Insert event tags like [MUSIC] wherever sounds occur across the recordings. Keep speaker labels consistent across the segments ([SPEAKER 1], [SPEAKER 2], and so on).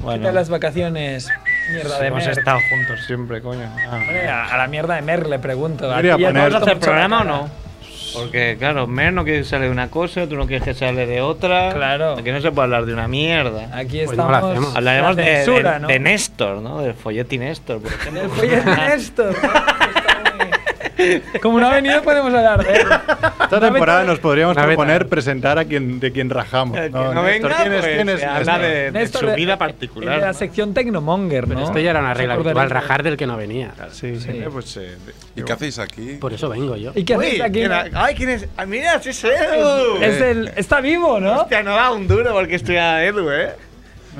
[SPEAKER 1] ¿Qué tal las vacaciones? Mierda de
[SPEAKER 2] pues Hemos
[SPEAKER 1] Mer.
[SPEAKER 2] estado juntos siempre, coño. Ah.
[SPEAKER 1] Hombre, A a la mierda de Mer le pregunto.
[SPEAKER 2] Yo iría
[SPEAKER 1] Aquí ya
[SPEAKER 2] a poner-
[SPEAKER 1] hemos
[SPEAKER 3] ¿Vamos a hacer
[SPEAKER 1] visto mucho la
[SPEAKER 3] programa o
[SPEAKER 1] cara.
[SPEAKER 3] no?
[SPEAKER 2] Porque, claro, Mer no quiere que sale de una cosa, tú no quieres que sale de otra.
[SPEAKER 1] Claro.
[SPEAKER 2] Aquí no se puede hablar de una mierda.
[SPEAKER 1] Aquí
[SPEAKER 4] Pues no la
[SPEAKER 1] estamos.
[SPEAKER 4] hacemos.
[SPEAKER 2] Hablaremos
[SPEAKER 1] La
[SPEAKER 2] de, de-
[SPEAKER 1] censura, ¿no?
[SPEAKER 2] de Néstor, ¿no? Del folleti Néstor, por ejemplo.
[SPEAKER 1] El
[SPEAKER 2] [LAUGHS]
[SPEAKER 1] folleto de Néstor. Como no ha venido, podemos hablar de él.
[SPEAKER 5] Esta temporada nos podríamos
[SPEAKER 4] Una veta.
[SPEAKER 5] proponer presentar a quien, de quien rajamos.
[SPEAKER 2] El Eh, que
[SPEAKER 5] No,
[SPEAKER 2] no
[SPEAKER 5] Néstor,
[SPEAKER 2] venga,
[SPEAKER 5] ¿quién es-
[SPEAKER 2] pues,
[SPEAKER 5] quién es
[SPEAKER 2] se habla
[SPEAKER 5] Néstor?
[SPEAKER 2] de, de
[SPEAKER 1] Néstor,
[SPEAKER 2] su
[SPEAKER 1] de-
[SPEAKER 2] vida
[SPEAKER 1] el
[SPEAKER 2] particular.
[SPEAKER 1] de la
[SPEAKER 2] ¿no?
[SPEAKER 1] sección Tecnomonger, ¿no?
[SPEAKER 4] Pero esto ya era una
[SPEAKER 1] ¿Os
[SPEAKER 4] regla
[SPEAKER 1] acordaréis?
[SPEAKER 4] habitual, rajar del que no venía.
[SPEAKER 5] Sí,
[SPEAKER 1] Sí.
[SPEAKER 5] eh, pues, eh,
[SPEAKER 6] ¿Y qué hacéis aquí?
[SPEAKER 4] Por eso vengo yo.
[SPEAKER 1] ¿Y qué haces
[SPEAKER 2] Uy,
[SPEAKER 1] aquí?
[SPEAKER 2] ¿quién ha- ¡Ay, quién es! Ah, ¡Mira, sí es Edu!
[SPEAKER 1] Es el- está vivo, ¿no?
[SPEAKER 2] eh. Hostia, no da un duro porque estoy a Edu, ¿eh?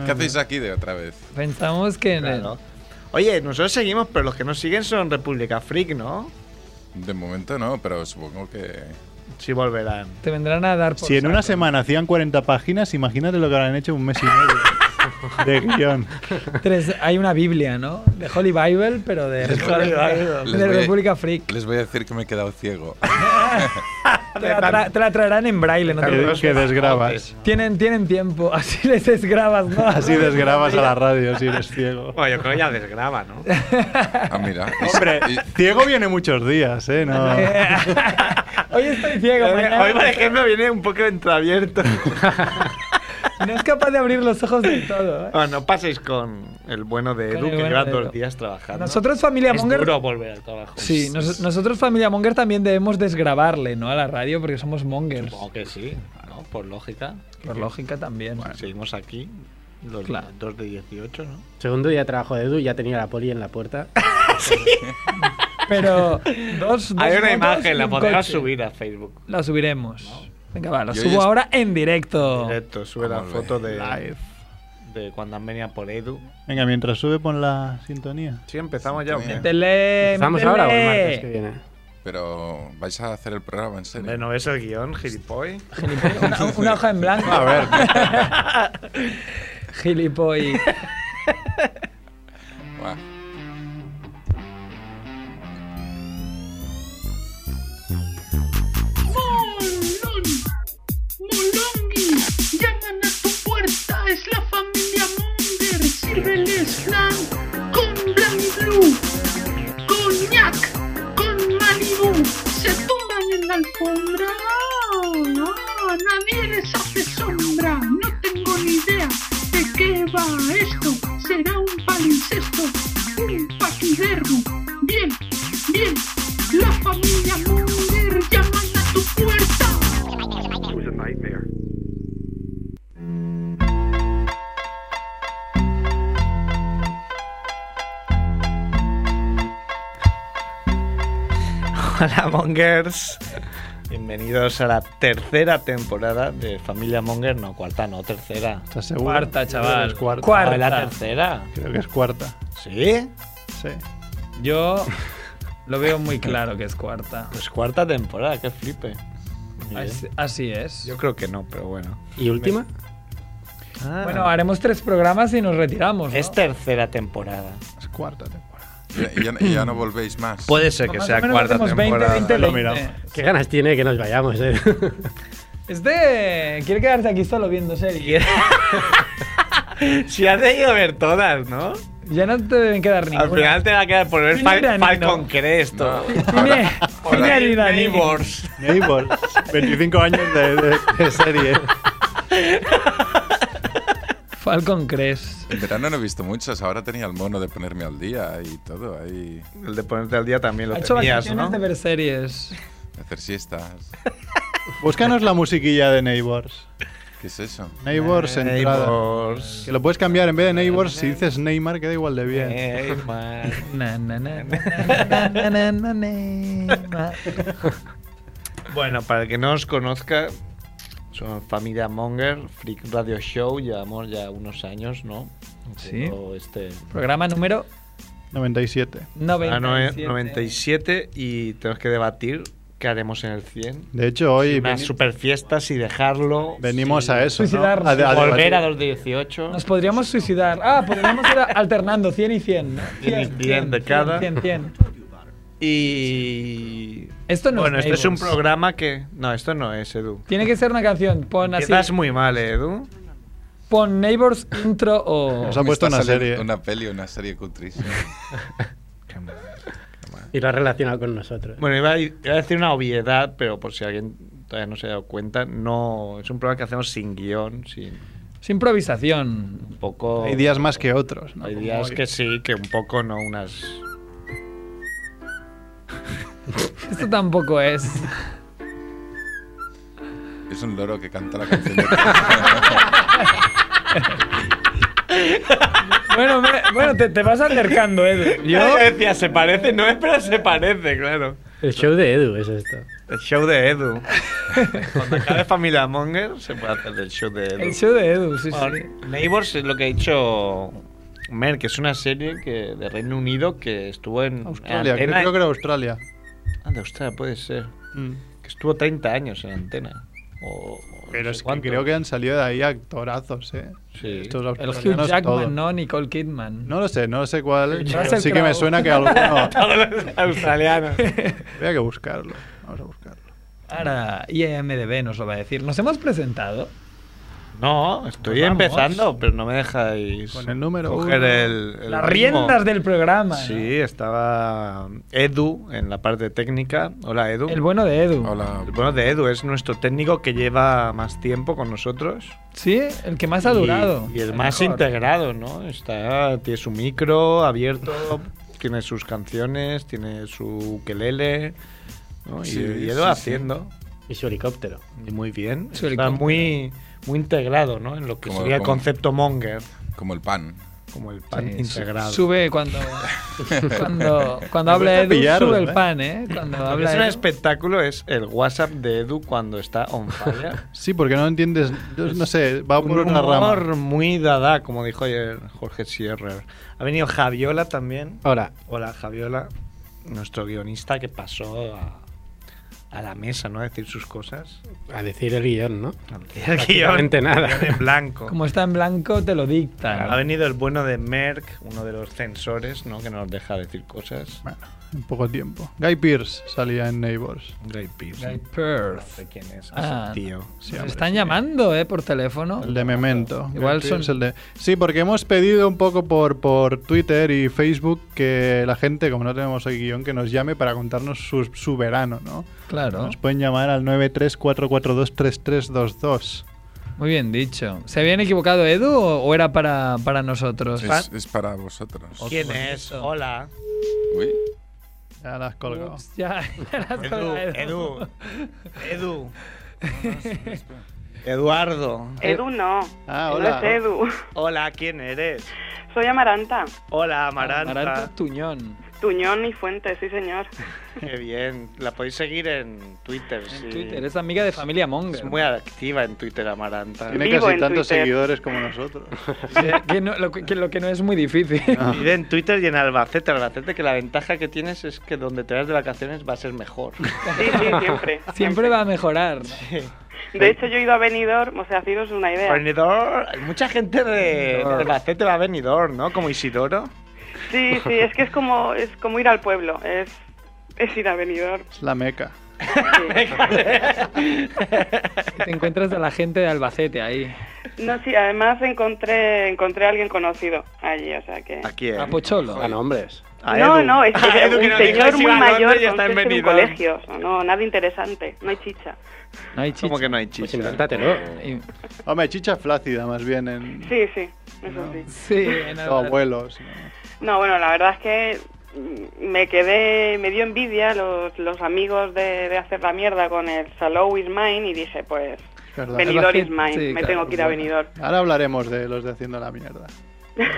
[SPEAKER 6] ¿Qué hacéis aquí de otra vez?
[SPEAKER 1] Pensamos que en el-
[SPEAKER 2] Claro. Oye, nosotros seguimos, pero los que nos siguen son República Freak, ¿no?
[SPEAKER 6] De momento no, pero supongo que.
[SPEAKER 2] Sí volverán.
[SPEAKER 1] te vendrán a dar por
[SPEAKER 5] Si en una
[SPEAKER 1] saco.
[SPEAKER 5] semana hacían 40 páginas, imagínate lo que habrán hecho en un mes y medio de guión.
[SPEAKER 1] Tres- hay una Biblia, ¿no? De Holy Bible, pero de,
[SPEAKER 6] Les voy a-
[SPEAKER 1] de-
[SPEAKER 6] les
[SPEAKER 1] de
[SPEAKER 6] voy a-
[SPEAKER 1] República Freak.
[SPEAKER 6] Les voy a decir que me he quedado ciego.
[SPEAKER 1] Te la, tra- te la traerán en braille, no te
[SPEAKER 5] Que,
[SPEAKER 1] preocupes.
[SPEAKER 5] que desgrabas.
[SPEAKER 1] Tienen, tienen tiempo, [LAUGHS] así les desgrabas, ¿no?
[SPEAKER 5] Así desgrabas a la radio si eres ciego.
[SPEAKER 3] Bueno, yo creo que ya desgraba,
[SPEAKER 2] [LAUGHS]
[SPEAKER 3] ¿no?
[SPEAKER 6] Ah, mira. Y-
[SPEAKER 5] [LAUGHS] Hombre,
[SPEAKER 6] y-
[SPEAKER 5] ciego viene muchos días, ¿eh? No.
[SPEAKER 1] Eh, [LAUGHS] Hoy estoy ciego,
[SPEAKER 3] [LAUGHS]
[SPEAKER 1] mañana
[SPEAKER 2] Hoy, por ejemplo, viene un poco entreabierto.
[SPEAKER 1] no es capaz de abrir los ojos del todo. ¿eh?
[SPEAKER 2] Bueno, no paséis con el bueno de
[SPEAKER 1] Con
[SPEAKER 2] Edu,
[SPEAKER 1] el
[SPEAKER 2] que
[SPEAKER 1] bueno
[SPEAKER 2] lleva
[SPEAKER 1] de Edu.
[SPEAKER 2] dos días trabajando.
[SPEAKER 1] Nosotros, familia
[SPEAKER 3] Es
[SPEAKER 1] Monger.
[SPEAKER 3] duro volver al trabajo.
[SPEAKER 1] Sí, nos- nosotros, familia Monger, también debemos desgrabarle, ¿no? A la radio, porque somos Mongers.
[SPEAKER 3] Supongo que sí, ¿no? Por lógica.
[SPEAKER 1] Por lógica también.
[SPEAKER 2] Seguimos aquí, los
[SPEAKER 1] Claro.
[SPEAKER 2] dos de 18, ¿no?
[SPEAKER 4] Segundo día de trabajo de Edu, ya tenía la poli en la puerta.
[SPEAKER 3] [LAUGHS]
[SPEAKER 1] Pero dos, dos
[SPEAKER 3] Hay
[SPEAKER 1] motos
[SPEAKER 3] una
[SPEAKER 1] y
[SPEAKER 3] imagen, la
[SPEAKER 1] un
[SPEAKER 3] podrás
[SPEAKER 1] coche.
[SPEAKER 3] subir a Facebook.
[SPEAKER 1] La subiremos. Venga, va, la
[SPEAKER 6] Y hoy
[SPEAKER 1] subo
[SPEAKER 6] es-
[SPEAKER 1] ahora en directo.
[SPEAKER 2] Directo, sube la
[SPEAKER 6] Vamos a ver.
[SPEAKER 2] foto de,
[SPEAKER 5] Live.
[SPEAKER 3] De cuando han venido por Edu.
[SPEAKER 5] Venga, mientras sube pon la sintonía.
[SPEAKER 2] Sí, empezamos ya.
[SPEAKER 6] Sintonía.
[SPEAKER 1] Tele,
[SPEAKER 4] ¿Estamos
[SPEAKER 1] tele.
[SPEAKER 4] ahora o el martes que viene?
[SPEAKER 6] Pero vais a hacer el programa en serio.
[SPEAKER 2] Hombre, ¿no ves el guión, gilipoy?
[SPEAKER 1] ¿eh? Una, una hoja en blanco.
[SPEAKER 6] A ver.
[SPEAKER 1] [LAUGHS] Gilipoy.
[SPEAKER 6] Buah.
[SPEAKER 7] Molón, Molongi, llaman a tu puerta, es la familia Munger, sírveles flan con Blanc Blue, coñac, con Malibu, se tumban en la alfombra, no, nadie les hace sombra, no tengo ni idea de qué va esto, será un palincesto, un paquidermo, bien, bien, la familia Munger llaman a tu puerta.
[SPEAKER 2] [LAUGHS] Hola, Mongers. Bienvenidos a la tercera temporada de Familia Monger. No, cuarta, no, tercera.
[SPEAKER 5] ¿Estás seguro?
[SPEAKER 1] Cuarta, chaval.
[SPEAKER 5] Es cuarta.
[SPEAKER 1] Cuarta.
[SPEAKER 3] Ah, la tercera.
[SPEAKER 5] Creo que es cuarta.
[SPEAKER 2] ¿Sí?
[SPEAKER 5] Sí.
[SPEAKER 1] Yo lo veo muy claro que es cuarta.
[SPEAKER 3] Pues cuarta temporada, que flipe. Muy bien.
[SPEAKER 1] Así, así es.
[SPEAKER 2] Yo creo que no, pero bueno.
[SPEAKER 4] ¿Y última?
[SPEAKER 1] Bueno, haremos tres programas y nos retiramos. ¿no?
[SPEAKER 3] Es
[SPEAKER 2] Este
[SPEAKER 3] tercera temporada.
[SPEAKER 5] Es cuarta temporada.
[SPEAKER 6] Y ya, y ya no volvéis más.
[SPEAKER 2] Puede ser
[SPEAKER 1] Más
[SPEAKER 2] que
[SPEAKER 1] o
[SPEAKER 2] sea
[SPEAKER 1] menos
[SPEAKER 2] cuarta
[SPEAKER 1] hacemos 20,
[SPEAKER 2] temporada.
[SPEAKER 1] 20,
[SPEAKER 5] Lo
[SPEAKER 1] 20.
[SPEAKER 5] miramos.
[SPEAKER 4] Qué ganas tiene que nos vayamos, eh. [LAUGHS]
[SPEAKER 1] Este quiere quedarse aquí solo viendo series.
[SPEAKER 2] [LAUGHS] Si has debido ver todas, ¿no?
[SPEAKER 1] Ya no te deben quedar
[SPEAKER 2] Al
[SPEAKER 1] ninguna.
[SPEAKER 2] final te va a quedar por ver
[SPEAKER 1] Ni
[SPEAKER 2] Fal-
[SPEAKER 1] mira, ni
[SPEAKER 2] Falcon
[SPEAKER 1] no.
[SPEAKER 2] Crest
[SPEAKER 6] No,
[SPEAKER 2] o-
[SPEAKER 1] Cine-
[SPEAKER 6] ahora-
[SPEAKER 1] cine
[SPEAKER 6] ahora-
[SPEAKER 1] harina, ni-
[SPEAKER 2] Neighbors.
[SPEAKER 5] Neighbors. 25 años de, de- de serie.
[SPEAKER 1] Falcon Crest.
[SPEAKER 6] En verano no he visto muchas, ahora tenía el mono de ponerme al día y todo, ahí
[SPEAKER 2] El de ponerte al día también lo
[SPEAKER 1] Ha hecho este
[SPEAKER 2] tenías,
[SPEAKER 1] vacaciones
[SPEAKER 2] ¿no?
[SPEAKER 1] de ver series.
[SPEAKER 6] hacer siestas.
[SPEAKER 5] Búscanos la musiquilla de Neighbors.
[SPEAKER 6] ¿Qué es eso?
[SPEAKER 5] Neighbors entrada.
[SPEAKER 2] Eh, Neighbors. Eh,
[SPEAKER 5] Que lo puedes cambiar en vez de Neighbors, si dices Neymar queda igual de bien.
[SPEAKER 2] Neighbors.
[SPEAKER 1] Na, na, na, na, na, na, na, na, na.
[SPEAKER 2] Bueno, para el que no os conozca, somos familia Monger, Freak Radio Show, llevamos ya unos años, ¿no?
[SPEAKER 1] Sí.
[SPEAKER 2] Todo Este,
[SPEAKER 1] Programa número
[SPEAKER 5] 97.
[SPEAKER 1] 97.
[SPEAKER 2] Ah, no, eh, 97 y tenemos que debatir qué haremos en el 100.
[SPEAKER 5] De hecho, hoy
[SPEAKER 2] Unas
[SPEAKER 5] veni-
[SPEAKER 2] super fiestas y dejarlo.
[SPEAKER 5] venimos a eso. ¿no?
[SPEAKER 1] Suicidarnos.
[SPEAKER 5] A de- a
[SPEAKER 3] Volver
[SPEAKER 5] debatir.
[SPEAKER 3] a 218.
[SPEAKER 1] Nos podríamos suicidar. Ah, podríamos ir a- alternando 100 y 100. ¿no?
[SPEAKER 2] 100 y 100 de cada.
[SPEAKER 1] 100, 100.
[SPEAKER 2] Y.
[SPEAKER 1] Esto no
[SPEAKER 2] bueno,
[SPEAKER 1] es
[SPEAKER 2] este es un
[SPEAKER 1] Neighbors.
[SPEAKER 2] programa que. No, esto no es, Edu.
[SPEAKER 1] Tiene que ser una canción. Pon así.
[SPEAKER 2] Estás muy mal, eh, Edu.
[SPEAKER 1] Pon Neighbors intro o.
[SPEAKER 5] Nos ha puesto
[SPEAKER 6] Me
[SPEAKER 5] una
[SPEAKER 6] está saliendo
[SPEAKER 5] serie.
[SPEAKER 6] Una peli, una serie cutrísima.
[SPEAKER 4] Y lo ha relacionado con nosotros.
[SPEAKER 2] Bueno, iba a, iba a decir una obviedad, pero por si alguien todavía no se ha dado cuenta, no es un programa que hacemos sin guión, sin
[SPEAKER 1] Es improvisación.
[SPEAKER 2] un poco.
[SPEAKER 5] Hay días más que otros, ¿no?
[SPEAKER 2] hay
[SPEAKER 5] Como
[SPEAKER 2] días
[SPEAKER 5] hoy.
[SPEAKER 2] que sí, que un poco no unas.
[SPEAKER 1] Esto tampoco es.
[SPEAKER 6] Es un loro que canta la canción de
[SPEAKER 5] [LAUGHS]
[SPEAKER 1] Bueno, hombre, bueno te, te vas acercando, Edu.
[SPEAKER 2] Yo decía, se parece, no es, pero se parece, claro.
[SPEAKER 4] El show de Edu es esto.
[SPEAKER 2] El show de Edu.
[SPEAKER 5] [LAUGHS]
[SPEAKER 2] Cuando acabe Familia Monger, se puede hacer el show de Edu.
[SPEAKER 1] El show de Edu, sí,
[SPEAKER 2] Bueno,
[SPEAKER 1] sí.
[SPEAKER 2] Neighbours es lo que ha dicho Mer, que es una serie que, de Reino Unido que estuvo en.
[SPEAKER 5] Australia,
[SPEAKER 2] en
[SPEAKER 5] creo, creo que era Australia.
[SPEAKER 2] Ah, de Australia, puede ser. Que estuvo 30 años en antena. O, o no
[SPEAKER 5] Pero
[SPEAKER 2] sé
[SPEAKER 5] es que
[SPEAKER 2] cuánto. [LAUGHS]
[SPEAKER 5] creo que han salido de ahí actorazos, ¿eh?
[SPEAKER 2] Sí.
[SPEAKER 5] Estos
[SPEAKER 1] El
[SPEAKER 5] australianos
[SPEAKER 1] Hugh Jackman,
[SPEAKER 5] todos.
[SPEAKER 1] ¿no? Nicole Kidman.
[SPEAKER 5] No lo sé, no lo sé cuál.
[SPEAKER 1] Russell
[SPEAKER 5] pero sí que me
[SPEAKER 1] Crowe.
[SPEAKER 5] suena que alguno.
[SPEAKER 2] Todos los australianos.
[SPEAKER 5] Voy a que buscarlo. Vamos a buscarlo.
[SPEAKER 1] Ahora IMDB nos lo va a decir. ¿Nos hemos presentado?
[SPEAKER 2] No, estoy
[SPEAKER 1] Pues vamos.
[SPEAKER 2] empezando, pero no me dejáis.
[SPEAKER 5] Con el número
[SPEAKER 2] Coger
[SPEAKER 5] uno.
[SPEAKER 2] el. el
[SPEAKER 1] Las
[SPEAKER 2] ritmo.
[SPEAKER 1] riendas del programa. ¿no?
[SPEAKER 2] Sí, estaba Edu en la parte técnica. Hola, Edu.
[SPEAKER 1] El bueno de Edu.
[SPEAKER 6] Hola.
[SPEAKER 2] El bueno de Edu es nuestro técnico que lleva más tiempo con nosotros.
[SPEAKER 1] Sí, el que más ha
[SPEAKER 2] Y-
[SPEAKER 1] durado.
[SPEAKER 2] Y, el más
[SPEAKER 1] mejor.
[SPEAKER 2] integrado, ¿no? Está, tiene su micro abierto, tiene sus canciones, tiene su ukelele, ¿no? Y-
[SPEAKER 6] Sí,
[SPEAKER 2] y, él
[SPEAKER 6] sí,
[SPEAKER 2] va
[SPEAKER 6] sí.
[SPEAKER 2] haciendo.
[SPEAKER 4] Y su helicóptero.
[SPEAKER 2] Y muy bien.
[SPEAKER 1] Su
[SPEAKER 2] Está
[SPEAKER 1] helicóptero.
[SPEAKER 2] muy, muy integrado, ¿no? En lo que
[SPEAKER 6] Como-
[SPEAKER 2] sería el
[SPEAKER 6] como-
[SPEAKER 2] concepto monger,
[SPEAKER 6] Como el pan.
[SPEAKER 2] como el pan
[SPEAKER 1] Sí,
[SPEAKER 2] integrado.
[SPEAKER 1] Sube
[SPEAKER 2] [LAUGHS]
[SPEAKER 1] cuando cuando, cuando
[SPEAKER 5] Me
[SPEAKER 1] habla
[SPEAKER 5] cuesta
[SPEAKER 1] Edu,
[SPEAKER 5] pillarlo,
[SPEAKER 1] sube el
[SPEAKER 5] ¿eh?
[SPEAKER 1] pan, ¿eh? Cuando
[SPEAKER 2] Lo que
[SPEAKER 1] habla
[SPEAKER 2] es un
[SPEAKER 1] Edu.
[SPEAKER 2] espectáculo es el WhatsApp de Edu cuando está on fire.
[SPEAKER 5] Sí, porque no entiendes. yo no sé, [LAUGHS] va por
[SPEAKER 2] Un
[SPEAKER 5] una
[SPEAKER 2] humor
[SPEAKER 5] rama.
[SPEAKER 2] muy dada, como dijo ayer Jorge Sierra. Ha venido Javiola también.
[SPEAKER 4] Ahora,
[SPEAKER 2] Hola, Javiola, nuestro guionista que pasó a, a la mesa, ¿no? A decir sus cosas.
[SPEAKER 4] a decir el guión, ¿no?
[SPEAKER 2] El guión
[SPEAKER 4] Prácticamente nada.
[SPEAKER 2] el guión en blanco.
[SPEAKER 1] Como está en blanco, te lo
[SPEAKER 2] Ha
[SPEAKER 1] dicta.
[SPEAKER 2] venido el bueno de Merck, uno de los censores, ¿no? Que nos deja decir cosas.
[SPEAKER 5] Bueno, en poco tiempo. Guy Pierce salía en Neighbors.
[SPEAKER 2] Guy Pearce.
[SPEAKER 1] Guy
[SPEAKER 2] No
[SPEAKER 1] Perth.
[SPEAKER 2] sé quién es ese
[SPEAKER 1] Ah,
[SPEAKER 2] tío.
[SPEAKER 5] Sí,
[SPEAKER 1] Nos
[SPEAKER 5] hombre,
[SPEAKER 1] están
[SPEAKER 5] sí.
[SPEAKER 1] llamando, ¿eh? Por teléfono.
[SPEAKER 5] El de Memento.
[SPEAKER 1] Igual
[SPEAKER 5] Guy
[SPEAKER 1] son-
[SPEAKER 5] Pearce, el de- Sí, porque hemos pedido un poco por, por Twitter y Facebook que la gente, como no tenemos hoy guión, que nos llame para contarnos su, su verano, ¿no?
[SPEAKER 1] Claro.
[SPEAKER 5] Nos pueden llamar al 934423322.
[SPEAKER 1] Muy bien dicho. ¿Se habían equivocado Edu o, o era para, para nosotros?
[SPEAKER 6] Es, es para vosotros.
[SPEAKER 2] ¿Quién es? Hola.
[SPEAKER 6] Uy.
[SPEAKER 5] Ya las has colgado.
[SPEAKER 1] Ups, ya, [LAUGHS] ya las
[SPEAKER 2] Edu,
[SPEAKER 1] colga [LAUGHS]
[SPEAKER 2] Edu. Edu. Eduardo.
[SPEAKER 8] Edu no.
[SPEAKER 5] Ah,
[SPEAKER 8] No
[SPEAKER 5] hola.
[SPEAKER 8] es Edu. [LAUGHS]
[SPEAKER 2] Hola, ¿quién eres?
[SPEAKER 8] Soy Amaranta.
[SPEAKER 2] Hola, Amaranta.
[SPEAKER 1] Amaranta Tuñón.
[SPEAKER 8] Tuñón y Fuentes, sí
[SPEAKER 2] [LAUGHS]
[SPEAKER 8] señor.
[SPEAKER 2] Qué bien. La podéis seguir en Twitter.
[SPEAKER 1] En
[SPEAKER 2] sí.
[SPEAKER 1] Twitter. Es amiga de familia
[SPEAKER 2] Es
[SPEAKER 1] Monger.
[SPEAKER 2] muy activa en Twitter, Amaranta.
[SPEAKER 5] Tiene
[SPEAKER 8] Vivo
[SPEAKER 5] casi
[SPEAKER 8] en
[SPEAKER 5] tantos
[SPEAKER 8] Twitter.
[SPEAKER 5] seguidores como nosotros.
[SPEAKER 1] que, no- lo, que, que lo que Ah. no es muy difícil.
[SPEAKER 2] Vive en Twitter y en Albacete. Albacete, que la ventaja que tienes es que donde te vas de vacaciones va a
[SPEAKER 8] [LAUGHS]
[SPEAKER 2] ser mejor.
[SPEAKER 8] Sí, sí, siempre.
[SPEAKER 1] [LAUGHS] Siempre va a mejorar.
[SPEAKER 8] De hecho, yo he ido a Benidorm, o sea, haceros una idea.
[SPEAKER 2] Benidorm, hay mucha gente de, de Albacete va a Benidorm, ¿no? Como Isidoro.
[SPEAKER 8] Sí, sí, es que es como, es como ir al pueblo. Es, es ir a Benidorm.
[SPEAKER 5] [LAUGHS] Es la meca.
[SPEAKER 8] sí.
[SPEAKER 1] Te encuentras a la gente de Albacete ahí.
[SPEAKER 8] No, sí, además encontré, encontré a alguien conocido allí, o sea que...
[SPEAKER 2] ¿A quién?
[SPEAKER 1] A Pocholo.
[SPEAKER 4] A nombres.
[SPEAKER 2] A
[SPEAKER 8] no,
[SPEAKER 2] Edu. [LAUGHS]
[SPEAKER 8] no, es
[SPEAKER 2] A Edu, que
[SPEAKER 8] un
[SPEAKER 2] nos dijo
[SPEAKER 8] señor
[SPEAKER 2] si
[SPEAKER 8] muy
[SPEAKER 2] va a Londres
[SPEAKER 8] mayor
[SPEAKER 2] y está
[SPEAKER 8] con
[SPEAKER 2] en
[SPEAKER 8] jefe de un
[SPEAKER 2] Benidorm.
[SPEAKER 8] colegio, o sea, no, nada interesante, no hay chicha.
[SPEAKER 1] No hay
[SPEAKER 2] ¿Cómo
[SPEAKER 1] chicha.
[SPEAKER 2] que no hay
[SPEAKER 4] Pues
[SPEAKER 2] chicha?
[SPEAKER 4] invéntatelo.
[SPEAKER 1] Y-
[SPEAKER 5] Hombre, chicha flácida más bien en
[SPEAKER 8] Sí, sí, eso sí.
[SPEAKER 1] Sí, en
[SPEAKER 2] Oh,
[SPEAKER 5] los abuelos. ¿no?
[SPEAKER 8] No, bueno, la verdad es que mm, me quedé, me dio envidia los, los amigos de, de hacer la mierda con el Salou is mine y dije, pues,
[SPEAKER 5] Perdón.
[SPEAKER 8] Benidorm is
[SPEAKER 1] Sí,
[SPEAKER 8] mine, me
[SPEAKER 1] claro,
[SPEAKER 8] tengo que ir a
[SPEAKER 1] bueno.
[SPEAKER 8] Benidorm.
[SPEAKER 5] Ahora hablaremos de los de haciendo la mierda.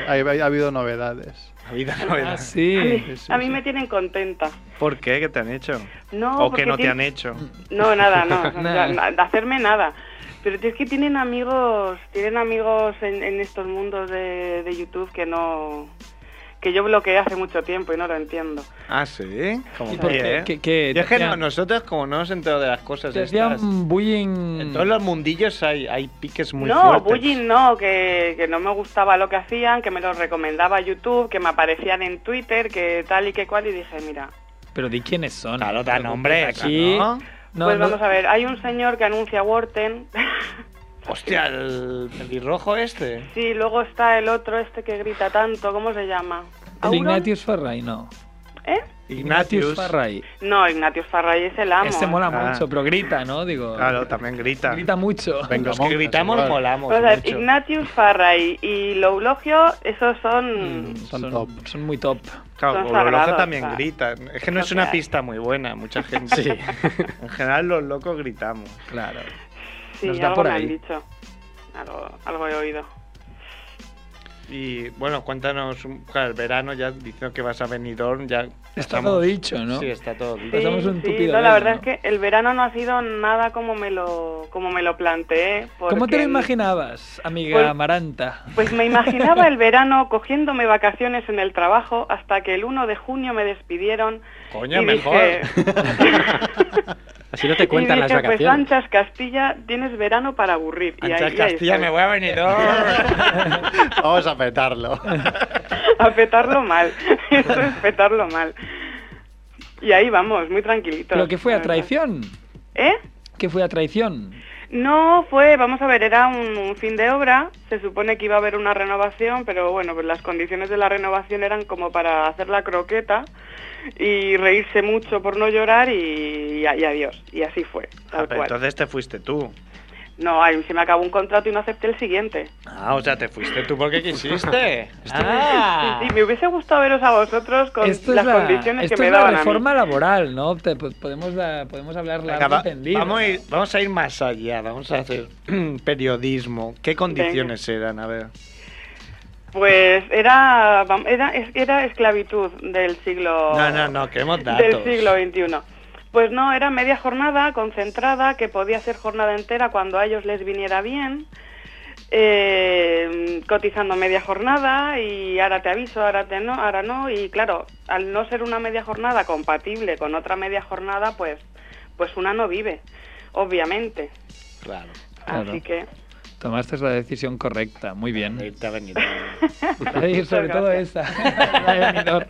[SPEAKER 5] Ha, ha habido novedades.
[SPEAKER 2] La vida no era.
[SPEAKER 1] Ah, sí.
[SPEAKER 5] Sí, sí,
[SPEAKER 8] a mí
[SPEAKER 5] sí.
[SPEAKER 8] me tienen contenta.
[SPEAKER 2] ¿Por qué? ¿Qué te han hecho?
[SPEAKER 8] No,
[SPEAKER 2] ¿O que
[SPEAKER 8] porque
[SPEAKER 2] no te
[SPEAKER 8] tien-
[SPEAKER 2] han hecho?
[SPEAKER 8] [LAUGHS] No, nada,
[SPEAKER 2] [LAUGHS]
[SPEAKER 8] no, o sea,
[SPEAKER 1] Nada.
[SPEAKER 8] na- de hacerme nada. Pero es que tienen amigos, tienen amigos en, en estos mundos de, de YouTube que no, que yo bloqueé hace mucho tiempo y no lo entiendo.
[SPEAKER 2] Ah, sí. Como
[SPEAKER 1] ¿Y por qué?
[SPEAKER 2] ¿eh?
[SPEAKER 1] ¿Qué- qué?
[SPEAKER 2] Yo es que
[SPEAKER 1] Te-
[SPEAKER 2] no- nosotros, como no nos enteramos de las cosas
[SPEAKER 1] Te
[SPEAKER 2] estas,
[SPEAKER 1] hacían
[SPEAKER 2] en
[SPEAKER 1] bullying.
[SPEAKER 2] todos los mundillos hay, hay piques muy
[SPEAKER 8] no,
[SPEAKER 2] fuertes.
[SPEAKER 8] bullying no, que, que no me gustaba lo que hacían, que me lo recomendaba YouTube, que me aparecían en Twitter, que tal y que cual, y dije, mira,
[SPEAKER 1] Pero di quiénes son.
[SPEAKER 2] Claro,
[SPEAKER 1] da
[SPEAKER 2] da nombre.
[SPEAKER 1] Aquí.
[SPEAKER 2] ¿no?
[SPEAKER 1] No,
[SPEAKER 8] pues
[SPEAKER 1] no-
[SPEAKER 8] vamos a ver, hay un señor que anuncia Worten,
[SPEAKER 2] Hostia, el pelirrojo este.
[SPEAKER 8] [LAUGHS] Sí, luego está el otro este que grita tanto, ¿cómo se llama?
[SPEAKER 1] El
[SPEAKER 8] ¿Auron?
[SPEAKER 1] Ignatius Farray, no.
[SPEAKER 8] ¿Eh?
[SPEAKER 2] Ignatius.
[SPEAKER 1] Farray.
[SPEAKER 8] No, Ignatius Farray es el amo.
[SPEAKER 1] Este mola
[SPEAKER 2] Ah.
[SPEAKER 1] mucho, pero grita, ¿no? Digo,
[SPEAKER 2] Claro, también grita.
[SPEAKER 1] grita mucho.
[SPEAKER 5] Venga,
[SPEAKER 2] Los que
[SPEAKER 5] monjas,
[SPEAKER 2] gritamos
[SPEAKER 5] igual.
[SPEAKER 2] molamos
[SPEAKER 8] Vamos a ver,
[SPEAKER 2] mucho.
[SPEAKER 8] Ignatius Farray y Loulogio, esos son...
[SPEAKER 1] Mm,
[SPEAKER 5] Son top.
[SPEAKER 1] son muy top.
[SPEAKER 2] Claro,
[SPEAKER 8] Son
[SPEAKER 2] Lolo Loza
[SPEAKER 8] sagrados,
[SPEAKER 2] también
[SPEAKER 8] claro.
[SPEAKER 2] grita. Es que no
[SPEAKER 8] Lo
[SPEAKER 2] es
[SPEAKER 8] que
[SPEAKER 2] una
[SPEAKER 8] hay.
[SPEAKER 2] pista muy buena, mucha gente.
[SPEAKER 4] Sí.
[SPEAKER 2] En general los locos gritamos.
[SPEAKER 1] Claro.
[SPEAKER 8] Sí,
[SPEAKER 1] nos da
[SPEAKER 8] algo
[SPEAKER 1] por
[SPEAKER 8] me
[SPEAKER 1] ahí.
[SPEAKER 8] han dicho. Algo, algo he oído.
[SPEAKER 2] Y bueno, cuéntanos, un- claro, el verano ya diciendo que vas a Benidorm, ya
[SPEAKER 1] Está
[SPEAKER 2] pasamos-
[SPEAKER 1] todo dicho, ¿no?
[SPEAKER 2] Sí, está todo dicho.
[SPEAKER 1] Pasamos
[SPEAKER 8] Sí,
[SPEAKER 1] un
[SPEAKER 8] sí,
[SPEAKER 1] tupido
[SPEAKER 8] no, la
[SPEAKER 1] velo,
[SPEAKER 8] verdad
[SPEAKER 1] ¿no?
[SPEAKER 8] es que el verano no ha sido nada como me lo, como me lo planteé.
[SPEAKER 1] ¿Cómo te
[SPEAKER 8] porque-
[SPEAKER 1] lo imaginabas, amiga
[SPEAKER 8] Pues-
[SPEAKER 1] Amaranta?
[SPEAKER 8] Pues me imaginaba el verano cogiéndome vacaciones en el trabajo hasta que el 1 de junio me despidieron.
[SPEAKER 2] Coño,
[SPEAKER 8] y
[SPEAKER 2] mejor.
[SPEAKER 8] [LAUGHS] Dije...
[SPEAKER 4] Así no te cuentan
[SPEAKER 8] y
[SPEAKER 4] las
[SPEAKER 8] dije, pues
[SPEAKER 4] vacaciones.
[SPEAKER 8] Anchas Castilla, tienes verano para aburrir. Y
[SPEAKER 2] Ancha
[SPEAKER 8] ahí- y ahí
[SPEAKER 2] Castilla,
[SPEAKER 8] estoy.
[SPEAKER 2] me voy a Benidorm.
[SPEAKER 5] Vamos a
[SPEAKER 3] [LAUGHS]
[SPEAKER 5] petarlo.
[SPEAKER 8] [LAUGHS] a petarlo mal. [LAUGHS] Eso es petarlo mal. Y ahí vamos, muy tranquilitos.
[SPEAKER 1] Lo que fue
[SPEAKER 8] la
[SPEAKER 1] a
[SPEAKER 8] verdad.
[SPEAKER 1] traición.
[SPEAKER 8] ¿Eh?
[SPEAKER 1] ¿Qué fue a traición?
[SPEAKER 8] No, fue, vamos a ver, era un, un fin de obra. Se supone que iba a haber una renovación, pero bueno, pues las condiciones de la renovación eran como para hacer la croqueta y reírse mucho por no llorar y, y adiós. Y así fue,
[SPEAKER 2] Ah,
[SPEAKER 8] tal
[SPEAKER 2] pero
[SPEAKER 8] cual.
[SPEAKER 2] entonces te fuiste tú.
[SPEAKER 8] No, ay, se me acabó un contrato y no acepté el siguiente.
[SPEAKER 2] Ah, o sea, te fuiste tú porque
[SPEAKER 1] [LAUGHS]
[SPEAKER 2] quisiste.
[SPEAKER 3] Ah,
[SPEAKER 8] Sí, sí, me hubiese gustado veros a vosotros con
[SPEAKER 1] Esto es
[SPEAKER 8] las
[SPEAKER 1] la,
[SPEAKER 8] condiciones
[SPEAKER 1] esto
[SPEAKER 8] que me
[SPEAKER 1] es la
[SPEAKER 8] daban a mí.
[SPEAKER 1] reforma laboral, ¿no? Te- po- podemos, la- podemos hablar
[SPEAKER 2] Venga,
[SPEAKER 1] largo
[SPEAKER 2] va-
[SPEAKER 1] y tendido.
[SPEAKER 2] vamos, a ir, vamos a ir más allá, vamos a hacer [CLEARS THROAT] periodismo. ¿Qué condiciones eran? A ver.
[SPEAKER 8] Pues era, vam- era, es- era esclavitud del siglo...
[SPEAKER 2] No, no, no, queremos
[SPEAKER 8] Oh. [LAUGHS] del
[SPEAKER 2] datos.
[SPEAKER 8] siglo XXI. Pues no, era media jornada concentrada, que podía ser jornada entera cuando a ellos les viniera bien, eh, cotizando media jornada y ahora te aviso, ahora, te no, ahora no. Y claro, al no ser una media jornada compatible con otra media jornada, pues, pues una no vive, obviamente.
[SPEAKER 2] Claro.
[SPEAKER 1] Claro.
[SPEAKER 8] Así que...
[SPEAKER 1] Tomaste la decisión correcta, muy bien.
[SPEAKER 2] Irte
[SPEAKER 1] [LAUGHS]
[SPEAKER 2] a Benidorm.
[SPEAKER 1] Sí, sobre
[SPEAKER 8] Muchas
[SPEAKER 1] todo
[SPEAKER 8] gracias.
[SPEAKER 1] esa. [LAUGHS] la de
[SPEAKER 8] [LAUGHS]
[SPEAKER 1] Benidorm.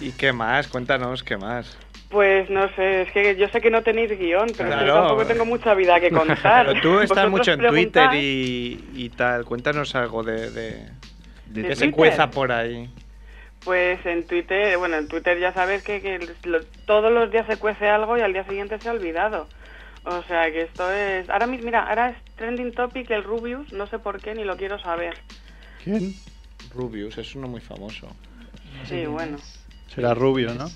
[SPEAKER 2] ¿Y qué más? Cuéntanos, ¿qué más?
[SPEAKER 8] Pues no sé, es que yo sé que no tenéis guión, pero es que
[SPEAKER 2] Claro.
[SPEAKER 8] tampoco tengo mucha vida
[SPEAKER 2] [LAUGHS]
[SPEAKER 8] que contar.
[SPEAKER 2] Pero tú estás
[SPEAKER 8] Vosotros
[SPEAKER 2] mucho en
[SPEAKER 8] preguntad-
[SPEAKER 2] Twitter y, y tal. Cuéntanos algo de, de,
[SPEAKER 1] De
[SPEAKER 2] que
[SPEAKER 8] ¿De
[SPEAKER 2] se
[SPEAKER 8] Twitter?
[SPEAKER 2] cueza por ahí.
[SPEAKER 8] Pues en Twitter, bueno, en Twitter ya sabes que, que lo- todos los días se cuece algo y al día siguiente se ha olvidado. O sea que esto es... Ahora mismo, mira, ahora es trending topic el Rubius, no sé por qué ni lo quiero saber.
[SPEAKER 5] ¿Quién?
[SPEAKER 2] Rubius es uno muy famoso.
[SPEAKER 8] Sí, bueno.
[SPEAKER 5] Será rubio, ¿no?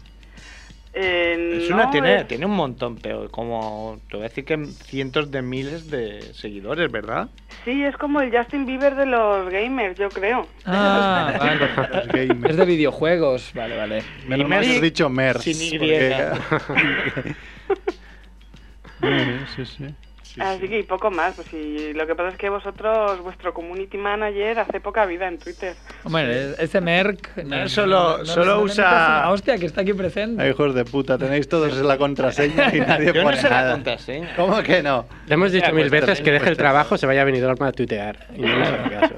[SPEAKER 8] Eh,
[SPEAKER 2] Es
[SPEAKER 8] no,
[SPEAKER 2] una, tiene,
[SPEAKER 8] es-
[SPEAKER 2] tiene un montón, pero como te voy a decir que cientos de miles de seguidores, ¿verdad?
[SPEAKER 8] Sí, es como el Justin Bieber de los gamers, yo creo.
[SPEAKER 1] Ah, vale.
[SPEAKER 5] Los gamers.
[SPEAKER 1] Es de videojuegos, vale, vale.
[SPEAKER 5] Menos mal que has dicho Mers.
[SPEAKER 3] sin Y. [LAUGHS]
[SPEAKER 5] porque- Vale, sí, sí.
[SPEAKER 8] Así que y poco más. Pues sí, lo que pasa es que vosotros, vuestro community manager, hace poca vida en Twitter. [LAUGHS]
[SPEAKER 1] Hombre, ese Merck.
[SPEAKER 2] No, solo- solo
[SPEAKER 1] le
[SPEAKER 2] usa-
[SPEAKER 1] metas a la Hostia, que está aquí presente.
[SPEAKER 5] Ay, Ah, hijos de puta, tenéis todos la contraseña
[SPEAKER 3] [LAUGHS]
[SPEAKER 5] y nadie
[SPEAKER 3] yo no
[SPEAKER 5] pone
[SPEAKER 3] sé la
[SPEAKER 5] nada.
[SPEAKER 3] contraseña.
[SPEAKER 5] ¿Cómo que no?
[SPEAKER 4] Le hemos dicho
[SPEAKER 3] Ya,
[SPEAKER 4] mil
[SPEAKER 3] pues,
[SPEAKER 4] veces
[SPEAKER 3] también,
[SPEAKER 4] que deje
[SPEAKER 3] pues,
[SPEAKER 4] el trabajo, se vaya a venir a tuitear. Y no nos hace caso.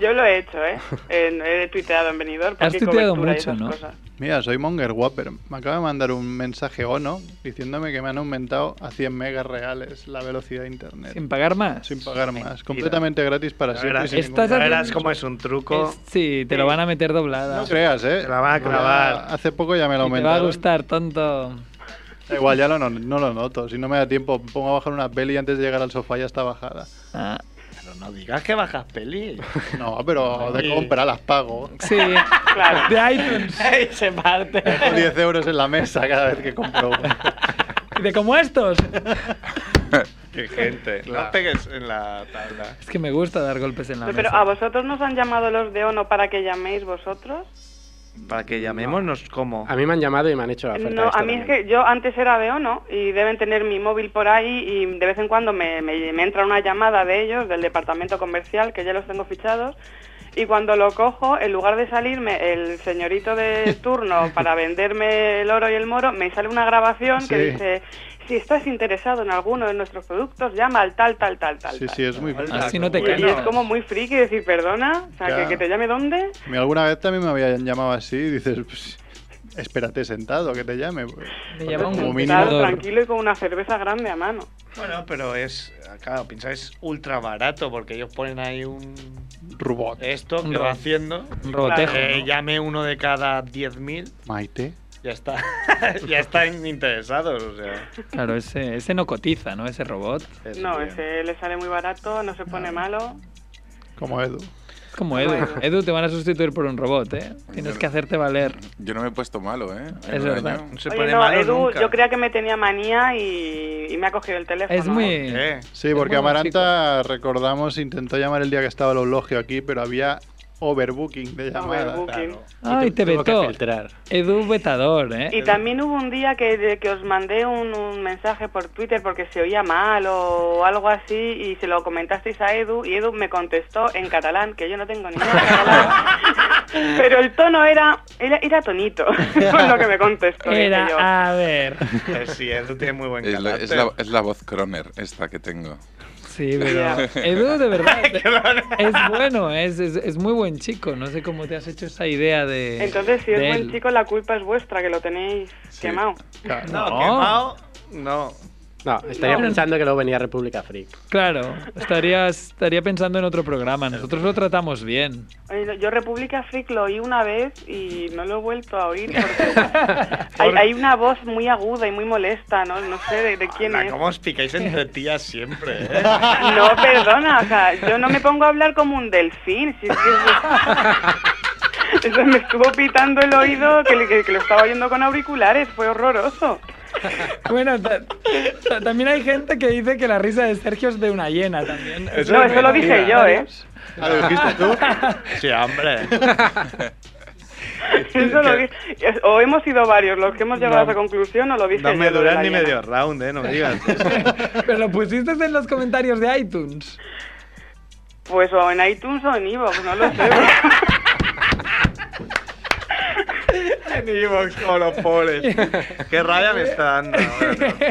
[SPEAKER 8] Yo lo he hecho, ¿eh? En- he tuiteado en venidor.
[SPEAKER 1] Has tuiteado mucho, ¿no?
[SPEAKER 5] Mira, soy Monger Whopper. Me acaba de mandar un mensaje ONO diciéndome que me han aumentado a 100 megas reales la velocidad de internet.
[SPEAKER 1] Sin pagar más.
[SPEAKER 5] Sin pagar más. Completamente gratis para
[SPEAKER 2] Ya
[SPEAKER 5] siempre.
[SPEAKER 2] verás,
[SPEAKER 5] sin
[SPEAKER 1] Estás
[SPEAKER 5] ningún-
[SPEAKER 2] ya
[SPEAKER 1] haciendo-
[SPEAKER 2] verás cómo es un truco.
[SPEAKER 1] Es- sí, te lo van a meter doblada.
[SPEAKER 5] No creas, ¿eh?
[SPEAKER 2] Te la van a clavar.
[SPEAKER 5] Ya- Hace poco ya me lo
[SPEAKER 1] Y te va a
[SPEAKER 5] aumentaron.
[SPEAKER 1] gustar, tonto.
[SPEAKER 5] Da Igual ya lo no, no lo noto. Si no me da tiempo, pongo a bajar una peli y antes de llegar al sofá ya está bajada.
[SPEAKER 1] Ah,
[SPEAKER 2] Pero no digas que bajas
[SPEAKER 8] [LAUGHS]
[SPEAKER 2] peli.
[SPEAKER 5] No,
[SPEAKER 2] [LAUGHS]
[SPEAKER 5] pero de
[SPEAKER 2] Oye.
[SPEAKER 5] compra las pago.
[SPEAKER 1] sí.
[SPEAKER 8] Claro.
[SPEAKER 1] De iTunes.
[SPEAKER 3] Ay, se parte.
[SPEAKER 5] Dejo 10 euros en la mesa cada vez que compro una.
[SPEAKER 1] Y De como estos.
[SPEAKER 2] Qué gente. No pegues en la tabla.
[SPEAKER 1] Es que me gusta dar golpes en la
[SPEAKER 8] Pero
[SPEAKER 1] mesa.
[SPEAKER 8] a vosotros nos han llamado los de ONO para que llaméis vosotros.
[SPEAKER 2] Para que llamémonos como.
[SPEAKER 4] A mí me han llamado y me han hecho la oferta.
[SPEAKER 8] No,
[SPEAKER 4] esta
[SPEAKER 8] a mí es
[SPEAKER 4] también.
[SPEAKER 8] que yo antes era de ONO y deben tener mi móvil por ahí y de vez en cuando me, me- me entra una llamada de ellos, del departamento comercial, que ya los tengo fichados. Y cuando lo cojo, en lugar de salirme el señorito
[SPEAKER 5] [LAUGHS]
[SPEAKER 8] de turno para venderme el oro y el moro, me sale una grabación que
[SPEAKER 5] Sí.
[SPEAKER 8] dice, si estás interesado en alguno de nuestros productos, llama al tal, tal, tal, tal.
[SPEAKER 5] Sí,
[SPEAKER 8] tal".
[SPEAKER 5] sí, es muy...
[SPEAKER 1] Así no te
[SPEAKER 8] Y-
[SPEAKER 1] cansas.
[SPEAKER 8] Y es como muy friki decir, perdona, o sea, que-
[SPEAKER 5] Claro.
[SPEAKER 8] que te llame dónde.
[SPEAKER 5] A mí alguna vez también me habían llamado así y dices, pues, espérate sentado que te llame. Pues,
[SPEAKER 1] Me llama un
[SPEAKER 5] Como mínimo.
[SPEAKER 8] Claro, tranquilo y con una cerveza grande a mano.
[SPEAKER 2] Bueno, pero es, claro, piensa, es ultra barato porque ellos ponen ahí un
[SPEAKER 5] Robot.
[SPEAKER 2] esto
[SPEAKER 1] Un
[SPEAKER 2] que va
[SPEAKER 1] robot.
[SPEAKER 2] haciendo.
[SPEAKER 1] Un robotejo,
[SPEAKER 2] Eh,
[SPEAKER 1] ¿no?
[SPEAKER 2] Llame uno de cada 10.000,
[SPEAKER 5] Maite.
[SPEAKER 2] ya [LAUGHS] está. ya están interesados, o sea.
[SPEAKER 1] Claro, ese, ese no cotiza, ¿no? Ese robot.
[SPEAKER 2] es-
[SPEAKER 8] No, ese le sale muy barato, no se pone malo.
[SPEAKER 5] Como Edu.
[SPEAKER 1] Como Edu.
[SPEAKER 8] Bueno.
[SPEAKER 1] Edu, te van a sustituir por un robot, ¿eh? Tienes que hacerte valer.
[SPEAKER 6] Yo no me he puesto malo, ¿eh? En
[SPEAKER 1] Es
[SPEAKER 6] un
[SPEAKER 1] verdad.
[SPEAKER 6] año.
[SPEAKER 2] No se
[SPEAKER 8] Oye,
[SPEAKER 2] pone
[SPEAKER 8] no,
[SPEAKER 2] malo
[SPEAKER 8] Edu,
[SPEAKER 2] nunca.
[SPEAKER 8] yo creía que me tenía manía y, y me ha cogido el teléfono. ¿eh?
[SPEAKER 1] Es muy...
[SPEAKER 2] ¿Qué?
[SPEAKER 5] Sí,
[SPEAKER 1] Es
[SPEAKER 5] porque
[SPEAKER 1] muy buen
[SPEAKER 5] Amaranta, recordamos, intentó llamar el día que estaba el eulogio aquí, pero había overbooking de llamadas.
[SPEAKER 8] Overbooking.
[SPEAKER 2] Claro.
[SPEAKER 1] Ay, te
[SPEAKER 4] Tuvo que
[SPEAKER 1] vetó.
[SPEAKER 4] filtrar.
[SPEAKER 1] Edu vetador,
[SPEAKER 8] Y
[SPEAKER 1] ¿eh?
[SPEAKER 8] también hubo un día que, de que os mandé un, un mensaje por Twitter porque se oía mal o algo así y se lo comentasteis a Edu y Edu me contestó en catalán, que yo no tengo ni idea de catalán, pero el tono era, era, era tonito [LAUGHS] con lo que me contestó. dije yo.
[SPEAKER 1] Era, a ver.
[SPEAKER 2] Eh, Sí, Edu tiene muy buen
[SPEAKER 6] Es la,
[SPEAKER 2] carácter.
[SPEAKER 6] es la- es la voz Croner, esta que tengo.
[SPEAKER 1] Sí, pero
[SPEAKER 8] Ya.
[SPEAKER 1] Edu, de verdad, es bueno, es, es, es muy buen chico. No sé cómo te has hecho esa idea de.
[SPEAKER 8] Entonces, si es
[SPEAKER 1] de
[SPEAKER 8] buen
[SPEAKER 1] él.
[SPEAKER 8] chico, la culpa es vuestra, que lo tenéis
[SPEAKER 6] Sí.
[SPEAKER 8] quemado.
[SPEAKER 2] [LAUGHS]
[SPEAKER 5] Claro.
[SPEAKER 2] [LAUGHS] No,
[SPEAKER 1] No.
[SPEAKER 2] quemado, no.
[SPEAKER 4] No, estaría
[SPEAKER 1] No.
[SPEAKER 4] pensando que luego venía República Freak.
[SPEAKER 1] Claro, estaría, estaría pensando en otro programa. Nosotros lo tratamos bien.
[SPEAKER 8] Oye, Yo República Freak lo oí una vez y no lo he vuelto a oír porque hay, hay una voz muy aguda y muy molesta, ¿no? No sé de, de quién
[SPEAKER 2] Ala,
[SPEAKER 8] es.
[SPEAKER 2] ¿Cómo os picáis entre tías siempre? eh?
[SPEAKER 8] No, perdona, o sea, yo no me pongo a hablar como un delfín. Si es que [LAUGHS] eso- eso me estuvo pitando el oído que, le- que- que lo estaba oyendo con auriculares, fue horroroso.
[SPEAKER 1] Bueno, ta- ta- también hay gente que dice que la risa de Sergio es de una hiena también.
[SPEAKER 2] Eso
[SPEAKER 8] No,
[SPEAKER 2] es
[SPEAKER 8] eso lo
[SPEAKER 2] mentira.
[SPEAKER 8] dije yo, ¿eh?
[SPEAKER 5] Ah, ¿lo dijiste tú?
[SPEAKER 2] Sí, hombre.
[SPEAKER 8] Eso lo di- O hemos sido varios los que hemos llegado
[SPEAKER 2] No.
[SPEAKER 8] a esa conclusión o lo dije
[SPEAKER 2] No me
[SPEAKER 8] yo, lo de la
[SPEAKER 2] duran ni
[SPEAKER 8] hiena.
[SPEAKER 2] medio round, ¿eh? No me digas.
[SPEAKER 1] Pero lo pusiste en los comentarios de iTunes.
[SPEAKER 8] Pues o en iTunes o en Evox, no lo
[SPEAKER 1] [LAUGHS]
[SPEAKER 8] sé.
[SPEAKER 2] en Evox, como los pobres. Qué rabia me está dando.
[SPEAKER 1] [LAUGHS]
[SPEAKER 2] ahora, no, no. Voy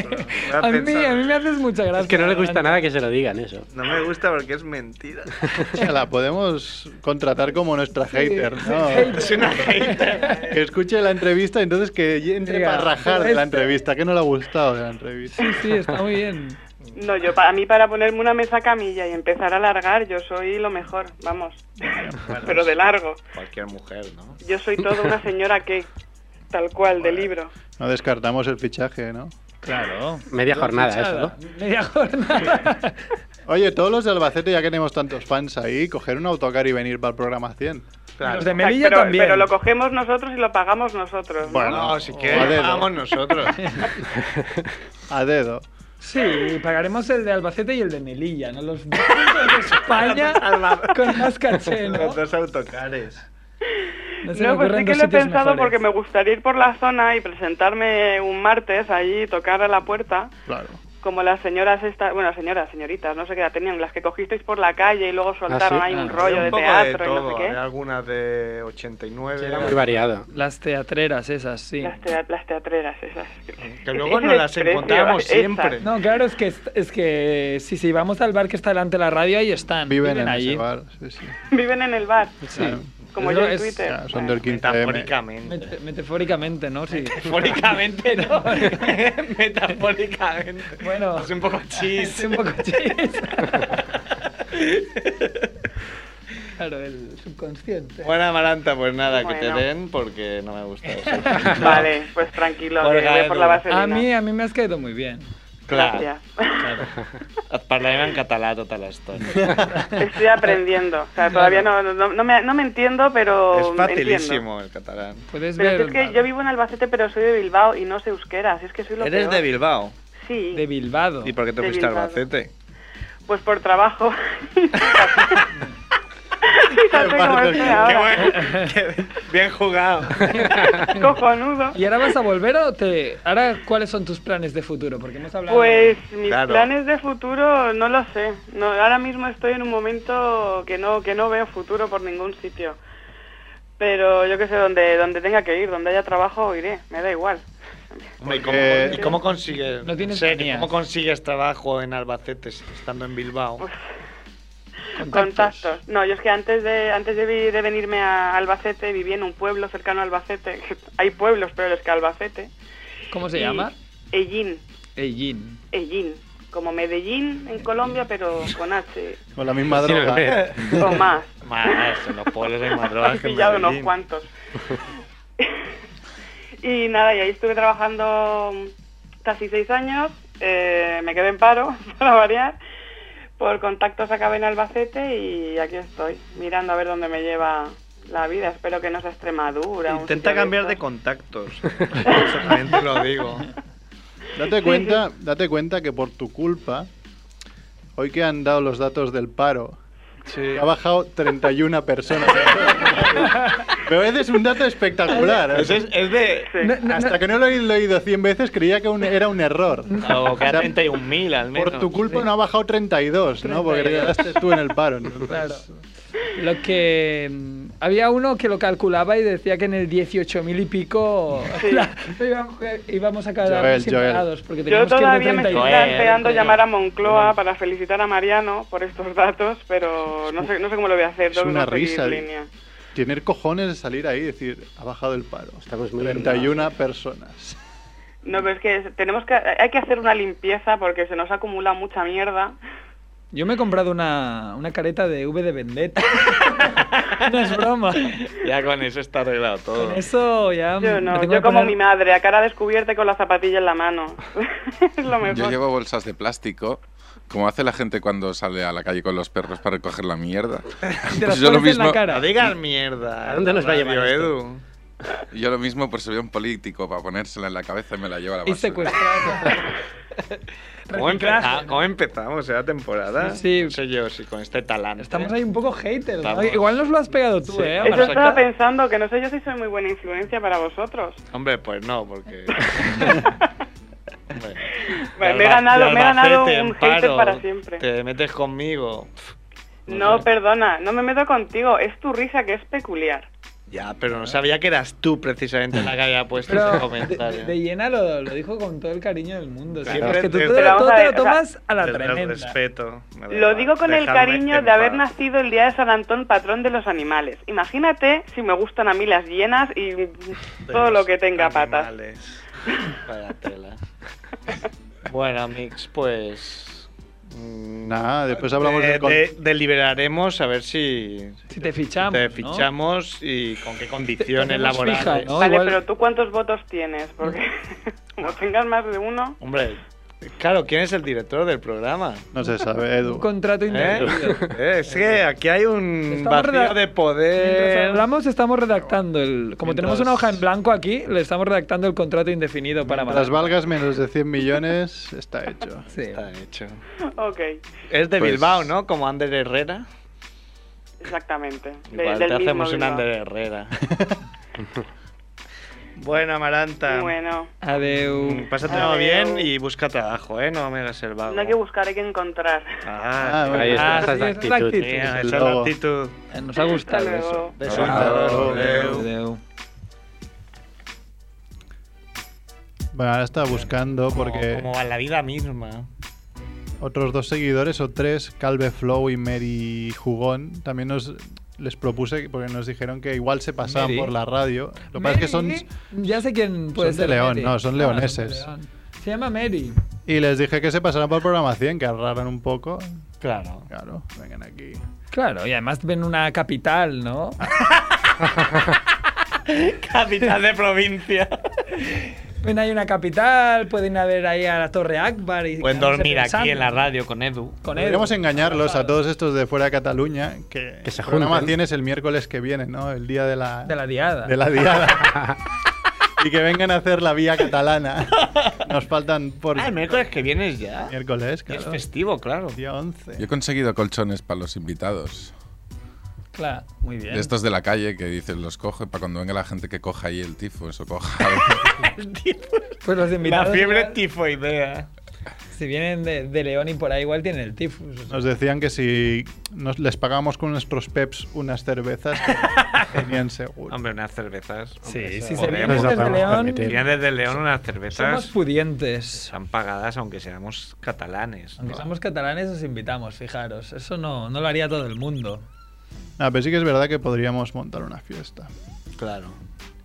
[SPEAKER 1] a, mí,
[SPEAKER 2] pensar.
[SPEAKER 1] a mí me haces mucha gracia.
[SPEAKER 4] Es que no le gusta
[SPEAKER 1] Amaranta.
[SPEAKER 4] nada que se lo digan eso.
[SPEAKER 2] No me gusta porque es mentira.
[SPEAKER 5] La podemos contratar como nuestra hater, ¿no?
[SPEAKER 2] Es una hater.
[SPEAKER 5] Que escuche la entrevista, entonces que entre
[SPEAKER 1] Diga,
[SPEAKER 5] para rajar de
[SPEAKER 1] este-
[SPEAKER 5] la entrevista, que no le ha gustado de la entrevista.
[SPEAKER 1] Sí, sí, está muy bien.
[SPEAKER 8] No, yo para mí para ponerme una mesa camilla y empezar a largar, yo soy lo mejor, vamos. [LAUGHS] Pero de largo.
[SPEAKER 2] Cualquier mujer, ¿no?
[SPEAKER 8] Yo soy toda una señora que, tal cual, de libro.
[SPEAKER 5] No descartamos el fichaje, ¿no?
[SPEAKER 1] Claro.
[SPEAKER 4] Media jornada eso, ¿no?
[SPEAKER 1] Media jornada.
[SPEAKER 5] Oye, todos los de Albacete, ya que tenemos tantos fans ahí, coger un autocar y venir para el programa 100.
[SPEAKER 1] Los
[SPEAKER 2] Claro.
[SPEAKER 1] de
[SPEAKER 8] O sea,
[SPEAKER 1] Melilla
[SPEAKER 8] pero,
[SPEAKER 1] también.
[SPEAKER 8] pero lo cogemos nosotros y lo pagamos nosotros. ¿no?
[SPEAKER 2] No, si
[SPEAKER 5] Joder,
[SPEAKER 2] quieres,
[SPEAKER 5] ¿no?
[SPEAKER 2] vamos nosotros.
[SPEAKER 5] A dedo.
[SPEAKER 1] Sí, pagaremos el de Albacete y el de Melilla, ¿no?
[SPEAKER 8] [LAUGHS]
[SPEAKER 1] Los de España con más
[SPEAKER 8] [LAUGHS]
[SPEAKER 1] caché, ¿no?
[SPEAKER 2] Los dos autocares.
[SPEAKER 1] No, se me
[SPEAKER 8] No, pues
[SPEAKER 1] ocurren
[SPEAKER 8] sí que
[SPEAKER 1] dos
[SPEAKER 8] lo he
[SPEAKER 1] sitios
[SPEAKER 8] pensado
[SPEAKER 1] mejores.
[SPEAKER 8] porque me gustaría ir por la zona y presentarme un martes allí, tocar a la puerta,
[SPEAKER 5] Claro.
[SPEAKER 8] como las señoras estas, bueno, señoras, señoritas, no sé qué edad tenían, las que cogisteis por la calle y luego soltaron
[SPEAKER 4] sí?
[SPEAKER 8] ahí un
[SPEAKER 1] Ah,
[SPEAKER 8] rollo
[SPEAKER 2] Hay un
[SPEAKER 8] de
[SPEAKER 2] poco
[SPEAKER 8] teatro
[SPEAKER 2] de
[SPEAKER 8] y no sé
[SPEAKER 2] todo.
[SPEAKER 8] qué.
[SPEAKER 2] Hay algunas de 89.
[SPEAKER 4] Muy variado.
[SPEAKER 1] Las teatreras esas, sí.
[SPEAKER 8] Las, tea- las teatreras esas. que-
[SPEAKER 2] Eh, Que luego
[SPEAKER 8] ese
[SPEAKER 2] nos las
[SPEAKER 8] desprecio,
[SPEAKER 2] encontramos
[SPEAKER 8] esas.
[SPEAKER 2] siempre.
[SPEAKER 1] No, claro, es que, es que si, si vamos al bar que está delante de la radio, ahí están.
[SPEAKER 5] Viven, en
[SPEAKER 1] allí.
[SPEAKER 5] ese bar. Sí, sí.
[SPEAKER 8] Viven en el bar,
[SPEAKER 1] Sí.
[SPEAKER 5] Claro.
[SPEAKER 8] como
[SPEAKER 1] Eso
[SPEAKER 8] yo en
[SPEAKER 1] es-
[SPEAKER 8] Twitter.
[SPEAKER 5] Ya, son
[SPEAKER 8] Bueno.
[SPEAKER 5] del 15M.
[SPEAKER 2] Metafóricamente.
[SPEAKER 1] Met- metafóricamente, ¿no? Sí.
[SPEAKER 2] Metafóricamente no. Metafóricamente.
[SPEAKER 1] Bueno.
[SPEAKER 2] Es un poco
[SPEAKER 1] Es
[SPEAKER 2] chis.
[SPEAKER 1] un poco chis. [LAUGHS] claro, el subconsciente.
[SPEAKER 2] Buena Maranta, pues nada, que te
[SPEAKER 8] Bueno.
[SPEAKER 2] den porque no me gusta eso.
[SPEAKER 8] [LAUGHS] Vale, pues tranquilo,
[SPEAKER 2] Por
[SPEAKER 8] que voy
[SPEAKER 2] Gaedu.
[SPEAKER 8] por la vaselina.
[SPEAKER 1] a, mí, a mí me has caído muy bien.
[SPEAKER 2] Clar,
[SPEAKER 8] Gracias.
[SPEAKER 2] et parlarem en català tota
[SPEAKER 8] [LAUGHS]
[SPEAKER 2] l'estona.
[SPEAKER 8] Estoy aprendiendo. O sea, todavía no, no, no me, no me Oh, entiendo, pero.
[SPEAKER 2] És
[SPEAKER 8] entiendo.
[SPEAKER 2] facilísimo el català.
[SPEAKER 1] Puedes
[SPEAKER 8] Pero si
[SPEAKER 1] ver
[SPEAKER 8] es que yo vivo en Albacete, pero soy de Bilbao y no sé euskera, así es que soy lo
[SPEAKER 2] Eres
[SPEAKER 8] peor.
[SPEAKER 2] de Bilbao.
[SPEAKER 8] Sí,
[SPEAKER 1] de Bilbao.
[SPEAKER 2] ¿Y por
[SPEAKER 8] [LAUGHS]
[SPEAKER 2] qué te
[SPEAKER 8] De
[SPEAKER 2] fuiste a
[SPEAKER 8] Bilbao. [LAUGHS]
[SPEAKER 2] Albacete?
[SPEAKER 8] pues por trabajo. [LAUGHS] Fíjate cómo estoy ahora.
[SPEAKER 2] Qué bueno. Qué bien [LAUGHS] jugado.
[SPEAKER 8] Cojonudo.
[SPEAKER 1] ¿Y ahora vas a volver o te.? Ahora, ¿cuáles son tus planes de futuro? Porque hemos hablado.
[SPEAKER 8] Pues mis
[SPEAKER 2] Claro.
[SPEAKER 8] planes de futuro no lo sé. No, ahora mismo estoy en un momento que no que no veo futuro por ningún sitio. Pero yo que sé, donde donde tenga que ir, donde haya trabajo iré, me da igual.
[SPEAKER 2] Hombre, ¿y, cómo,
[SPEAKER 5] Porque-
[SPEAKER 2] y cómo consigues?
[SPEAKER 1] No tienes
[SPEAKER 2] en serio,
[SPEAKER 1] manía.
[SPEAKER 2] ¿Cómo consigues trabajo en Albacete estando en Bilbao?
[SPEAKER 8] Contactos. No, yo es que antes de antes de, vi- de venirme a Albacete viví en un pueblo cercano a Albacete. [LAUGHS] Hay pueblos peores que Albacete.
[SPEAKER 1] ¿Cómo se
[SPEAKER 8] Y-
[SPEAKER 1] llama?
[SPEAKER 8] Ellín.
[SPEAKER 1] Ellín.
[SPEAKER 8] Ellín. Como Medellín en Colombia, pero con H.
[SPEAKER 5] Con la misma
[SPEAKER 2] Sí,
[SPEAKER 5] droga.
[SPEAKER 2] hombre.
[SPEAKER 8] O más.
[SPEAKER 2] Más, en los pueblos
[SPEAKER 8] [LAUGHS]
[SPEAKER 2] hay más drogas
[SPEAKER 8] He
[SPEAKER 2] que en
[SPEAKER 8] pillado unos
[SPEAKER 2] Medellín.
[SPEAKER 8] cuantos. [LAUGHS] y nada, y ahí estuve trabajando mm, casi seis años. eh, me quedé en paro, [LAUGHS] para variar. Por contactos acabé en Albacete y aquí estoy, mirando a ver dónde me lleva la vida. Espero que no sea Extremadura. un
[SPEAKER 2] Intenta
[SPEAKER 8] sitio
[SPEAKER 2] cambiar de
[SPEAKER 8] estos.
[SPEAKER 2] contactos. [LAUGHS] Eso también te lo digo.
[SPEAKER 5] Date cuenta, date cuenta que por tu culpa, hoy que han dado los datos del paro,
[SPEAKER 2] Sí.
[SPEAKER 5] ha bajado 31 personas. Pero ese es un dato espectacular.
[SPEAKER 2] Eso es, es de.
[SPEAKER 8] Sí.
[SPEAKER 1] No, no, no.
[SPEAKER 5] Hasta que no lo he leído 100 veces creía que un- era un error.
[SPEAKER 2] [LAUGHS]
[SPEAKER 3] O que
[SPEAKER 5] O sea,
[SPEAKER 3] a 31.000 al menos.
[SPEAKER 5] Por tu culpa no ha bajado 32, ¿no? Porque te
[SPEAKER 1] 32.
[SPEAKER 5] quedaste tú en el paro. entonces.
[SPEAKER 1] Claro. Lo que. mm, Había uno que lo calculaba y decía que en el 18.000 y pico
[SPEAKER 8] Sí.
[SPEAKER 1] [LAUGHS] la- íbamos- íbamos a quedar
[SPEAKER 5] Joel,
[SPEAKER 1] sin
[SPEAKER 5] Joel.
[SPEAKER 1] parados, Porque
[SPEAKER 8] Yo
[SPEAKER 1] teníamos
[SPEAKER 8] todavía me
[SPEAKER 1] que ir de
[SPEAKER 8] estoy
[SPEAKER 1] 30 y-
[SPEAKER 3] Joder,
[SPEAKER 8] planteando
[SPEAKER 3] joder.
[SPEAKER 8] llamar a Moncloa para felicitar a Mariano por estos datos, pero no sé, no sé cómo lo voy a hacer.
[SPEAKER 5] Es
[SPEAKER 8] tengo que
[SPEAKER 5] una
[SPEAKER 8] conseguir
[SPEAKER 2] eh.
[SPEAKER 5] risa, el-
[SPEAKER 8] línea.
[SPEAKER 5] Tener cojones de salir ahí y decir, ha bajado el paro.
[SPEAKER 4] Estamos muy
[SPEAKER 5] 31 personas.
[SPEAKER 8] No, pero es que tenemos que hay que hacer una limpieza porque se nos acumula mucha mierda.
[SPEAKER 1] Yo me he comprado una, una careta de V
[SPEAKER 8] [LAUGHS]
[SPEAKER 1] de Vendetta. no es broma.
[SPEAKER 2] Ya con eso está arreglado todo.
[SPEAKER 1] Con eso ya.
[SPEAKER 8] Yo
[SPEAKER 1] me
[SPEAKER 8] no,
[SPEAKER 1] tengo
[SPEAKER 8] yo
[SPEAKER 1] que
[SPEAKER 8] como
[SPEAKER 1] poner-
[SPEAKER 8] mi madre, a cara descubierta y con la zapatilla en la mano. [LAUGHS] es lo mejor.
[SPEAKER 6] Yo llevo bolsas de plástico, como hace la gente cuando sale a la calle con los perros para recoger la mierda.
[SPEAKER 1] Te
[SPEAKER 6] Pues
[SPEAKER 1] las
[SPEAKER 6] yo lo
[SPEAKER 1] pones en la
[SPEAKER 6] mismo,
[SPEAKER 1] cara.
[SPEAKER 2] No digas mierda.
[SPEAKER 4] ¿A dónde nos va a
[SPEAKER 2] Radio
[SPEAKER 4] llevar esto?
[SPEAKER 2] Edu.
[SPEAKER 6] yo lo mismo pues soy un político para ponérsela en la cabeza y me la llevo a la
[SPEAKER 1] Y
[SPEAKER 6] basura.
[SPEAKER 1] secuestrar.
[SPEAKER 2] ¿Cómo, empe- ah, cómo empezamos la temporada?
[SPEAKER 1] Sí.
[SPEAKER 2] No sé yo si con este talante.
[SPEAKER 1] Estamos ahí un poco haters. ¿no?
[SPEAKER 2] Estamos.
[SPEAKER 1] Igual nos lo has pegado tú,
[SPEAKER 2] Sí.
[SPEAKER 1] ¿eh?
[SPEAKER 8] Eso
[SPEAKER 2] Bueno,
[SPEAKER 8] estaba
[SPEAKER 1] Marta?
[SPEAKER 8] pensando, que no sé yo si soy muy buena influencia para vosotros.
[SPEAKER 2] Hombre, pues no, porque. Hombre,
[SPEAKER 8] Bueno,
[SPEAKER 2] de
[SPEAKER 8] [LAUGHS] me he
[SPEAKER 2] Alba-
[SPEAKER 8] ganado-
[SPEAKER 2] de
[SPEAKER 8] me he ganado
[SPEAKER 2] Albacete,
[SPEAKER 8] un
[SPEAKER 2] en
[SPEAKER 8] hater
[SPEAKER 2] paro,
[SPEAKER 8] para siempre.
[SPEAKER 2] Te metes conmigo. Pff,
[SPEAKER 8] No,
[SPEAKER 2] sé.
[SPEAKER 8] perdona, no me meto contigo, es tu risa que es peculiar.
[SPEAKER 2] Ya, pero no sabía que eras tú precisamente la que había puesto ese
[SPEAKER 1] [LAUGHS] Pero de,
[SPEAKER 2] este comentario.
[SPEAKER 1] de- de Llena lo, lo dijo con todo el cariño del mundo. sí,
[SPEAKER 2] Claro.
[SPEAKER 1] es que tú,
[SPEAKER 2] Pero
[SPEAKER 1] todo-
[SPEAKER 8] vamos
[SPEAKER 1] todo
[SPEAKER 8] a
[SPEAKER 1] te
[SPEAKER 8] ver,
[SPEAKER 1] lo
[SPEAKER 8] o sea,
[SPEAKER 1] tomas a la
[SPEAKER 2] Desde el
[SPEAKER 1] tremenda.
[SPEAKER 2] respeto. me da
[SPEAKER 8] Lo
[SPEAKER 2] igual.
[SPEAKER 8] digo con el
[SPEAKER 2] Dejadme
[SPEAKER 8] cariño
[SPEAKER 2] en
[SPEAKER 8] de haber
[SPEAKER 2] paz.
[SPEAKER 8] nacido el día de San Antón, patrón de los animales. Imagínate si me gustan a mí las hienas y
[SPEAKER 2] De
[SPEAKER 8] todo lo
[SPEAKER 2] los
[SPEAKER 8] que tenga patas. [LAUGHS]
[SPEAKER 2] animales. Vaya tela. [LAUGHS] bueno, Mix, pues. mm,
[SPEAKER 5] Nada, después hablamos
[SPEAKER 2] de-
[SPEAKER 5] del con-
[SPEAKER 2] de- Deliberaremos a ver si.
[SPEAKER 1] Si te fichamos,
[SPEAKER 2] Te
[SPEAKER 1] ¿no?
[SPEAKER 2] fichamos y con qué
[SPEAKER 1] Te-
[SPEAKER 2] condiciones
[SPEAKER 1] tenemos
[SPEAKER 2] laborales.
[SPEAKER 1] fija, ¿no?
[SPEAKER 8] Vale,
[SPEAKER 1] igual-
[SPEAKER 8] pero tú cuántos votos tienes, porque [LAUGHS] como tengas más de uno,
[SPEAKER 2] Hombre, claro, ¿quién es el director del programa?
[SPEAKER 5] No se sabe,
[SPEAKER 1] Un
[SPEAKER 5] Edu.
[SPEAKER 1] contrato
[SPEAKER 2] ¿Eh?
[SPEAKER 1] indefinido.
[SPEAKER 2] [LAUGHS] Eh, es que aquí hay un
[SPEAKER 1] Estamos
[SPEAKER 2] vacío
[SPEAKER 1] reda-
[SPEAKER 2] de
[SPEAKER 1] Mientras
[SPEAKER 2] poder.
[SPEAKER 1] hablamos, estamos redactando el. Como tenemos
[SPEAKER 2] Mientras-
[SPEAKER 1] una hoja en blanco aquí, le estamos redactando el contrato indefinido para
[SPEAKER 5] Las
[SPEAKER 1] Marta.
[SPEAKER 5] valgas menos de 100 millones está hecho.
[SPEAKER 1] Sí.
[SPEAKER 2] Está hecho.
[SPEAKER 8] ok,
[SPEAKER 2] Es de
[SPEAKER 6] Pues-
[SPEAKER 2] Bilbao, ¿no? Como Ander Herrera.
[SPEAKER 8] exactamente. de-
[SPEAKER 2] Igual
[SPEAKER 8] del
[SPEAKER 2] te
[SPEAKER 8] mismo
[SPEAKER 2] hacemos un
[SPEAKER 8] Bilbao. [LAUGHS]
[SPEAKER 2] Ander Herrera. bueno, Amaranta.
[SPEAKER 8] Bueno,
[SPEAKER 1] Adeu.
[SPEAKER 2] Mm, Pásatelo
[SPEAKER 8] Adiós.
[SPEAKER 2] bien y busca trabajo, ¿eh? No me hagas el vago.
[SPEAKER 8] no hay que buscar, hay que encontrar.
[SPEAKER 2] Ah,
[SPEAKER 5] Ah,
[SPEAKER 2] qué
[SPEAKER 5] ahí
[SPEAKER 2] bien.
[SPEAKER 5] está,
[SPEAKER 1] Ah,
[SPEAKER 4] esa es
[SPEAKER 1] sí,
[SPEAKER 4] la
[SPEAKER 1] esa es la
[SPEAKER 4] actitud.
[SPEAKER 1] actitud.
[SPEAKER 2] Mira,
[SPEAKER 5] es el
[SPEAKER 2] esa es la
[SPEAKER 5] logo.
[SPEAKER 2] actitud.
[SPEAKER 1] Eh, Nos ha
[SPEAKER 8] Hasta
[SPEAKER 1] gustado eso.
[SPEAKER 8] luego.
[SPEAKER 2] Beso.
[SPEAKER 6] Adiós. Adiós.
[SPEAKER 1] Adeu.
[SPEAKER 5] Bueno, ahora estaba buscando porque
[SPEAKER 2] Como, como a la vida misma.
[SPEAKER 5] otros dos seguidores o tres, Calve Flow y Mary Jugón, también nos les propuse que- porque nos dijeron que igual se pasaban
[SPEAKER 1] Mary.
[SPEAKER 5] por la radio. Lo que pasa es que son
[SPEAKER 1] Ya sé quién puede
[SPEAKER 5] son de
[SPEAKER 1] ser.
[SPEAKER 5] León,
[SPEAKER 1] Mary.
[SPEAKER 5] no, son
[SPEAKER 1] Ah,
[SPEAKER 5] leoneses.
[SPEAKER 1] son de León. Se llama Mary.
[SPEAKER 5] y les dije que se pasaran por programación, que ahorraran un poco.
[SPEAKER 2] Claro. [LAUGHS]
[SPEAKER 5] Claro, vengan aquí.
[SPEAKER 1] Claro, y además ven una capital, ¿no? [LAUGHS]
[SPEAKER 2] Capital de [LAUGHS] provincia.
[SPEAKER 1] Ven ahí una capital, pueden haber ahí a la Torre Akbar y
[SPEAKER 2] Pueden
[SPEAKER 1] quedarse
[SPEAKER 2] Pues dormir aquí
[SPEAKER 1] pensando
[SPEAKER 2] en la radio con Edu.
[SPEAKER 1] Con él.
[SPEAKER 5] Podríamos engañarlos a todos estos de fuera de Cataluña, que,
[SPEAKER 4] Que se junten.
[SPEAKER 5] programación es el miércoles que viene, ¿no? El día de la,
[SPEAKER 1] de la diada.
[SPEAKER 5] de la
[SPEAKER 2] [LAUGHS]
[SPEAKER 5] diada. y que vengan a hacer la vía catalana. Nos faltan por
[SPEAKER 2] Ah, el miércoles que vienes ya.
[SPEAKER 5] miércoles,
[SPEAKER 2] Es
[SPEAKER 5] claro.
[SPEAKER 2] festivo, claro.
[SPEAKER 5] Día
[SPEAKER 6] Yo
[SPEAKER 5] 11.
[SPEAKER 6] he conseguido colchones para los invitados.
[SPEAKER 1] Claro, muy bien.
[SPEAKER 6] De estos de la calle que dicen los cojo para cuando venga la gente que coja ahí el
[SPEAKER 1] [LAUGHS]
[SPEAKER 6] tifo, eso coja.
[SPEAKER 1] Pues los
[SPEAKER 2] La
[SPEAKER 1] invitados.
[SPEAKER 2] fiebre
[SPEAKER 1] igual-
[SPEAKER 2] tifoidea.
[SPEAKER 1] si vienen de, de León y por ahí igual tienen el tifus.
[SPEAKER 5] Nos decían que si nos, les pagamos con nuestros peps unas cervezas,
[SPEAKER 2] [LAUGHS]
[SPEAKER 5] que tenían seguro.
[SPEAKER 2] Hombre, unas cervezas. hombre,
[SPEAKER 1] Sí,
[SPEAKER 2] eso
[SPEAKER 1] sí, se
[SPEAKER 2] podemos.
[SPEAKER 1] vienen desde
[SPEAKER 5] Nos la podemos
[SPEAKER 1] León.
[SPEAKER 5] permitir.
[SPEAKER 2] Venían desde León unas
[SPEAKER 1] Somos
[SPEAKER 2] cervezas.
[SPEAKER 1] pudientes.
[SPEAKER 2] Están pagadas, aunque seamos catalanes.
[SPEAKER 1] Aunque
[SPEAKER 2] ¿no?
[SPEAKER 1] somos catalanes, os invitamos, fijaros. Eso no, no lo haría todo el mundo.
[SPEAKER 5] Ah, pero sí que es verdad que podríamos montar una fiesta.
[SPEAKER 2] Claro.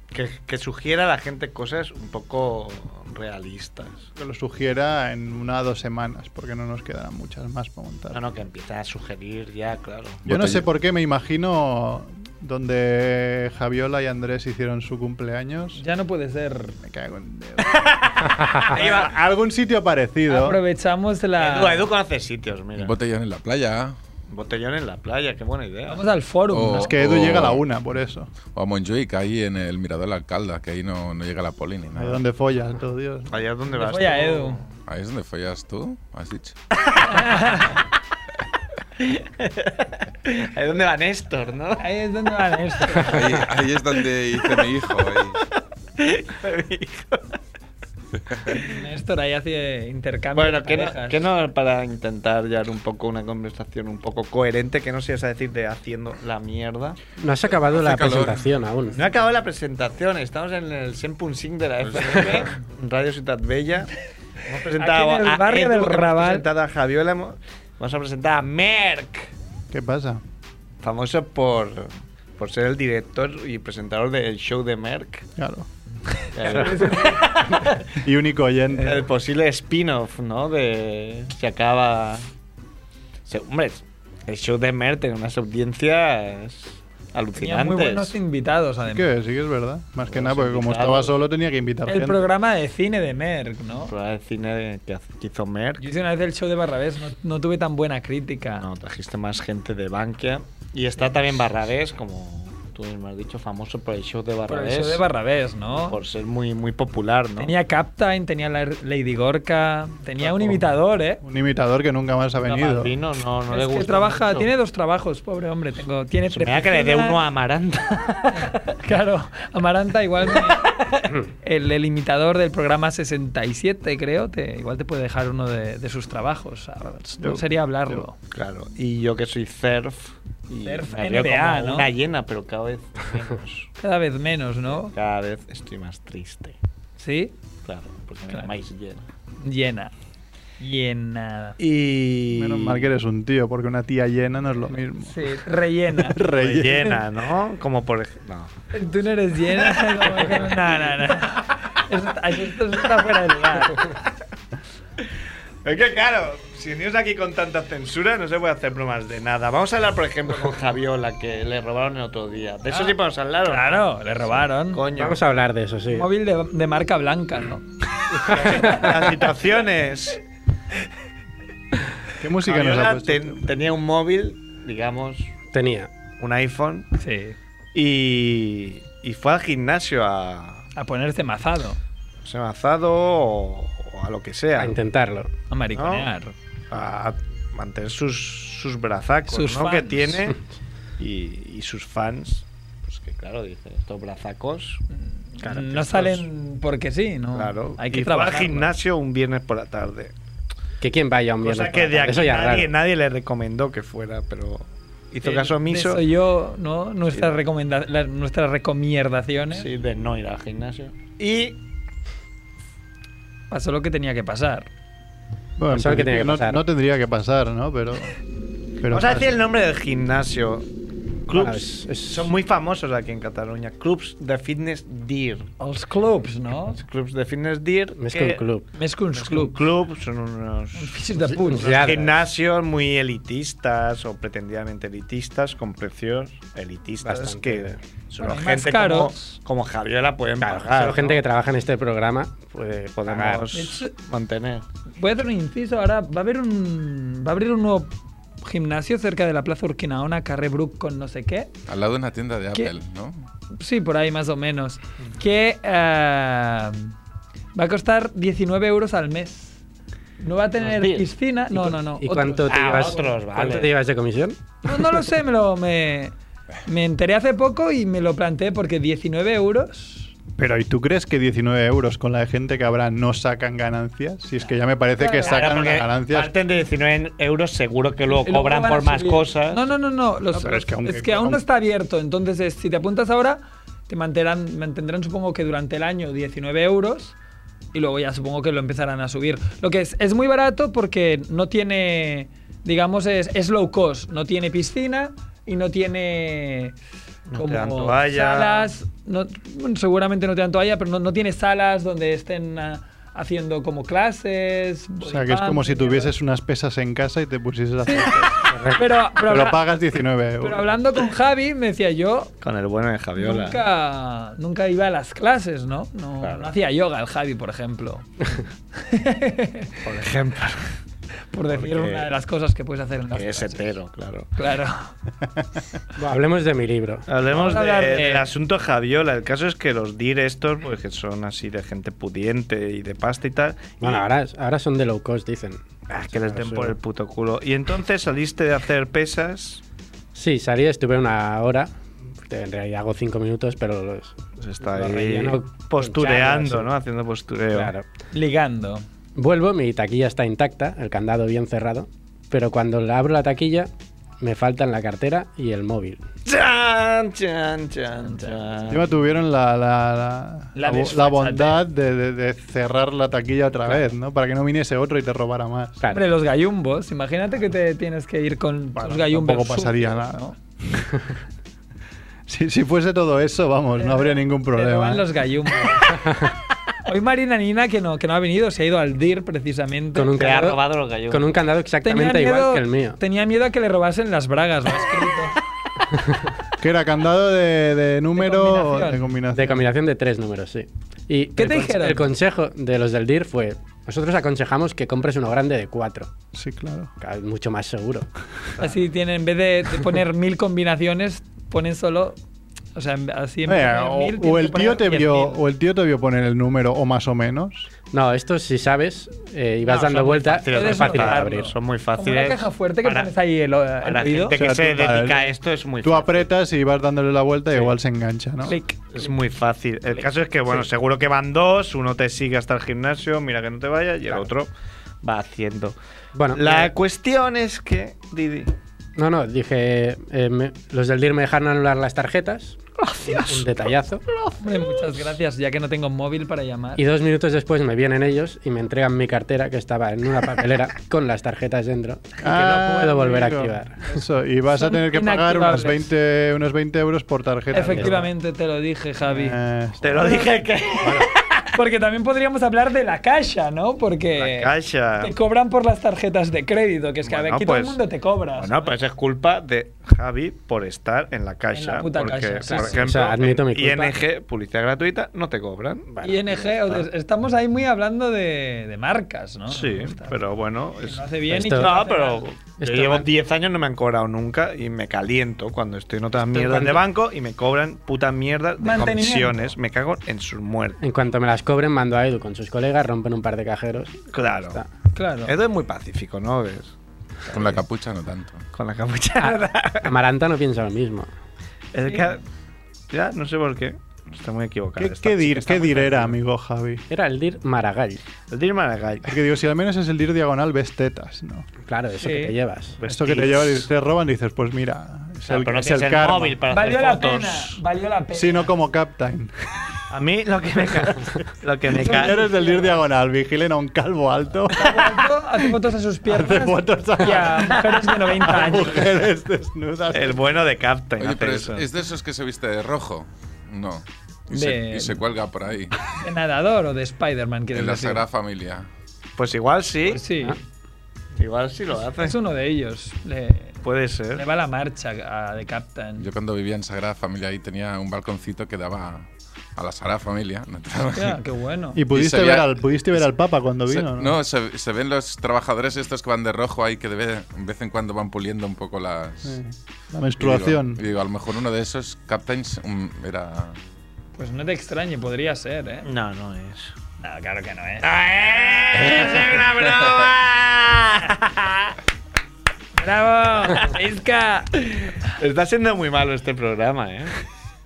[SPEAKER 2] Que, que sugiera a la gente cosas un poco realistas.
[SPEAKER 5] Que lo sugiera en una o dos semanas, porque no nos quedarán muchas más para montar.
[SPEAKER 2] No, no, que empiezan a sugerir ya, claro.
[SPEAKER 5] Yo no
[SPEAKER 6] Botella.
[SPEAKER 5] sé por qué, me imagino donde Javiola y Andrés hicieron su cumpleaños.
[SPEAKER 1] Ya no puede ser.
[SPEAKER 5] Me cago en
[SPEAKER 4] [LAUGHS]
[SPEAKER 5] Dios. Algún sitio parecido.
[SPEAKER 1] Aprovechamos la.
[SPEAKER 2] Edu, Edu conoce sitios, mira.
[SPEAKER 6] Un botellón en la playa
[SPEAKER 2] Botellón en la playa, qué buena idea.
[SPEAKER 1] Vamos al forum.
[SPEAKER 6] Oh.
[SPEAKER 1] ¿no?
[SPEAKER 5] Es que Edu
[SPEAKER 6] o-
[SPEAKER 5] llega a la una, por eso.
[SPEAKER 6] o a Montjuic, ahí en el Mirador de la Alcalda, que ahí no, no llega la poli ni
[SPEAKER 5] Ahí
[SPEAKER 6] nada.
[SPEAKER 5] donde follas, todo Dios.
[SPEAKER 2] Allá donde
[SPEAKER 1] Me
[SPEAKER 2] vas.
[SPEAKER 1] voy a
[SPEAKER 2] tú.
[SPEAKER 1] Edu.
[SPEAKER 6] Ahí es donde follas tú, has dicho.
[SPEAKER 2] Ahí donde va Néstor,
[SPEAKER 1] [LAUGHS]
[SPEAKER 2] ¿no?
[SPEAKER 1] Ahí es donde van estos.
[SPEAKER 6] Ahí, ahí es donde hice mi hijo. ahí.
[SPEAKER 1] Néstor ahí hace intercambio.
[SPEAKER 2] Bueno,
[SPEAKER 1] de
[SPEAKER 2] que no,
[SPEAKER 1] parejas.
[SPEAKER 2] que no para intentar llevar un poco una conversación un poco coherente, que no seas a decir de haciendo la mierda.
[SPEAKER 4] No has acabado
[SPEAKER 6] Hace
[SPEAKER 4] la
[SPEAKER 6] calor.
[SPEAKER 4] presentación aún.
[SPEAKER 2] No ha acabado la presentación, estamos en el 100.5 de la FM, Radio Ciudad Bella. Hemos presentado
[SPEAKER 1] Aquí en el
[SPEAKER 2] a
[SPEAKER 1] barrio
[SPEAKER 2] Edu,
[SPEAKER 1] del
[SPEAKER 2] hemos
[SPEAKER 1] Raval.
[SPEAKER 2] presentado a Javiola, hemos- vamos a presentar a Merck,
[SPEAKER 5] ¿Qué pasa?
[SPEAKER 2] famoso por, por ser el director y presentador del show de Merck.
[SPEAKER 5] Claro.
[SPEAKER 2] El,
[SPEAKER 5] Y único oyente.
[SPEAKER 2] el posible spin-off, ¿no? De se acaba... se- hombre, el show de Merck tiene unas audiencias
[SPEAKER 1] Tenía
[SPEAKER 2] alucinantes.
[SPEAKER 1] muy buenos invitados,
[SPEAKER 5] Sí
[SPEAKER 1] además.
[SPEAKER 5] que, sí que es verdad. Más que
[SPEAKER 2] Los
[SPEAKER 5] nada, porque como
[SPEAKER 2] invitados.
[SPEAKER 5] estaba solo tenía que invitar
[SPEAKER 1] El
[SPEAKER 5] gente.
[SPEAKER 1] programa de cine de Merck, ¿no?
[SPEAKER 2] Prueba de cine que hace- que hizo Merck.
[SPEAKER 1] Yo hice una vez el show de Barrabés, no, no tuve tan buena crítica.
[SPEAKER 2] No, trajiste más gente de Bankia. Y está también Barrabés, como tú mismo has dicho, famoso por el show de
[SPEAKER 1] por
[SPEAKER 2] Barrabés.
[SPEAKER 1] el show de Barrabés, ¿no?
[SPEAKER 2] por ser muy, muy popular, ¿no?
[SPEAKER 1] Tenía Captain, tenía la Lady Gorka, tenía un imitador, ¿eh?
[SPEAKER 5] Un imitador que nunca más ha
[SPEAKER 2] Una
[SPEAKER 5] venido.
[SPEAKER 2] Balbino, no, no
[SPEAKER 1] Es
[SPEAKER 2] le
[SPEAKER 1] que
[SPEAKER 2] gusta
[SPEAKER 1] trabaja,
[SPEAKER 2] mucho.
[SPEAKER 1] tiene dos trabajos, pobre hombre. Tengo, tiene
[SPEAKER 2] Se me da que le dé
[SPEAKER 1] Pepecina.
[SPEAKER 2] uno a Amaranta.
[SPEAKER 1] [LAUGHS] Claro, Amaranta igual me- el, el imitador del programa 67, creo, te, igual te puede dejar uno de, de sus trabajos. Ahora, No
[SPEAKER 5] Yo-
[SPEAKER 1] sería hablarlo.
[SPEAKER 2] claro. Y yo que soy surf. Y
[SPEAKER 1] Surf
[SPEAKER 2] me río
[SPEAKER 1] NBA,
[SPEAKER 2] como
[SPEAKER 1] ¿no?
[SPEAKER 2] Una llena, pero cada vez menos.
[SPEAKER 1] Cada vez menos, ¿no?
[SPEAKER 2] cada vez estoy más triste.
[SPEAKER 1] Sí.
[SPEAKER 2] Claro, porque me
[SPEAKER 1] Claro.
[SPEAKER 2] llamáis llena.
[SPEAKER 1] Llena. Llena.
[SPEAKER 2] Y.
[SPEAKER 5] Menos mal que eres un tío, porque una tía llena no es lo mismo.
[SPEAKER 1] Sí, [LAUGHS] rellena.
[SPEAKER 2] Rellena, ¿no? Como por ejemplo. No.
[SPEAKER 1] Tú no eres [LAUGHS] llena. como que- No, no, no. Eso está- esto está fuera de lugar.
[SPEAKER 2] Es que claro, si venimos aquí con tanta censura no se puede hacer bromas de nada. Vamos a hablar, por ejemplo, con Javiola, que le robaron el otro día. De eso sí podemos hablar. ¿o no?
[SPEAKER 1] Claro, le robaron.
[SPEAKER 2] Coño.
[SPEAKER 4] Vamos a hablar de eso, sí.
[SPEAKER 1] Móvil de, de marca blanca, ¿no?
[SPEAKER 2] Las situaciones.
[SPEAKER 5] ¿Qué música nos ha
[SPEAKER 2] Javiola
[SPEAKER 5] puesto?
[SPEAKER 2] ten- tenía un móvil, digamos,
[SPEAKER 4] Tenía.
[SPEAKER 2] un iPhone,
[SPEAKER 1] Sí.
[SPEAKER 2] y, y fue al gimnasio a
[SPEAKER 1] A ponerse mazado.
[SPEAKER 2] semazado o, o a lo que sea.
[SPEAKER 4] A intentarlo.
[SPEAKER 1] A mariconear.
[SPEAKER 2] a mantener sus, sus brazacos
[SPEAKER 1] Sus
[SPEAKER 2] ¿no?
[SPEAKER 1] fans.
[SPEAKER 2] que tiene y, y sus fans. Pues que claro, dice, estos brazacos. claro, que
[SPEAKER 1] Mm, no
[SPEAKER 2] estos-
[SPEAKER 1] salen porque sí, ¿no?
[SPEAKER 2] Claro,
[SPEAKER 1] Hay que
[SPEAKER 2] y fue
[SPEAKER 1] trabajar.
[SPEAKER 2] al gimnasio un viernes por la tarde.
[SPEAKER 4] Que quien vaya a un
[SPEAKER 2] Cosa
[SPEAKER 4] viernes
[SPEAKER 2] que
[SPEAKER 4] por
[SPEAKER 2] de
[SPEAKER 4] la tarde,
[SPEAKER 2] aquí
[SPEAKER 4] Eso ya es
[SPEAKER 2] nadie,
[SPEAKER 4] raro.
[SPEAKER 2] nadie le recomendó que fuera, pero hizo caso omiso.
[SPEAKER 1] Soy Eh, yo, ¿no? Nuestras, recomenda- las- nuestras recomendaciones.
[SPEAKER 2] Sí, de no ir al gimnasio. Y
[SPEAKER 1] Pasó lo que tenía que pasar.
[SPEAKER 5] Bueno, en
[SPEAKER 4] Pensaba que
[SPEAKER 5] principio
[SPEAKER 4] tenía que
[SPEAKER 5] no,
[SPEAKER 4] pasar.
[SPEAKER 5] no tendría que pasar, ¿no? Pero. pero
[SPEAKER 2] vamos a
[SPEAKER 5] pasa.
[SPEAKER 2] decir el nombre del gimnasio. Clubs
[SPEAKER 4] Ah, es- es-
[SPEAKER 2] son muy famosos aquí en Cataluña. Clubs de fitness Deer.
[SPEAKER 1] Los clubs, ¿no?
[SPEAKER 2] Clubs de fitness Deer.
[SPEAKER 4] Més
[SPEAKER 2] que-
[SPEAKER 4] que un club.
[SPEAKER 1] Més que uns clubs.
[SPEAKER 2] Club son unos
[SPEAKER 1] Fiches de puny.
[SPEAKER 4] Sí, Lladres.
[SPEAKER 2] gimnasios muy elitistas o pretendidamente elitistas con precios elitistas
[SPEAKER 4] Bastante.
[SPEAKER 2] que son
[SPEAKER 1] Bueno, más
[SPEAKER 2] gente como,
[SPEAKER 1] caros.
[SPEAKER 2] como Javiola pueden
[SPEAKER 4] Claro,
[SPEAKER 2] pagar.
[SPEAKER 4] solo
[SPEAKER 2] ¿no?
[SPEAKER 4] gente que trabaja en este programa.
[SPEAKER 2] Puede-
[SPEAKER 1] De
[SPEAKER 2] Pues podemos
[SPEAKER 1] hecho-
[SPEAKER 2] mantener.
[SPEAKER 1] Voy a hacer un inciso ahora. Va a haber un. Va a abrir un nuevo gimnasio cerca de la Plaza Urquinaona, Carrer Brook con no sé qué.
[SPEAKER 6] Al lado de una tienda de
[SPEAKER 1] ¿Qué?
[SPEAKER 6] Apple, ¿no?
[SPEAKER 1] Sí, por ahí más o menos. Que eh, va a costar 19 euros al mes. No va a tener
[SPEAKER 2] Hostia.
[SPEAKER 1] piscina. No,
[SPEAKER 4] cu-
[SPEAKER 1] no, no.
[SPEAKER 4] ¿Y
[SPEAKER 1] otro.
[SPEAKER 4] cuánto te,
[SPEAKER 2] Ah,
[SPEAKER 4] llevas,
[SPEAKER 2] otros, vale.
[SPEAKER 4] cuánto te llevas de comisión?
[SPEAKER 1] No, no lo sé, me lo me, me enteré hace poco y me lo planteé porque 19 euros
[SPEAKER 5] Pero ¿y tú crees que 19 euros con la de gente que habrá no sacan ganancias? Si es que ya me parece que
[SPEAKER 2] Claro,
[SPEAKER 5] sacan
[SPEAKER 2] porque
[SPEAKER 5] unas ganancias.
[SPEAKER 2] Parten de 19 euros, seguro que luego
[SPEAKER 1] Y luego
[SPEAKER 2] cobran
[SPEAKER 1] van a
[SPEAKER 2] por más
[SPEAKER 1] subir.
[SPEAKER 2] cosas.
[SPEAKER 1] No, no, no, no. los-
[SPEAKER 5] No, pero es que aún-
[SPEAKER 1] es que aún no está abierto. Entonces, es- si te apuntas ahora, te mantendrán, mantendrán supongo que durante el año 19 euros y luego ya supongo que lo empezarán a subir. Lo que es, es muy barato porque no tiene, digamos, es, es low cost. No tiene piscina y no tiene...
[SPEAKER 2] No te dan toalla.
[SPEAKER 1] Salas, no- bueno, seguramente no te dan toalla, pero no, no tiene salas donde estén ah, haciendo como clases.
[SPEAKER 5] O sea, que es como si tuvieses unas pesas en casa y te pusieses a hacer.
[SPEAKER 4] [LAUGHS]
[SPEAKER 1] Pero, pero,
[SPEAKER 5] Pero
[SPEAKER 1] habrá-
[SPEAKER 5] pagas 19 euros.
[SPEAKER 1] pero hablando con Javi, me decía yo,
[SPEAKER 2] Con el bueno de Javiola.
[SPEAKER 1] nunca, nunca iba a las clases, ¿no? No,
[SPEAKER 2] Claro.
[SPEAKER 1] no hacía yoga el Javi, por ejemplo.
[SPEAKER 2] Por ejemplo.
[SPEAKER 1] por decir
[SPEAKER 2] Porque-
[SPEAKER 1] una de las cosas que puedes hacer en las
[SPEAKER 2] Que es
[SPEAKER 1] clases.
[SPEAKER 2] hetero, claro.
[SPEAKER 1] Claro.
[SPEAKER 4] Bueno, hablemos de mi libro.
[SPEAKER 2] Hablemos
[SPEAKER 1] Vamos a hablar
[SPEAKER 2] de-
[SPEAKER 1] de-
[SPEAKER 2] del asunto Javiola. El caso es que los DIR estos, pues que son así de gente pudiente y de pasta y tal.
[SPEAKER 4] Bueno,
[SPEAKER 2] y-
[SPEAKER 4] ahora, ahora son de low cost, dicen.
[SPEAKER 2] Ah, que les den
[SPEAKER 4] Sí.
[SPEAKER 2] por el puto culo. Y entonces saliste de hacer pesas.
[SPEAKER 4] Sí, salí, estuve una hora. En realidad hago cinco minutos, pero los-
[SPEAKER 2] Pues está
[SPEAKER 4] Lo
[SPEAKER 2] ahí
[SPEAKER 4] relleno
[SPEAKER 2] postureando,
[SPEAKER 4] con
[SPEAKER 2] ¿no? Haciendo postureo.
[SPEAKER 4] claro.
[SPEAKER 1] Ligando.
[SPEAKER 4] Vuelvo, mi taquilla está intacta, el candado bien cerrado, pero cuando la abro la taquilla me faltan la cartera y el móvil.
[SPEAKER 2] Chan, chan, chan,
[SPEAKER 5] Encima
[SPEAKER 2] chan.
[SPEAKER 5] tuvieron la, la, la,
[SPEAKER 1] La
[SPEAKER 5] la bo-
[SPEAKER 1] desfachatez.
[SPEAKER 5] la bondad de, de- de cerrar la taquilla otra vez, ¿no? Para que no viniese otro y te robara más.
[SPEAKER 4] Claro.
[SPEAKER 1] Hombre, los gallumbos. Imagínate que te tienes que ir con
[SPEAKER 5] Bueno,
[SPEAKER 1] los gallumbos.
[SPEAKER 5] tampoco pasaría
[SPEAKER 1] sucios,
[SPEAKER 5] nada. Si, si fuese todo eso, vamos, no habría ningún
[SPEAKER 1] Te roban
[SPEAKER 5] problema. ¿eh?
[SPEAKER 1] los gallumbos. Hoy Marina Nina, que no, que no ha venido, se ha ido al DIR precisamente.
[SPEAKER 4] Con un
[SPEAKER 3] Te ha
[SPEAKER 4] candado,
[SPEAKER 3] robado los gallos.
[SPEAKER 4] con un candado exactamente igual que el mío.
[SPEAKER 1] Tenía miedo a que le robasen las bragas, lo ha escrito.
[SPEAKER 5] Que era candado de, de número o de
[SPEAKER 1] combinación.
[SPEAKER 5] combinación.
[SPEAKER 4] De combinación de tres números, sí. Y
[SPEAKER 1] ¿Qué
[SPEAKER 4] el
[SPEAKER 1] te
[SPEAKER 4] conse-
[SPEAKER 1] dijeron?
[SPEAKER 4] El consejo de los del DIR fue, nosotros aconsejamos que compres uno grande de cuatro,
[SPEAKER 5] Sí, claro.
[SPEAKER 4] que es mucho más seguro.
[SPEAKER 1] Así tienen, en vez de
[SPEAKER 5] [LAUGHS]
[SPEAKER 1] de poner mil combinaciones, ponen solo. O sea, en- así en vez de poner mil,
[SPEAKER 5] Oye, Eh, o, o
[SPEAKER 1] tienes
[SPEAKER 5] el
[SPEAKER 1] que
[SPEAKER 5] tío te
[SPEAKER 1] poner
[SPEAKER 5] vio,
[SPEAKER 1] 10.000.
[SPEAKER 5] o el tío te vio poner el número o más o menos.
[SPEAKER 4] No, esto si sabes eh, y vas
[SPEAKER 2] No,
[SPEAKER 4] dando
[SPEAKER 2] son
[SPEAKER 4] vuelta,
[SPEAKER 2] muy fáciles
[SPEAKER 4] es
[SPEAKER 1] Puedes
[SPEAKER 4] fácil de
[SPEAKER 1] notarlo.
[SPEAKER 4] abrir.
[SPEAKER 2] Son muy
[SPEAKER 1] Como una
[SPEAKER 2] fáciles.
[SPEAKER 1] caja fuerte que
[SPEAKER 2] para-
[SPEAKER 1] tienes ahí el,
[SPEAKER 2] para
[SPEAKER 1] el
[SPEAKER 2] la
[SPEAKER 1] oído.
[SPEAKER 2] gente que
[SPEAKER 5] O sea,
[SPEAKER 2] se
[SPEAKER 5] tú- vale.
[SPEAKER 2] dedica a esto es muy
[SPEAKER 5] Tú
[SPEAKER 2] fácil.
[SPEAKER 5] apretas y vas dándole la vuelta y igual se engancha, ¿no?
[SPEAKER 1] Clic.
[SPEAKER 2] Es muy fácil. El caso es que, bueno, seguro que van dos, uno te sigue hasta el gimnasio, mira que no te vaya, y el otro va haciendo.
[SPEAKER 4] Bueno,
[SPEAKER 2] La
[SPEAKER 4] eh,
[SPEAKER 2] cuestión es que, Didi,
[SPEAKER 4] no, no, dije, eh, me- los del DIR me dejaron anular las tarjetas. Gracias. Un detallazo.
[SPEAKER 1] Hombre, muchas gracias, ya que no tengo móvil para llamar.
[SPEAKER 4] Y dos minutos después me vienen ellos y me entregan mi cartera que estaba en una
[SPEAKER 1] [LAUGHS]
[SPEAKER 4] papelera con las tarjetas dentro y que
[SPEAKER 1] Ah,
[SPEAKER 4] no puedo volver a
[SPEAKER 5] Ah, amigo.
[SPEAKER 4] activar.
[SPEAKER 5] Eso, y vas a
[SPEAKER 1] Son
[SPEAKER 5] tener que pagar unos
[SPEAKER 1] inactivables.
[SPEAKER 5] 20, unos 20 euros por tarjeta.
[SPEAKER 1] Efectivamente, te lo dije, Javi.
[SPEAKER 5] Eh,
[SPEAKER 2] te lo dije que.
[SPEAKER 1] Porque también podríamos hablar de la caja, ¿no? Porque
[SPEAKER 2] La caixa.
[SPEAKER 1] Eh, te cobran por las tarjetas de crédito, que es que
[SPEAKER 2] Bueno,
[SPEAKER 1] aquí todo el
[SPEAKER 2] pues-
[SPEAKER 1] mundo te cobra.
[SPEAKER 2] Bueno, pues es culpa de Javi por estar en la caixa.
[SPEAKER 1] puta
[SPEAKER 2] porque,
[SPEAKER 1] caixa, sí,
[SPEAKER 2] por
[SPEAKER 1] sí.
[SPEAKER 2] ejemplo,
[SPEAKER 4] O sea, admito mi culpa.
[SPEAKER 2] ING, publicidad gratuita, no te cobran.
[SPEAKER 1] ING, o- estamos ahí muy hablando de, de marcas, ¿no?
[SPEAKER 2] Sí,
[SPEAKER 1] Está-
[SPEAKER 2] pero bueno.
[SPEAKER 1] que
[SPEAKER 2] es-
[SPEAKER 1] Lo hace bien y que
[SPEAKER 4] Esto-
[SPEAKER 1] lo
[SPEAKER 2] No,
[SPEAKER 1] hace
[SPEAKER 2] pero
[SPEAKER 1] mal.
[SPEAKER 2] yo
[SPEAKER 4] Esto
[SPEAKER 2] llevo
[SPEAKER 4] van-
[SPEAKER 2] 10 años no me han cobrado nunca y me caliento cuando estoy en otras mierdas
[SPEAKER 4] cuando-
[SPEAKER 2] de banco y me cobran puta mierda de
[SPEAKER 1] Mantenimiento.
[SPEAKER 2] comisiones. Me cago en sus muertes.
[SPEAKER 4] En cuanto me las cobren, mando a Edu con sus colegas, rompen un par de cajeros.
[SPEAKER 2] Claro.
[SPEAKER 4] Está.
[SPEAKER 1] Claro.
[SPEAKER 2] Edo es muy pacífico, ¿no? ¿Ves?
[SPEAKER 6] Con la capucha no tanto.
[SPEAKER 2] Con la
[SPEAKER 1] Ah,
[SPEAKER 2] capuchada.
[SPEAKER 4] Amaranta no piensa lo mismo.
[SPEAKER 2] Es que- ya, no sé por qué. Está muy equivocado.
[SPEAKER 5] ¿Qué,
[SPEAKER 2] esta
[SPEAKER 5] qué dir,
[SPEAKER 2] chica, está
[SPEAKER 5] qué
[SPEAKER 2] muy
[SPEAKER 5] dir era,
[SPEAKER 2] pacífica.
[SPEAKER 5] amigo Javi?
[SPEAKER 4] Era el DIR Maragall.
[SPEAKER 2] El dir Maragall.
[SPEAKER 5] Es que digo, si al menos es el dir diagonal, ves tetas, ¿no?
[SPEAKER 4] Claro, eso
[SPEAKER 1] Sí.
[SPEAKER 4] que te llevas.
[SPEAKER 5] Esto que te lleva y te roban, dices, pues mira, es el,
[SPEAKER 3] pero no
[SPEAKER 5] es
[SPEAKER 3] tienes
[SPEAKER 5] el
[SPEAKER 3] el
[SPEAKER 5] karma.
[SPEAKER 3] móvil para
[SPEAKER 1] Valió
[SPEAKER 3] hacer
[SPEAKER 1] la
[SPEAKER 3] fotos.
[SPEAKER 1] pena, valió la pena.
[SPEAKER 5] Sí, no como Captain.
[SPEAKER 2] A mí lo que me
[SPEAKER 1] [LAUGHS]
[SPEAKER 2] cae. lo que me cae.
[SPEAKER 5] [LAUGHS] Señores del dir diagonal, vigilen a un calvo alto.
[SPEAKER 1] Foto- hace fotos a sus piernas
[SPEAKER 5] [LAUGHS] Hace fotos a-
[SPEAKER 1] y a mujeres de 90
[SPEAKER 5] a
[SPEAKER 1] años.
[SPEAKER 5] mujeres desnudas.
[SPEAKER 2] El bueno de Captain.
[SPEAKER 6] Oye,
[SPEAKER 2] hace
[SPEAKER 6] pero es,
[SPEAKER 2] eso.
[SPEAKER 6] es de esos que se viste de rojo. No. Y, se,
[SPEAKER 1] De-
[SPEAKER 6] y se cuelga por ahí.
[SPEAKER 1] ¿De nadador o de Spider-Man, quieres
[SPEAKER 6] En la
[SPEAKER 1] decir?
[SPEAKER 6] Sagrada Familia.
[SPEAKER 2] Pues igual sí.
[SPEAKER 1] Sí,
[SPEAKER 2] Igual sí lo hace.
[SPEAKER 1] es uno de ellos. Le,
[SPEAKER 2] Puede
[SPEAKER 1] le
[SPEAKER 2] ser.
[SPEAKER 1] va la marcha a The Captain.
[SPEAKER 6] Yo cuando vivía en Sagrada Familia ahí tenía un balconcito que daba a, a la Sagrada Familia. No te-
[SPEAKER 1] Hostia, qué bueno.
[SPEAKER 5] Y pudiste,
[SPEAKER 6] Y se
[SPEAKER 5] ver,
[SPEAKER 6] vea-
[SPEAKER 5] al, pudiste ver al Papa cuando
[SPEAKER 6] Se-
[SPEAKER 5] vino,
[SPEAKER 6] no,
[SPEAKER 5] ¿no?
[SPEAKER 6] se, se ven los trabajadores estos que van de rojo ahí que de vez, de vez en cuando van puliendo un poco las...
[SPEAKER 5] Sí. La
[SPEAKER 6] Y digo-
[SPEAKER 5] menstruación.
[SPEAKER 6] Y digo, a lo mejor uno de esos captains mm, era...
[SPEAKER 1] Pues no te extrañe, podría ser, ¿eh?
[SPEAKER 2] No, no es.
[SPEAKER 1] No, claro que no es.
[SPEAKER 9] Ah,
[SPEAKER 2] ¡Es una broma!
[SPEAKER 1] ¡Bravo! ¡Isca!
[SPEAKER 2] Está siendo muy malo este programa, ¿eh?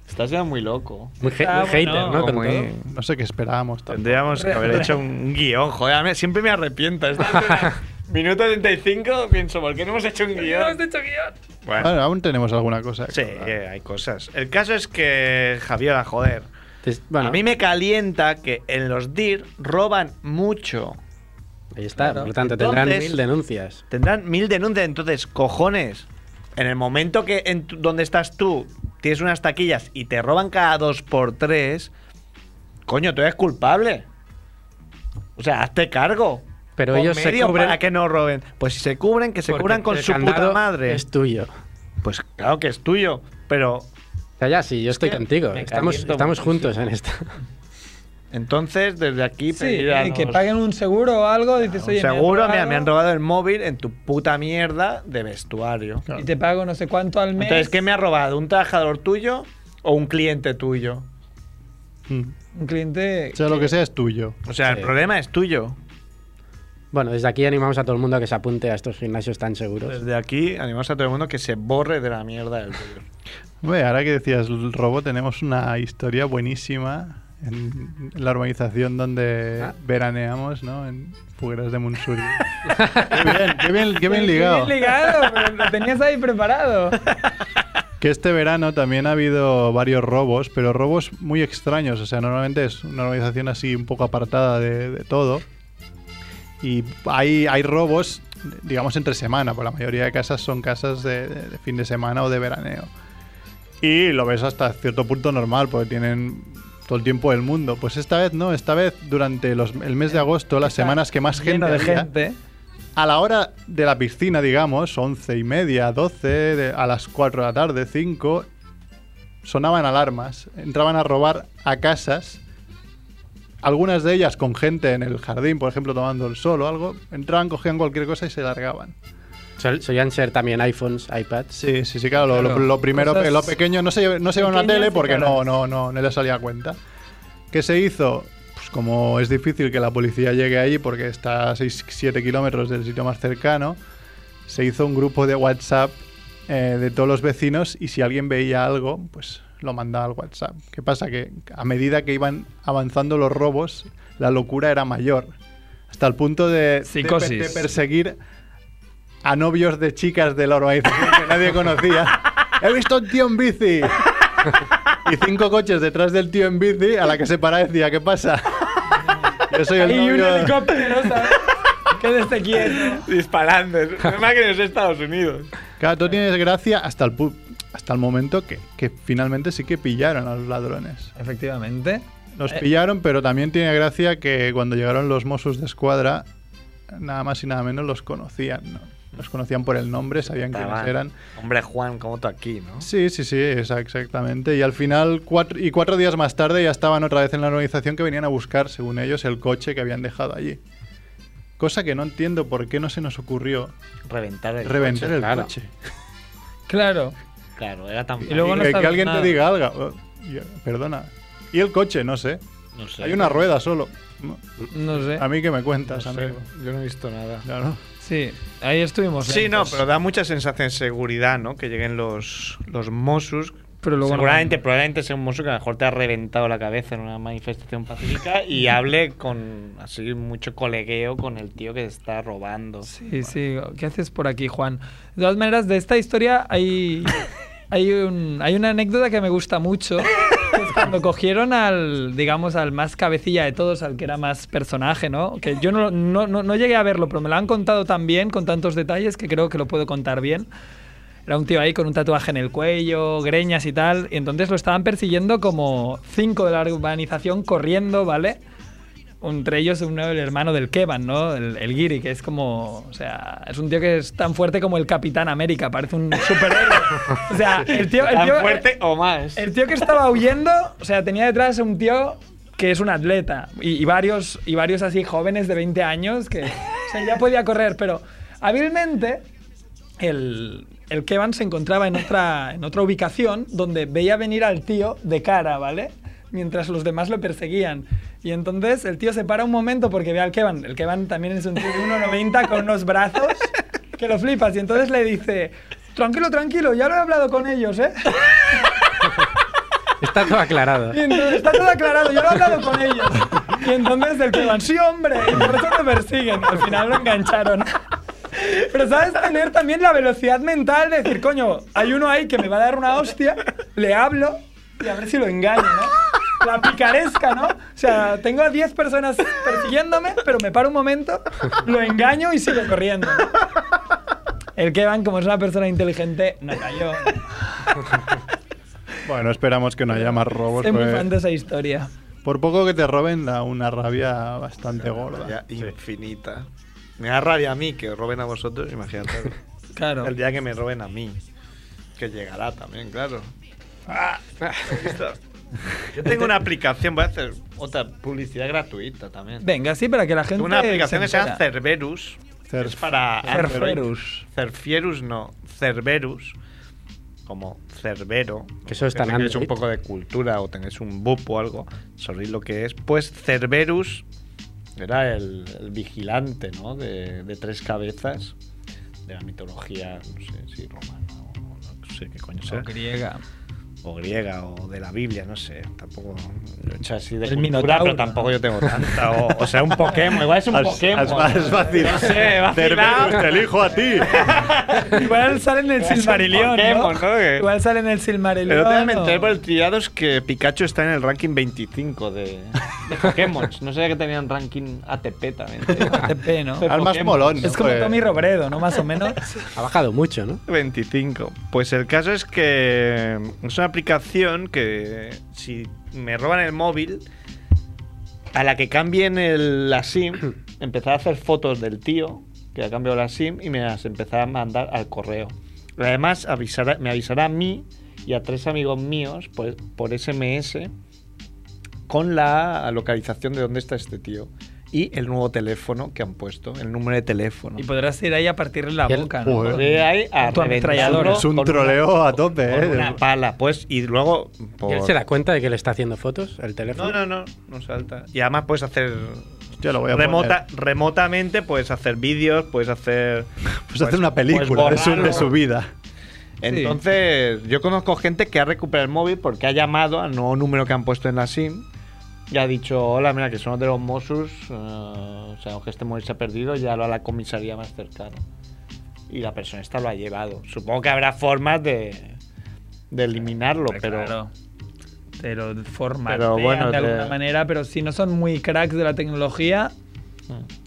[SPEAKER 2] Estás ya muy loco.
[SPEAKER 4] Muy, he-
[SPEAKER 1] Ah,
[SPEAKER 4] muy hater,
[SPEAKER 1] bueno.
[SPEAKER 4] ¿no? Con
[SPEAKER 2] Como
[SPEAKER 4] todo.
[SPEAKER 2] es.
[SPEAKER 5] No sé qué esperábamos. tampoco.
[SPEAKER 2] Tendríamos que haber hecho un un guión. Joder, a mí siempre me arrepiento. Esta- [LAUGHS] Minuto 35, pienso, ¿por qué no hemos hecho un
[SPEAKER 1] No
[SPEAKER 2] guión?
[SPEAKER 1] has hecho guión.
[SPEAKER 2] Bueno,
[SPEAKER 5] Bueno, aún tenemos alguna cosa. que
[SPEAKER 2] sí,
[SPEAKER 5] hablar.
[SPEAKER 2] eh, hay cosas. El caso es que, Javier, a joder.
[SPEAKER 4] Entonces, bueno,
[SPEAKER 2] A mí me calienta que en los DIR roban mucho.
[SPEAKER 4] ahí está.
[SPEAKER 1] Claro.
[SPEAKER 4] Por tanto, tendrán
[SPEAKER 2] Entonces-
[SPEAKER 4] mil denuncias.
[SPEAKER 2] Tendrán mil denuncias, entonces, cojones. En el momento que en tu- donde estás tú tienes unas taquillas y te roban cada dos por tres, coño, tú eres culpable. O sea, hazte cargo.
[SPEAKER 4] Pero
[SPEAKER 2] Pon
[SPEAKER 4] ellos se
[SPEAKER 2] medios
[SPEAKER 4] cubren-
[SPEAKER 2] para que no roben. Pues si se cubren, que se
[SPEAKER 4] Porque
[SPEAKER 2] cubran con
[SPEAKER 4] el
[SPEAKER 2] su puta
[SPEAKER 4] candado
[SPEAKER 2] madre.
[SPEAKER 4] Es tuyo.
[SPEAKER 2] Pues claro que es tuyo, pero
[SPEAKER 4] O sea, ya, sí, yo estoy
[SPEAKER 2] que
[SPEAKER 4] contigo.
[SPEAKER 3] me
[SPEAKER 4] Estamos,
[SPEAKER 3] caliento
[SPEAKER 4] estamos
[SPEAKER 3] muchísimo.
[SPEAKER 4] juntos en esta. [LAUGHS]
[SPEAKER 2] entonces desde aquí
[SPEAKER 1] Sí,
[SPEAKER 2] pedir a
[SPEAKER 1] eh, que
[SPEAKER 2] los-
[SPEAKER 1] paguen un seguro o algo.
[SPEAKER 2] a un
[SPEAKER 1] Dices, oye, me han
[SPEAKER 2] seguro, mira,
[SPEAKER 1] robado
[SPEAKER 2] me han robado el móvil en tu puta mierda de vestuario.
[SPEAKER 1] Y te pago no sé cuánto al mes.
[SPEAKER 2] Entonces, ¿qué me ha robado? ¿Un trabajador tuyo o un cliente tuyo?
[SPEAKER 5] Mm.
[SPEAKER 1] Un cliente.
[SPEAKER 5] O sea, lo que sea es tuyo.
[SPEAKER 2] O sea,
[SPEAKER 4] Sí.
[SPEAKER 2] el problema es tuyo.
[SPEAKER 4] Bueno, desde aquí animamos a todo el mundo a que se apunte a estos gimnasios tan seguros.
[SPEAKER 2] Desde aquí animamos a todo el mundo que se borre de la mierda del tuyo.
[SPEAKER 5] Hombre, ahora que decías el robo, tenemos una historia buenísima en la urbanización donde
[SPEAKER 4] Ah.
[SPEAKER 5] veraneamos, ¿no? En Fugueras de [LAUGHS] Montsuri. qué bien, qué bien, qué bien ligado.
[SPEAKER 1] Qué bien ligado, pero lo tenías ahí preparado.
[SPEAKER 5] Que este verano también ha habido varios robos, pero robos muy extraños. O sea, normalmente es una organización así un poco apartada de, de todo. Y hay, hay robos, digamos, entre semana, porque la mayoría de casas son casas de, de fin de semana o de veraneo. Y lo ves hasta cierto punto normal, porque tienen todo el tiempo del mundo. Pues esta vez no, esta vez durante los- el mes de agosto, las semanas que más gente
[SPEAKER 1] Lleno de
[SPEAKER 5] había,
[SPEAKER 1] gente.
[SPEAKER 5] a la hora de la piscina, digamos, once y media, 12, de- a las 4 de la tarde, 5, sonaban alarmas, entraban a robar a casas, algunas de ellas con gente en el jardín, por ejemplo, tomando el sol o algo, entraban, cogían cualquier cosa y se largaban.
[SPEAKER 4] Sol- Solían ser también iPhones, iPads.
[SPEAKER 5] Sí, sí, sí, claro, lo-
[SPEAKER 1] Claro,
[SPEAKER 5] lo, lo primero,
[SPEAKER 1] cosas
[SPEAKER 5] lo pequeño, no se lleva, no se lleva una
[SPEAKER 1] pequeñas
[SPEAKER 5] tele
[SPEAKER 1] y
[SPEAKER 5] porque no,
[SPEAKER 1] caras.
[SPEAKER 5] no, no, no le salía a cuenta. ¿Qué se hizo? Pues como es difícil que la policía llegue allí porque está a 6-7 kilómetros del sitio más cercano, se hizo un grupo de WhatsApp eh, de todos los vecinos y si alguien veía algo, pues lo mandaba al WhatsApp. ¿Qué pasa? Que a medida que iban avanzando los robos, la locura era mayor. Hasta el punto de, de-
[SPEAKER 1] Psicosis.
[SPEAKER 5] de perseguir a novios de chicas de la urbanización que nadie conocía. ¡He visto a un tío en bici! Y cinco coches detrás del tío en bici, a la que se paraba y decía, ¿qué pasa? Yo soy el
[SPEAKER 1] Y un
[SPEAKER 5] novio...
[SPEAKER 1] helicóptero,
[SPEAKER 5] [LAUGHS]
[SPEAKER 1] ¿sabes? Quédese quieto.
[SPEAKER 2] [LAUGHS] [LAUGHS] Disparando. El problema que es Estados Unidos.
[SPEAKER 5] Claro, tú tienes gracia hasta el, pu- hasta el momento que, que finalmente sí que pillaron a los ladrones.
[SPEAKER 1] Efectivamente.
[SPEAKER 5] Los
[SPEAKER 1] Eh.
[SPEAKER 5] pillaron, pero también tiene gracia que cuando llegaron los Mossos de Escuadra, nada más y nada menos los conocían, ¿no? Los conocían por el nombre, sabían quiénes
[SPEAKER 2] Estaban.
[SPEAKER 5] eran.
[SPEAKER 2] Hombre, Juan, como tú aquí, ¿no?
[SPEAKER 5] Sí, sí, sí, esa- exactamente. Y al final, cuatro, y cuatro días más tarde ya estaban otra vez en la organización que venían a buscar, según ellos, el coche que habían dejado allí. Cosa que no entiendo por qué no se nos ocurrió
[SPEAKER 2] Reventar el
[SPEAKER 5] reventar el
[SPEAKER 4] claro.
[SPEAKER 5] coche.
[SPEAKER 1] Claro.
[SPEAKER 2] coche. Claro, era tan
[SPEAKER 1] Y luego no
[SPEAKER 5] Y que, que
[SPEAKER 1] sabes
[SPEAKER 5] alguien
[SPEAKER 1] nada.
[SPEAKER 5] te diga algo. Oh, yo- perdona. Y el coche, no sé.
[SPEAKER 2] No sé.
[SPEAKER 5] Hay una rueda solo.
[SPEAKER 1] No sé.
[SPEAKER 5] A mí que me cuentas,
[SPEAKER 2] No sé,
[SPEAKER 5] amigo.
[SPEAKER 2] Yo no he visto nada.
[SPEAKER 5] Claro.
[SPEAKER 1] Sí, ahí estuvimos. ¿eh?
[SPEAKER 2] Sí, no,
[SPEAKER 1] lentos.
[SPEAKER 2] pero da mucha sensación de seguridad, ¿no? Que lleguen los, los Mossos.
[SPEAKER 1] Pero luego no.
[SPEAKER 2] Seguramente, probablemente sea un Mosso que a lo mejor te ha reventado la cabeza en una manifestación pacífica [LAUGHS] y hable con así mucho colegueo con el tío que está robando.
[SPEAKER 1] Sí, sí. ¿Qué haces por aquí, Juan? De todas maneras, de esta historia hay, hay, un- hay una anécdota que me gusta mucho. que es cuando cogieron al, digamos, al más cabecilla de todos, al que era más personaje, ¿no? Que yo no, no, no, no llegué a verlo, pero me lo han contado tan bien, con tantos detalles, que creo que lo puedo contar bien. Era un tío ahí con un tatuaje en el cuello, greñas y tal. Y entonces lo estaban persiguiendo como cinco de la urbanización corriendo, ¿vale? Entre ellos uno, el hermano del Kevan, ¿no? El, el Giri, que es como... O sea, es un tío que es tan fuerte como el Capitán América. Parece un superhéroe.
[SPEAKER 2] [LAUGHS]
[SPEAKER 1] O sea, el tío... El
[SPEAKER 2] Tan
[SPEAKER 1] tío
[SPEAKER 2] fuerte o más.
[SPEAKER 1] el tío que estaba huyendo, o sea, tenía detrás un tío que es un atleta y, y varios y varios así jóvenes de 20 años que o sea, ya podía correr, pero hábilmente el, el Kevan se encontraba en otra, en otra ubicación donde veía venir al tío de cara, ¿vale? Mientras los demás lo perseguían. Y entonces el tío se para un momento porque ve al Kevan. El Kevan también es un tío de 1,90 con unos brazos que lo flipas. Y entonces le dice, tranquilo, tranquilo, ya lo he hablado con ellos, ¿eh?
[SPEAKER 4] Está todo aclarado.
[SPEAKER 1] Y entonces, está todo aclarado, yo lo he hablado con ellos. Y entonces el que van, sí, hombre, y por eso te persiguen. Al final lo engancharon. Pero sabes tener también la velocidad mental de decir, coño, hay uno ahí que me va a dar una hostia, le hablo y a ver si lo engaño, ¿no? La picaresca, ¿no? O sea, tengo a 10 personas persiguiéndome, pero me paro un momento, lo engaño y sigo corriendo. ¿no? El que van, como es una persona inteligente, no cayó.
[SPEAKER 5] Bueno, esperamos que no haya más robos.
[SPEAKER 1] Es muy
[SPEAKER 5] porque
[SPEAKER 1] fan de esa historia.
[SPEAKER 5] Por poco que te roben, da una rabia bastante gorda.
[SPEAKER 2] Ya, infinita. Me da rabia a mí que os roben a vosotros, imagínate.
[SPEAKER 1] Claro.
[SPEAKER 2] El día que me roben a mí. Que llegará también, claro. [LAUGHS] Ah, listo. Yo tengo una aplicación, voy a hacer otra publicidad gratuita también.
[SPEAKER 1] Venga, sí, para que la gente.
[SPEAKER 2] Tengo una aplicación
[SPEAKER 1] se
[SPEAKER 2] que se llama
[SPEAKER 1] entera.
[SPEAKER 2] Cerberus. que
[SPEAKER 5] Cer-
[SPEAKER 2] es para Android.
[SPEAKER 1] Cerberus.
[SPEAKER 2] Cerfierus no, Cerberus. Como Cerbero.
[SPEAKER 4] Que eso está en
[SPEAKER 2] tenéis un
[SPEAKER 4] Android.
[SPEAKER 2] poco de cultura o tenéis un bup o algo, sabéis lo que es. Pues Cerberus era el, el vigilante, ¿no? De, de tres cabezas de la mitología, no sé si romana o no sé qué coño sea.
[SPEAKER 1] O griega.
[SPEAKER 2] O griega o de la Biblia, no sé. Tampoco. Lo he hecho así de
[SPEAKER 1] El
[SPEAKER 2] cultura,
[SPEAKER 1] Minotauro.
[SPEAKER 2] pero tampoco yo tengo tanta. O, o sea, un Pokémon. Igual es un
[SPEAKER 5] Has-
[SPEAKER 2] Pokémon.
[SPEAKER 5] has- has vacilado.
[SPEAKER 2] No sé, he vacilado.
[SPEAKER 5] Cerberus, te elijo a ti.
[SPEAKER 2] [LAUGHS]
[SPEAKER 1] Igual sale [LAUGHS] en el
[SPEAKER 2] Es un
[SPEAKER 1] Silmarillion.
[SPEAKER 2] Pokémon, ¿no? Que-
[SPEAKER 1] Igual sale en el Silmarillion.
[SPEAKER 2] El otro día me
[SPEAKER 1] o-
[SPEAKER 2] enteré por el trillados que Pikachu está en el ranking 25 de, de Pokémon. [LAUGHS] No sabía que tenían ranking ATP también.
[SPEAKER 1] ATP, [LAUGHS] ¿no?
[SPEAKER 5] Al más molón. ¿no?
[SPEAKER 1] Es como
[SPEAKER 5] Pues-
[SPEAKER 1] Tommy Robredo, ¿no? Más o menos.
[SPEAKER 4] Ha bajado mucho, ¿no?
[SPEAKER 2] 25. Pues el caso es que es una aplicación que si me roban el móvil, a la que cambien el- la SIM, empezar a hacer fotos del tío que ha cambiado la SIM y me las empezará a mandar al correo. Además, avisará, me avisará a mí y a tres amigos míos por, por SMS con la localización de dónde está este tío y el nuevo teléfono que han puesto, el número de teléfono.
[SPEAKER 1] Y podrás ir ahí a partirle la
[SPEAKER 4] Y el-
[SPEAKER 1] boca, ¿no?
[SPEAKER 5] Joder.
[SPEAKER 2] De ahí a
[SPEAKER 1] Tu ametralladora.
[SPEAKER 2] reventarlo
[SPEAKER 5] Es un
[SPEAKER 2] con una-
[SPEAKER 5] troleo a tope,
[SPEAKER 2] con
[SPEAKER 5] ¿eh?
[SPEAKER 2] Una pala, pues, y luego.
[SPEAKER 4] ¿Y él
[SPEAKER 2] por-
[SPEAKER 4] se da cuenta de que le está haciendo fotos el teléfono?
[SPEAKER 2] No, no, no, no salta. Y además puedes hacer.
[SPEAKER 5] Yo lo voy a
[SPEAKER 2] remota, remotamente puedes hacer vídeos, puedes hacer.
[SPEAKER 5] Pues hacer una película de
[SPEAKER 2] pues
[SPEAKER 5] su, de
[SPEAKER 2] borrarlo.
[SPEAKER 5] su vida.
[SPEAKER 2] Entonces, yo conozco gente que ha recuperado el móvil porque ha llamado al nuevo número que han puesto en la SIM y ha dicho: Hola, mira, que somos de los Mossos. eh, o sea, que este móvil se ha perdido, ya lo a la comisaría más cercana. Y la persona esta lo ha llevado. Supongo que habrá formas de, de eliminarlo, pero.
[SPEAKER 1] Claro. Te lo formatean
[SPEAKER 2] Pero bueno,
[SPEAKER 1] de
[SPEAKER 2] te-
[SPEAKER 1] alguna manera, pero si no son muy cracks de la tecnología,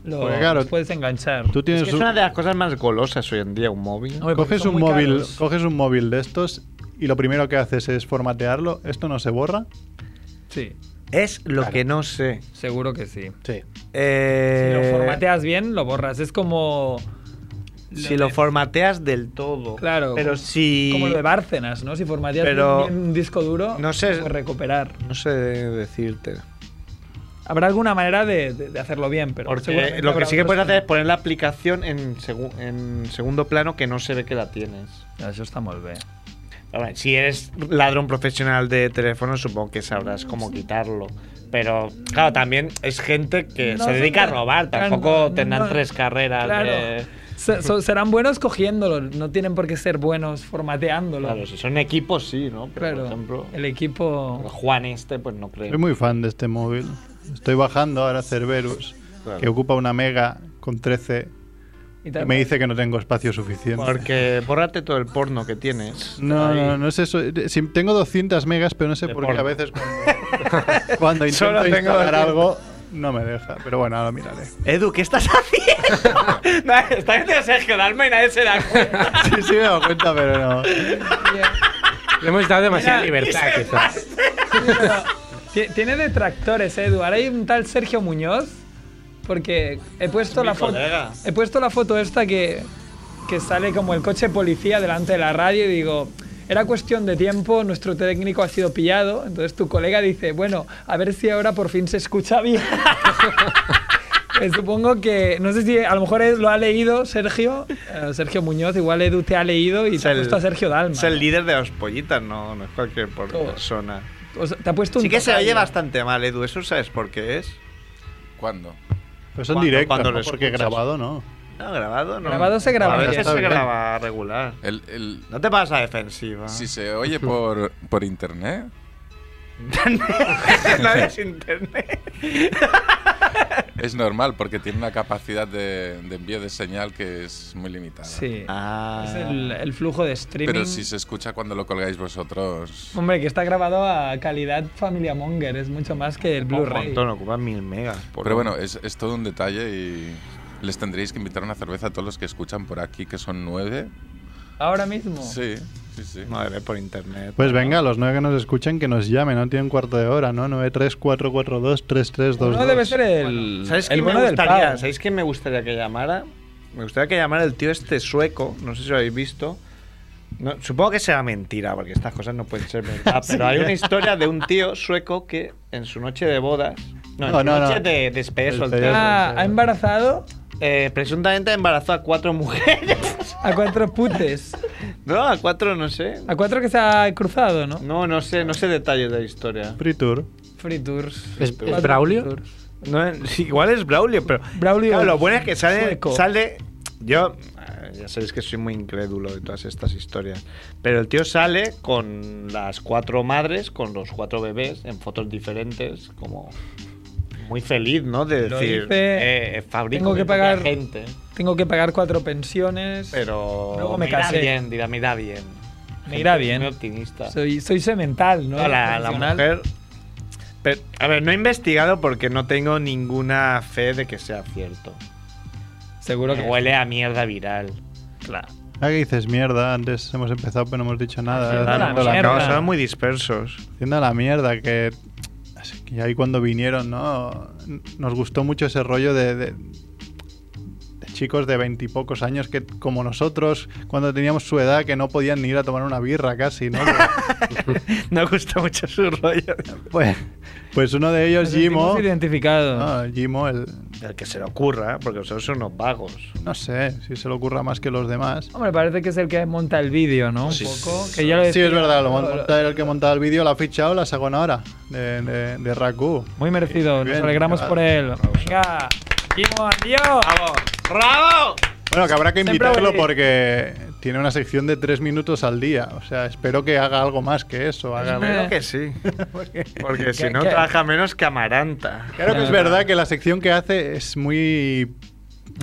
[SPEAKER 1] lo
[SPEAKER 5] Porque claro,
[SPEAKER 1] los puedes enganchar.
[SPEAKER 5] Tú
[SPEAKER 2] Es,
[SPEAKER 5] tienes
[SPEAKER 2] que es
[SPEAKER 5] un-
[SPEAKER 2] una de las cosas más golosas hoy en día, un móvil.
[SPEAKER 1] Hombre, porque
[SPEAKER 5] coges
[SPEAKER 1] son
[SPEAKER 5] un
[SPEAKER 1] muy
[SPEAKER 5] móvil,
[SPEAKER 1] caros.
[SPEAKER 5] coges un móvil de estos y lo primero que haces es formatearlo. Esto no se borra.
[SPEAKER 1] Sí,
[SPEAKER 2] Es lo
[SPEAKER 4] Claro.
[SPEAKER 2] que no sé.
[SPEAKER 1] seguro que sí.
[SPEAKER 4] Sí.
[SPEAKER 1] Si
[SPEAKER 2] Eh,
[SPEAKER 1] lo formateas bien, lo borras. Es como.
[SPEAKER 2] si
[SPEAKER 1] lo
[SPEAKER 2] lo
[SPEAKER 1] de-
[SPEAKER 2] formateas del todo.
[SPEAKER 1] Claro.
[SPEAKER 2] Pero si.
[SPEAKER 1] Como lo de Bárcenas, ¿no? Si formateas
[SPEAKER 2] Pero-
[SPEAKER 1] bien un disco duro,
[SPEAKER 2] no sé-
[SPEAKER 1] lo puedes recuperar.
[SPEAKER 2] No sé decirte.
[SPEAKER 1] Habrá alguna manera de, de- de hacerlo bien, pero
[SPEAKER 2] Porque
[SPEAKER 1] seguramente
[SPEAKER 2] lo que
[SPEAKER 1] habrá
[SPEAKER 2] sí que
[SPEAKER 1] otros
[SPEAKER 2] puedes hacer es
[SPEAKER 1] no.
[SPEAKER 2] poner la aplicación en, segu- en segundo plano que no se ve que la tienes.
[SPEAKER 1] Ya, Eso está muy bien.
[SPEAKER 2] Hombre, si eres ladrón profesional de teléfono, supongo que sabrás cómo quitarlo. Pero, claro, también es gente que
[SPEAKER 1] No
[SPEAKER 2] se
[SPEAKER 1] son
[SPEAKER 2] dedica a
[SPEAKER 1] tan-
[SPEAKER 2] robar.
[SPEAKER 1] tan-
[SPEAKER 2] Tampoco tendrán
[SPEAKER 1] no.
[SPEAKER 2] tres carreras.
[SPEAKER 1] Claro.
[SPEAKER 2] de-
[SPEAKER 1] Se-
[SPEAKER 2] [LAUGHS]
[SPEAKER 1] so- serán buenos cogiéndolo, no tienen por qué ser buenos formateándolo.
[SPEAKER 2] Claro, si son equipos, sí, ¿no? Pero,
[SPEAKER 1] Claro,
[SPEAKER 2] por ejemplo,
[SPEAKER 1] el
[SPEAKER 2] el
[SPEAKER 1] equipo.
[SPEAKER 2] Juan este, pues no creo.
[SPEAKER 5] Soy muy fan de este móvil. Estoy bajando ahora Cerberus,
[SPEAKER 2] Claro.
[SPEAKER 5] que ocupa una mega con 13
[SPEAKER 1] y
[SPEAKER 5] y
[SPEAKER 1] tal.
[SPEAKER 5] me dice que no tengo espacio suficiente.
[SPEAKER 1] [LAUGHS]
[SPEAKER 2] Porque Eh, bórrate todo el porno que tienes.
[SPEAKER 5] No,
[SPEAKER 2] Ahí.
[SPEAKER 5] no, no es eso. Si- tengo 200 megas, pero no sé
[SPEAKER 2] De
[SPEAKER 5] por qué a
[SPEAKER 2] porno.
[SPEAKER 5] veces cuando, cuando
[SPEAKER 2] Solo
[SPEAKER 5] intento
[SPEAKER 2] tengo
[SPEAKER 5] instalar
[SPEAKER 2] 200.
[SPEAKER 5] algo no me deja. Pero bueno, ahora miraré.
[SPEAKER 2] Edu, ¿qué estás haciendo? no, está haciendo Sergio Dalma y nadie se [LAUGHS] da cuenta.
[SPEAKER 5] Sí, sí me he dado cuenta, pero no.
[SPEAKER 4] Le hemos dado demasiada libertad,
[SPEAKER 1] [LAUGHS]
[SPEAKER 4] quizás.
[SPEAKER 1] Ti- Tiene detractores, Edu. Ahora hay un tal Sergio Muñoz. Porque he puesto
[SPEAKER 2] Mi
[SPEAKER 1] la foto.
[SPEAKER 2] colega.
[SPEAKER 1] He puesto la foto esta que, que sale como el coche policía delante de la radio y digo. Era cuestión de tiempo, nuestro técnico ha sido pillado, entonces tu colega dice, bueno, a ver si ahora por fin se escucha bien. [LAUGHS] Eh, Supongo que, no sé si a lo mejor lo ha leído Sergio, eh, Sergio Muñoz, igual Edu te ha leído y
[SPEAKER 2] Es
[SPEAKER 1] te ha
[SPEAKER 2] el-
[SPEAKER 1] puesto a Sergio Dalma.
[SPEAKER 2] Es el líder de las pollitas, no, no es cualquier por-
[SPEAKER 1] Todo.
[SPEAKER 2] persona.
[SPEAKER 1] O sea, te ha puesto un
[SPEAKER 2] Sí que se oye
[SPEAKER 1] tocayo.
[SPEAKER 2] bastante mal, Edu. ¿Eso sabes por qué es?
[SPEAKER 6] ¿Cuándo?
[SPEAKER 5] Pues son
[SPEAKER 2] Cuando-
[SPEAKER 5] directos,
[SPEAKER 2] cuando
[SPEAKER 5] ¿no?
[SPEAKER 2] lo
[SPEAKER 5] porque
[SPEAKER 2] escuchas.
[SPEAKER 5] grabado no.
[SPEAKER 2] No, grabado no.
[SPEAKER 1] Grabado se graba
[SPEAKER 2] A
[SPEAKER 1] bien.
[SPEAKER 2] veces se
[SPEAKER 5] Está
[SPEAKER 2] graba regular.
[SPEAKER 6] El, el-
[SPEAKER 9] Ah.
[SPEAKER 2] [LAUGHS] No te pasa defensiva.
[SPEAKER 6] si se oye por, por internet,
[SPEAKER 2] no [LAUGHS] es internet.
[SPEAKER 6] Es normal porque tiene una capacidad de, de envío de señal que es muy limitada.
[SPEAKER 1] Sí.
[SPEAKER 2] Ah.
[SPEAKER 1] Es el, el flujo de streaming.
[SPEAKER 6] Pero si se escucha cuando lo colgáis vosotros.
[SPEAKER 1] Hombre, que está grabado a calidad Familia Monger, es mucho más que el
[SPEAKER 2] Un
[SPEAKER 1] Blu-ray.
[SPEAKER 2] montón, ocupa mil megas. por
[SPEAKER 6] Pero
[SPEAKER 2] lo
[SPEAKER 6] bueno, es, es todo un detalle y les tendréis que invitar una cerveza a todos los que escuchan por aquí, que son nueve.
[SPEAKER 1] Ahora mismo.
[SPEAKER 6] Sí, sí, sí.
[SPEAKER 2] menos. Madre, por internet.
[SPEAKER 5] Pues venga, los nueve que nos escuchen, que nos llamen. No tienen cuarto de hora, ¿no? 934423322.
[SPEAKER 1] No debe ser el,
[SPEAKER 2] ¿Sabes
[SPEAKER 1] el
[SPEAKER 2] qué
[SPEAKER 1] bueno
[SPEAKER 2] me
[SPEAKER 1] del
[SPEAKER 2] gustaría?
[SPEAKER 1] pavo.
[SPEAKER 2] ¿Sabéis qué me gustaría que llamara? Me gustaría que llamara el tío este sueco, no sé si lo habéis visto. No, supongo que sea mentira, porque estas cosas no pueden ser [LAUGHS] verdad. Pero hay una historia de un tío sueco que en su noche de bodas. No, en
[SPEAKER 5] No,
[SPEAKER 2] su
[SPEAKER 5] no,
[SPEAKER 2] noche
[SPEAKER 5] no.
[SPEAKER 2] de despedida
[SPEAKER 5] El
[SPEAKER 2] soltera,
[SPEAKER 1] Ah,
[SPEAKER 5] Sí.
[SPEAKER 1] ha embarazado
[SPEAKER 2] eh, presuntamente embarazó a cuatro [LAUGHS] mujeres.
[SPEAKER 1] a cuatro putes.
[SPEAKER 2] No, a cuatro no sé.
[SPEAKER 1] A cuatro que se ha cruzado, ¿no?
[SPEAKER 2] No, no sé, no sé detalles de la historia.
[SPEAKER 5] Free Tour.
[SPEAKER 1] Free Tours.
[SPEAKER 4] ¿Es- es
[SPEAKER 1] Cuatro
[SPEAKER 4] Braulio?
[SPEAKER 1] Free Tours.
[SPEAKER 2] No, eh, sí, igual es Braulio, pero.
[SPEAKER 1] Braulio
[SPEAKER 2] Claro, lo
[SPEAKER 1] es
[SPEAKER 2] bueno es que sale.
[SPEAKER 1] sueco.
[SPEAKER 2] sale yo. eh, Ya sabéis que soy muy incrédulo de todas estas historias. Pero el tío sale con las cuatro madres, con los cuatro bebés, en fotos diferentes, como. Muy feliz, ¿no? De
[SPEAKER 1] Lo
[SPEAKER 2] decir.
[SPEAKER 1] dice,
[SPEAKER 2] Eh, fabrico
[SPEAKER 1] tengo que
[SPEAKER 2] mi propia
[SPEAKER 1] pagar-
[SPEAKER 2] gente.
[SPEAKER 1] Tengo que pagar cuatro pensiones.
[SPEAKER 2] Pero.
[SPEAKER 1] Luego me
[SPEAKER 2] irá
[SPEAKER 1] casé.
[SPEAKER 2] bien, dirá, me irá bien.
[SPEAKER 1] Me irá
[SPEAKER 2] Gente
[SPEAKER 1] bien.
[SPEAKER 2] Muy optimista.
[SPEAKER 1] Soy, soy semental, ¿no?
[SPEAKER 2] No, la, la
[SPEAKER 1] Profesional.
[SPEAKER 2] mujer. Pero, a ver, no he investigado porque no tengo ninguna fe de que sea cierto.
[SPEAKER 1] Seguro que.
[SPEAKER 2] Me huele a mierda viral.
[SPEAKER 5] Ah, que dices mierda. Antes hemos empezado, pero no hemos dicho nada.
[SPEAKER 1] Haciendo la
[SPEAKER 5] Haciendo la
[SPEAKER 1] mierda.
[SPEAKER 2] No, son muy dispersos.
[SPEAKER 5] Haciendo la mierda, que. así que ahí cuando vinieron, ¿no? Nos gustó mucho ese rollo de. de- de chicos de veintipocos años que, como nosotros, cuando teníamos su edad, que no podían ni ir a tomar una birra casi,
[SPEAKER 2] [LAUGHS]
[SPEAKER 5] ¿no?
[SPEAKER 1] [LAUGHS]
[SPEAKER 2] No gusta mucho su rollo.
[SPEAKER 5] Pues, pues uno de ellos,
[SPEAKER 1] Nos sentimos
[SPEAKER 5] Jimo.
[SPEAKER 1] identificados.
[SPEAKER 4] Ah,
[SPEAKER 5] No, Jimo, el.
[SPEAKER 2] El que se le ocurra, porque vosotros son unos vagos.
[SPEAKER 5] No sé, si se le ocurra más que los demás.
[SPEAKER 1] Hombre, parece que es el que monta el vídeo, ¿no? Un
[SPEAKER 2] Sí,
[SPEAKER 1] poco.
[SPEAKER 2] sí,
[SPEAKER 1] Que ya lo
[SPEAKER 5] Sí,
[SPEAKER 1] decía-
[SPEAKER 5] es verdad, lo
[SPEAKER 1] lo-
[SPEAKER 5] monta era el que montaba el vídeo, la ha fichado, la sacó ahora de, de, de Raku.
[SPEAKER 1] Muy merecido,
[SPEAKER 5] Bien,
[SPEAKER 1] nos alegramos
[SPEAKER 5] claro.
[SPEAKER 1] por él. Venga, Kimo, adiós.
[SPEAKER 2] ¡Bravo!
[SPEAKER 5] Bueno, que habrá que
[SPEAKER 1] Siempre
[SPEAKER 5] invitarlo
[SPEAKER 1] voy.
[SPEAKER 5] porque tiene una sección de tres minutos al día. O sea, espero que haga algo más que eso. haga algo-
[SPEAKER 2] Creo que sí. Eh. [LAUGHS] Porque si
[SPEAKER 1] ¿Qué-
[SPEAKER 2] no,
[SPEAKER 1] qué?
[SPEAKER 2] trabaja menos que Amaranta.
[SPEAKER 5] Claro que es verdad que la sección que hace es muy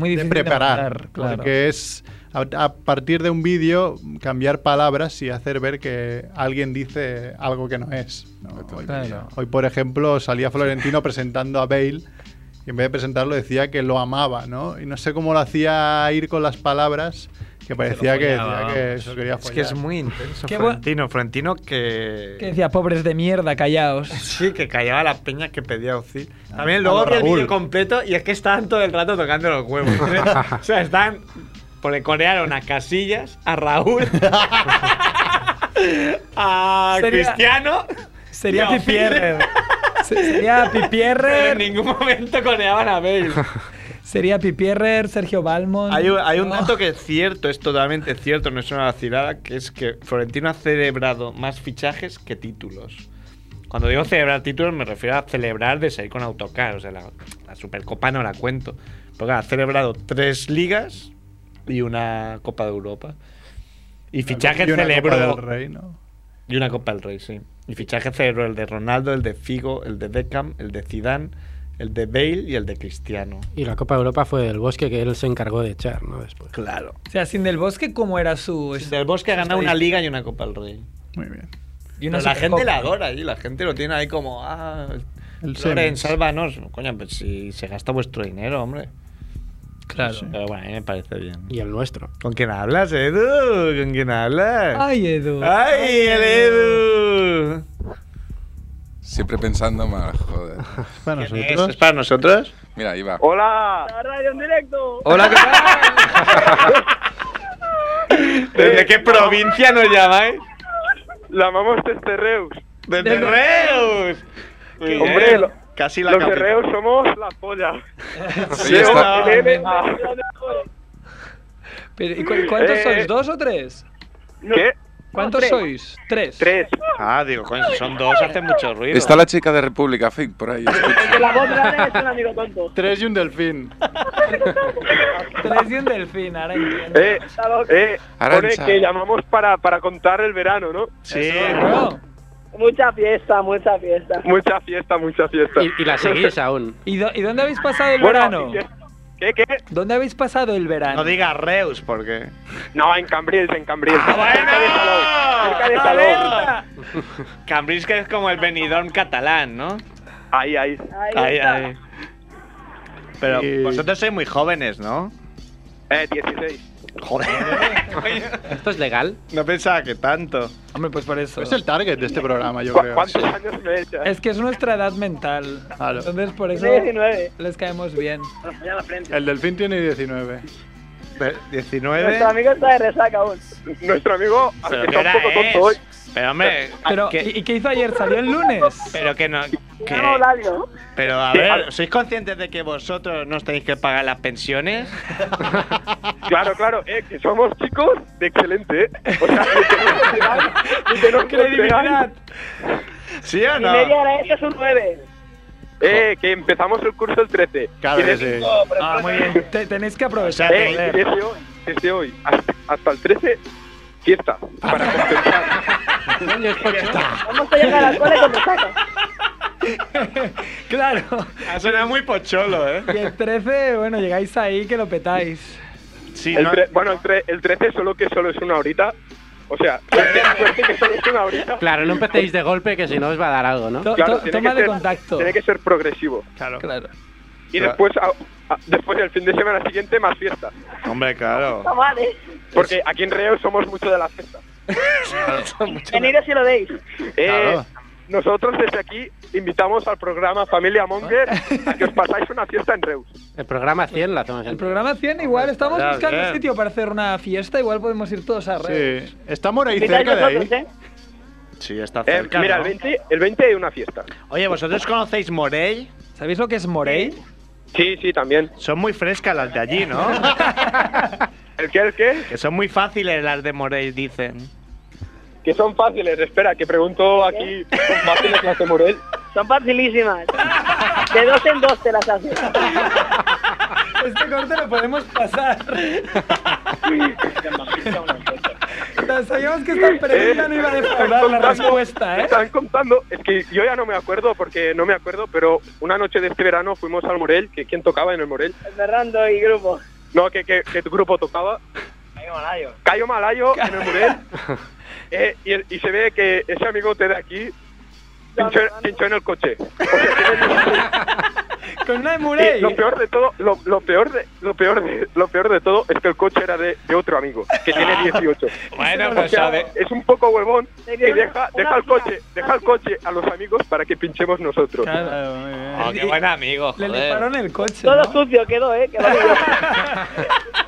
[SPEAKER 1] Muy difícil
[SPEAKER 5] de
[SPEAKER 1] de
[SPEAKER 5] preparar.
[SPEAKER 1] montar, claro.
[SPEAKER 5] Porque es a, a partir de un vídeo cambiar palabras y hacer ver que alguien dice algo que no es. ¿no? Hoy,
[SPEAKER 1] Claro.
[SPEAKER 5] hoy, por ejemplo, salía Florentino presentando a Bale y en vez de presentarlo decía que lo amaba, ¿no? Y no sé cómo lo hacía ir con las palabras que parecía que,
[SPEAKER 1] follaba,
[SPEAKER 5] decía que se lo quería
[SPEAKER 2] Es que es
[SPEAKER 5] follar.
[SPEAKER 2] muy intenso.
[SPEAKER 1] Qué bu-
[SPEAKER 2] Florentino, Florentino que.
[SPEAKER 1] Que decía, pobres de mierda, callaos.
[SPEAKER 2] Sí, que callaba la peña que pedía Ozil.
[SPEAKER 5] a
[SPEAKER 2] También luego
[SPEAKER 5] lo
[SPEAKER 2] vi el
[SPEAKER 5] Raúl.
[SPEAKER 2] vídeo completo y es que estaban todo el rato tocando los huevos.
[SPEAKER 1] [LAUGHS]
[SPEAKER 2] o sea, están. Porque corearon a Casillas, a Raúl, [LAUGHS] a
[SPEAKER 1] Sería-
[SPEAKER 2] Cristiano.
[SPEAKER 1] Sería
[SPEAKER 2] y a Ozil.
[SPEAKER 1] Pipierre. Se- Sería
[SPEAKER 2] Pero en
[SPEAKER 1] Pipierrer.
[SPEAKER 2] ningún momento coreaban a
[SPEAKER 5] [LAUGHS]
[SPEAKER 2] Bale.
[SPEAKER 1] Sería Pipierrer, Sergio Balmont.
[SPEAKER 2] Hay un, hay un
[SPEAKER 1] Oh.
[SPEAKER 2] dato que es cierto, es totalmente cierto, no es una vacilada, que es que Florentino ha celebrado más fichajes que títulos. Cuando digo celebrar títulos me refiero a celebrar de salir con autocar, o sea, la, la Supercopa no la cuento. Porque ha celebrado tres ligas y una Copa de Europa. Y fichajes
[SPEAKER 5] Y una Copa del
[SPEAKER 2] celebró...
[SPEAKER 5] Rey, ¿no?
[SPEAKER 2] Y una Copa del Rey, sí. Y fichajes celebró el de Ronaldo, el de Figo, el de Beckham, el de Zidane, el de Bale y el de Cristiano.
[SPEAKER 4] Y la Copa de Europa fue del Bosque que él se encargó de echar, ¿no? Después.
[SPEAKER 2] Claro.
[SPEAKER 1] O sea, sin del bosque, ¿cómo era su.
[SPEAKER 2] Pues Del Bosque ha ganado una liga y una Copa del Rey.
[SPEAKER 5] Muy bien.
[SPEAKER 1] y
[SPEAKER 2] Pero la
[SPEAKER 1] supercopa?
[SPEAKER 2] gente la adora y la gente lo tiene ahí como, ah,
[SPEAKER 5] El
[SPEAKER 2] Loren,
[SPEAKER 5] semis.
[SPEAKER 2] sálvanos. Coño, pues si se gasta vuestro dinero, hombre.
[SPEAKER 1] Claro.
[SPEAKER 2] Pero bueno, a mí me parece bien.
[SPEAKER 4] Y el nuestro.
[SPEAKER 2] ¿Con quién hablas, Edu? ¿Con quién hablas?
[SPEAKER 1] Ay, Edu.
[SPEAKER 2] ¡Ay, el Edu!
[SPEAKER 6] Siempre pensando más, joder.
[SPEAKER 5] Para
[SPEAKER 9] este
[SPEAKER 2] ¿Eso es
[SPEAKER 5] nosotros.
[SPEAKER 2] para nosotros?
[SPEAKER 6] Mira, ahí
[SPEAKER 9] Oh,
[SPEAKER 6] va.
[SPEAKER 8] Hola.
[SPEAKER 2] Hola, ¿qué
[SPEAKER 8] [LAUGHS]
[SPEAKER 2] tal? ¿Desde qué provincia nos llamáis?
[SPEAKER 8] Eh, La mamamos Testerreus.
[SPEAKER 2] Desde Reus. Muy bien.
[SPEAKER 8] Hombre, lo-
[SPEAKER 2] casi la
[SPEAKER 8] Los
[SPEAKER 2] capital.
[SPEAKER 8] Terreus somos la polla.
[SPEAKER 6] Sí, está-
[SPEAKER 2] hola.
[SPEAKER 8] Ah.
[SPEAKER 1] Pero, ¿y cu- ¿Cuántos
[SPEAKER 8] Eh,
[SPEAKER 1] sois?
[SPEAKER 8] eh.
[SPEAKER 1] ¿Dos o tres?
[SPEAKER 8] ¿Qué?
[SPEAKER 1] ¿Cuántos sois? Tres.
[SPEAKER 8] Tres.
[SPEAKER 2] Ah, digo, coño, si son dos, hace mucho ruido.
[SPEAKER 6] Está la chica de República Fake por ahí. escucha.
[SPEAKER 5] Tres y un delfín.
[SPEAKER 1] [LAUGHS] Tres y un delfín, ahora entiendo.
[SPEAKER 8] Eh, eh, [LAUGHS] pone
[SPEAKER 6] Arantxa.
[SPEAKER 8] que llamamos para, para contar el verano, ¿no?
[SPEAKER 2] Sí,
[SPEAKER 1] Claro.
[SPEAKER 10] Mucha fiesta, mucha fiesta.
[SPEAKER 9] Mucha fiesta, mucha fiesta.
[SPEAKER 4] Y, y la seguís aún.
[SPEAKER 1] ¿Y, do- y dónde habéis pasado el
[SPEAKER 9] Bueno,
[SPEAKER 1] verano?
[SPEAKER 9] ¿y ¿Qué, qué?
[SPEAKER 1] ¿Dónde habéis pasado el verano?
[SPEAKER 2] No digas Reus, porque. Ah,
[SPEAKER 9] No, en Cambrils, en Cambrils. Cerca de Salou. Cerca de Salou.
[SPEAKER 2] ¡Alerta! Cambrils que es como el Benidorm catalán, ¿no?
[SPEAKER 9] Ahí, ahí.
[SPEAKER 10] Ahí
[SPEAKER 2] Ahí,
[SPEAKER 10] está.
[SPEAKER 2] ahí. Pero
[SPEAKER 5] Sí.
[SPEAKER 2] vosotros sois muy jóvenes, ¿no?
[SPEAKER 9] Eh, 16.
[SPEAKER 2] Joder.
[SPEAKER 4] ¿Esto es legal?
[SPEAKER 2] [LAUGHS] no pensaba que tanto.
[SPEAKER 1] Hombre, pues por eso.
[SPEAKER 5] Es el target de este programa, yo
[SPEAKER 9] ¿Cu-
[SPEAKER 5] creo.
[SPEAKER 9] ¿Cuántos años me echas?
[SPEAKER 1] Es que es nuestra edad mental.
[SPEAKER 5] Claro.
[SPEAKER 1] Entonces por eso
[SPEAKER 10] 19.
[SPEAKER 1] les caemos bien.
[SPEAKER 5] El delfín tiene 19.
[SPEAKER 2] Pero,
[SPEAKER 10] Nuestro
[SPEAKER 2] 19.
[SPEAKER 10] amigo está de resaca aún.
[SPEAKER 9] Nuestro amigo,
[SPEAKER 2] Pero
[SPEAKER 9] aunque
[SPEAKER 2] ¿qué
[SPEAKER 9] está un
[SPEAKER 2] hora
[SPEAKER 9] poco
[SPEAKER 2] es?
[SPEAKER 9] tonto hoy.
[SPEAKER 2] Pero hombre,
[SPEAKER 1] Pero,
[SPEAKER 2] que-
[SPEAKER 1] ¿y, y qué hizo ayer? ¿Salió el lunes?
[SPEAKER 2] pero que no. que-
[SPEAKER 10] Llama Eulalio.
[SPEAKER 2] pero a
[SPEAKER 9] Sí,
[SPEAKER 2] ver,
[SPEAKER 9] a-
[SPEAKER 2] ¿sois conscientes de que vosotros no os tenéis que pagar las pensiones?
[SPEAKER 9] Claro, claro, eh, que somos chicos de excelente, eh. O sea, que tenemos edad y que nos
[SPEAKER 1] Credibilidad.
[SPEAKER 9] entregan,
[SPEAKER 2] ¿Sí o
[SPEAKER 10] Y
[SPEAKER 2] no?
[SPEAKER 10] media hora esa es un 9.
[SPEAKER 9] eh, que empezamos el curso el 13.
[SPEAKER 5] Claro que sí.
[SPEAKER 1] Ah, muy bien. Te- tenéis que aprovechar.
[SPEAKER 2] O sea,
[SPEAKER 9] Eh,
[SPEAKER 1] joder.
[SPEAKER 9] desde hoy, desde hoy hasta, hasta el 13, fiesta, para compensar.
[SPEAKER 4] Coño, es pocho.
[SPEAKER 10] Vamos a llegar al cole con resaca.
[SPEAKER 1] Claro.
[SPEAKER 2] Ha sonado Ah, muy pocholo, ¿eh?
[SPEAKER 1] Y el 13, bueno, llegáis ahí que lo petáis.
[SPEAKER 2] Sí,
[SPEAKER 9] El
[SPEAKER 2] no-
[SPEAKER 9] tre- bueno, el, tre- el 13 solo que solo es una horita. O sea, suerte, suerte que solo es una horita.
[SPEAKER 4] Claro, no empecéis de golpe que si no os va a dar algo, ¿no?
[SPEAKER 1] To-
[SPEAKER 9] Claro,
[SPEAKER 1] to-
[SPEAKER 9] tiene
[SPEAKER 1] toma
[SPEAKER 9] que
[SPEAKER 1] de
[SPEAKER 9] ser-
[SPEAKER 1] contacto.
[SPEAKER 9] Tiene que ser progresivo.
[SPEAKER 2] Claro.
[SPEAKER 1] Claro.
[SPEAKER 9] Y
[SPEAKER 2] Claro.
[SPEAKER 9] después, a- a- después el fin de semana siguiente, más fiesta.
[SPEAKER 2] Hombre, claro.
[SPEAKER 10] No vale.
[SPEAKER 9] Porque aquí en Reus somos mucho de la fiesta.
[SPEAKER 10] Venid si lo veis.
[SPEAKER 9] Eh,
[SPEAKER 5] Claro.
[SPEAKER 9] Nosotros desde aquí invitamos al programa Familia Monger a que os pasáis una fiesta en Reus.
[SPEAKER 4] El programa 100 lo hacemos
[SPEAKER 1] El
[SPEAKER 4] en...
[SPEAKER 1] programa 100 igual, estamos
[SPEAKER 2] ya,
[SPEAKER 1] buscando
[SPEAKER 2] bien.
[SPEAKER 1] un sitio para hacer una fiesta, igual podemos ir todos a redes.
[SPEAKER 5] Sí. ¿Estamos ahí
[SPEAKER 10] Invitáis
[SPEAKER 5] cerca de
[SPEAKER 10] vosotros,
[SPEAKER 5] ahí?
[SPEAKER 10] ¿eh?
[SPEAKER 2] Sí, está
[SPEAKER 9] Eh,
[SPEAKER 2] cerca.
[SPEAKER 9] mira,
[SPEAKER 2] ¿no?
[SPEAKER 9] el, 20, el 20 hay una fiesta.
[SPEAKER 2] Oye, ¿vosotros conocéis Morell?
[SPEAKER 1] ¿Sabéis lo que es Morey?
[SPEAKER 9] Sí, sí, también.
[SPEAKER 2] Son muy frescas las de allí, ¿no?
[SPEAKER 9] ¿El qué? ¿El qué?
[SPEAKER 2] que son muy fáciles las de Morell, dicen.
[SPEAKER 9] Que son fáciles. Espera, que
[SPEAKER 2] [LAUGHS]
[SPEAKER 9] pregunto aquí. Son fáciles las de Morel.
[SPEAKER 10] Son facilísimas. De dos en dos te las haces.
[SPEAKER 1] [LAUGHS] Este corte lo podemos pasar. Sabíamos que esta pregunta no iba a defraudar la respuesta, ¿eh?
[SPEAKER 9] Están contando, es que yo ya no me acuerdo porque no me acuerdo, pero una noche de este verano fuimos al Morel, que quién tocaba en el Morel.
[SPEAKER 10] Fernando y grupo.
[SPEAKER 9] No, que, que, que tu grupo tocaba. Cayo Malayo. Cayo Malayo en
[SPEAKER 1] [LAUGHS]
[SPEAKER 9] el Morel. Eh, y, el- y se ve que ese amigote de aquí pinchó, pinchó en el coche. O sea,
[SPEAKER 1] [LAUGHS]
[SPEAKER 9] tiene-
[SPEAKER 1] Con una de
[SPEAKER 9] Y
[SPEAKER 1] Morey.
[SPEAKER 9] lo peor de todo, lo, lo peor de, lo peor de, lo peor de todo es que el coche era de, de otro amigo, que
[SPEAKER 1] Ah.
[SPEAKER 9] tiene 18.
[SPEAKER 2] Bueno,
[SPEAKER 1] pues
[SPEAKER 9] O sea, es un poco huevón que deja, deja el coche, deja el coche a los amigos para que pinchemos nosotros.
[SPEAKER 1] Claro.
[SPEAKER 2] Oh, qué buen amigo,
[SPEAKER 1] Le
[SPEAKER 2] joder.
[SPEAKER 1] limpiaron el coche.
[SPEAKER 10] Todo
[SPEAKER 1] ¿no?
[SPEAKER 10] sucio quedó, ¿eh? Que
[SPEAKER 8] [LAUGHS]
[SPEAKER 10] vale.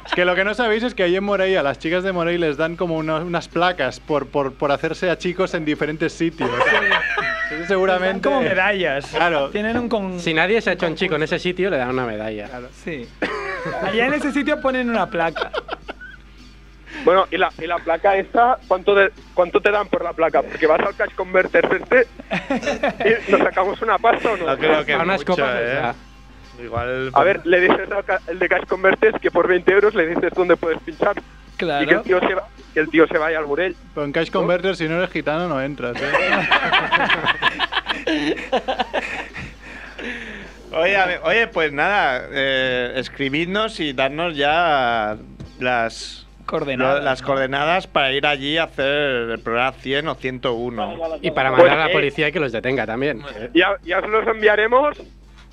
[SPEAKER 5] Es que lo que no sabéis es que ahí en Morey a las chicas de Morey les dan como unos- unas placas por, por, por hacerse a chicos en diferentes sitios. Entonces,
[SPEAKER 1] Están
[SPEAKER 5] seguramente.
[SPEAKER 1] como medallas.
[SPEAKER 5] Claro.
[SPEAKER 1] Tienen un con.
[SPEAKER 4] Si nadie se ha hecho un chico en ese sitio, le dan una medalla.
[SPEAKER 1] Sí. Allá en ese sitio ponen una placa.
[SPEAKER 9] Bueno, y la, y la placa esta, ¿cuánto, de- ¿cuánto te dan por la placa? Porque vas al Cash Converter este y nos sacamos una pasta o no.
[SPEAKER 2] No creo que
[SPEAKER 4] Para unas
[SPEAKER 2] mucho,
[SPEAKER 4] copas,
[SPEAKER 2] ¿eh?
[SPEAKER 4] o sea,
[SPEAKER 2] Igual.
[SPEAKER 9] A ver, le dices al ca- el de Cash Converter que por 20 euros le dices dónde puedes pinchar y que el
[SPEAKER 1] Claro.
[SPEAKER 9] tío se, va- que el tío se vaya al Murel.
[SPEAKER 5] Pero en Cash Converter, si no eres gitano, no entras. ¿eh?
[SPEAKER 2] Oye, a ver, oye, pues nada, eh, escribidnos y darnos ya las.
[SPEAKER 1] Coordenadas,
[SPEAKER 2] lo- las
[SPEAKER 1] ¿no?
[SPEAKER 2] coordenadas para ir allí a hacer el programa 100 o 101.
[SPEAKER 4] Y para mandar a la
[SPEAKER 9] eh.
[SPEAKER 4] policía y que los detenga también.
[SPEAKER 9] Ya, ya os los enviaremos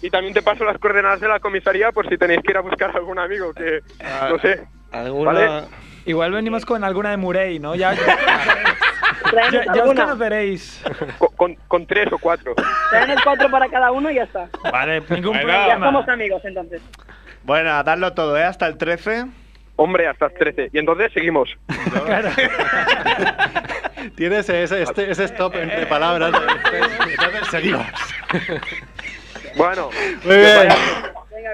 [SPEAKER 9] y también te paso las coordenadas de la comisaría por si tenéis que ir a buscar a algún amigo que
[SPEAKER 2] Ah.
[SPEAKER 9] no sé.
[SPEAKER 2] ¿Alguna?
[SPEAKER 9] Vale.
[SPEAKER 1] Igual venimos con alguna de Murey, ¿no? Ya, ya,
[SPEAKER 10] Traen
[SPEAKER 1] ya os
[SPEAKER 10] alguna.
[SPEAKER 1] conoceréis.
[SPEAKER 9] co- Con, con tres o cuatro.
[SPEAKER 10] Traen el cuatro para cada uno y ya está.
[SPEAKER 1] Vale, ningún
[SPEAKER 10] Ya
[SPEAKER 1] problema.
[SPEAKER 10] somos amigos entonces.
[SPEAKER 2] [LAUGHS] Bueno, a darlo todo, ¿eh? Hasta el 13.
[SPEAKER 9] Hombre, hasta las 13. Y entonces seguimos.
[SPEAKER 1] Claro.
[SPEAKER 5] Tienes ese, este- ese stop entre
[SPEAKER 2] [LAUGHS]
[SPEAKER 5] palabras. Entonces, seguimos.
[SPEAKER 2] [LAUGHS]
[SPEAKER 9] Bueno,
[SPEAKER 5] Muy bien.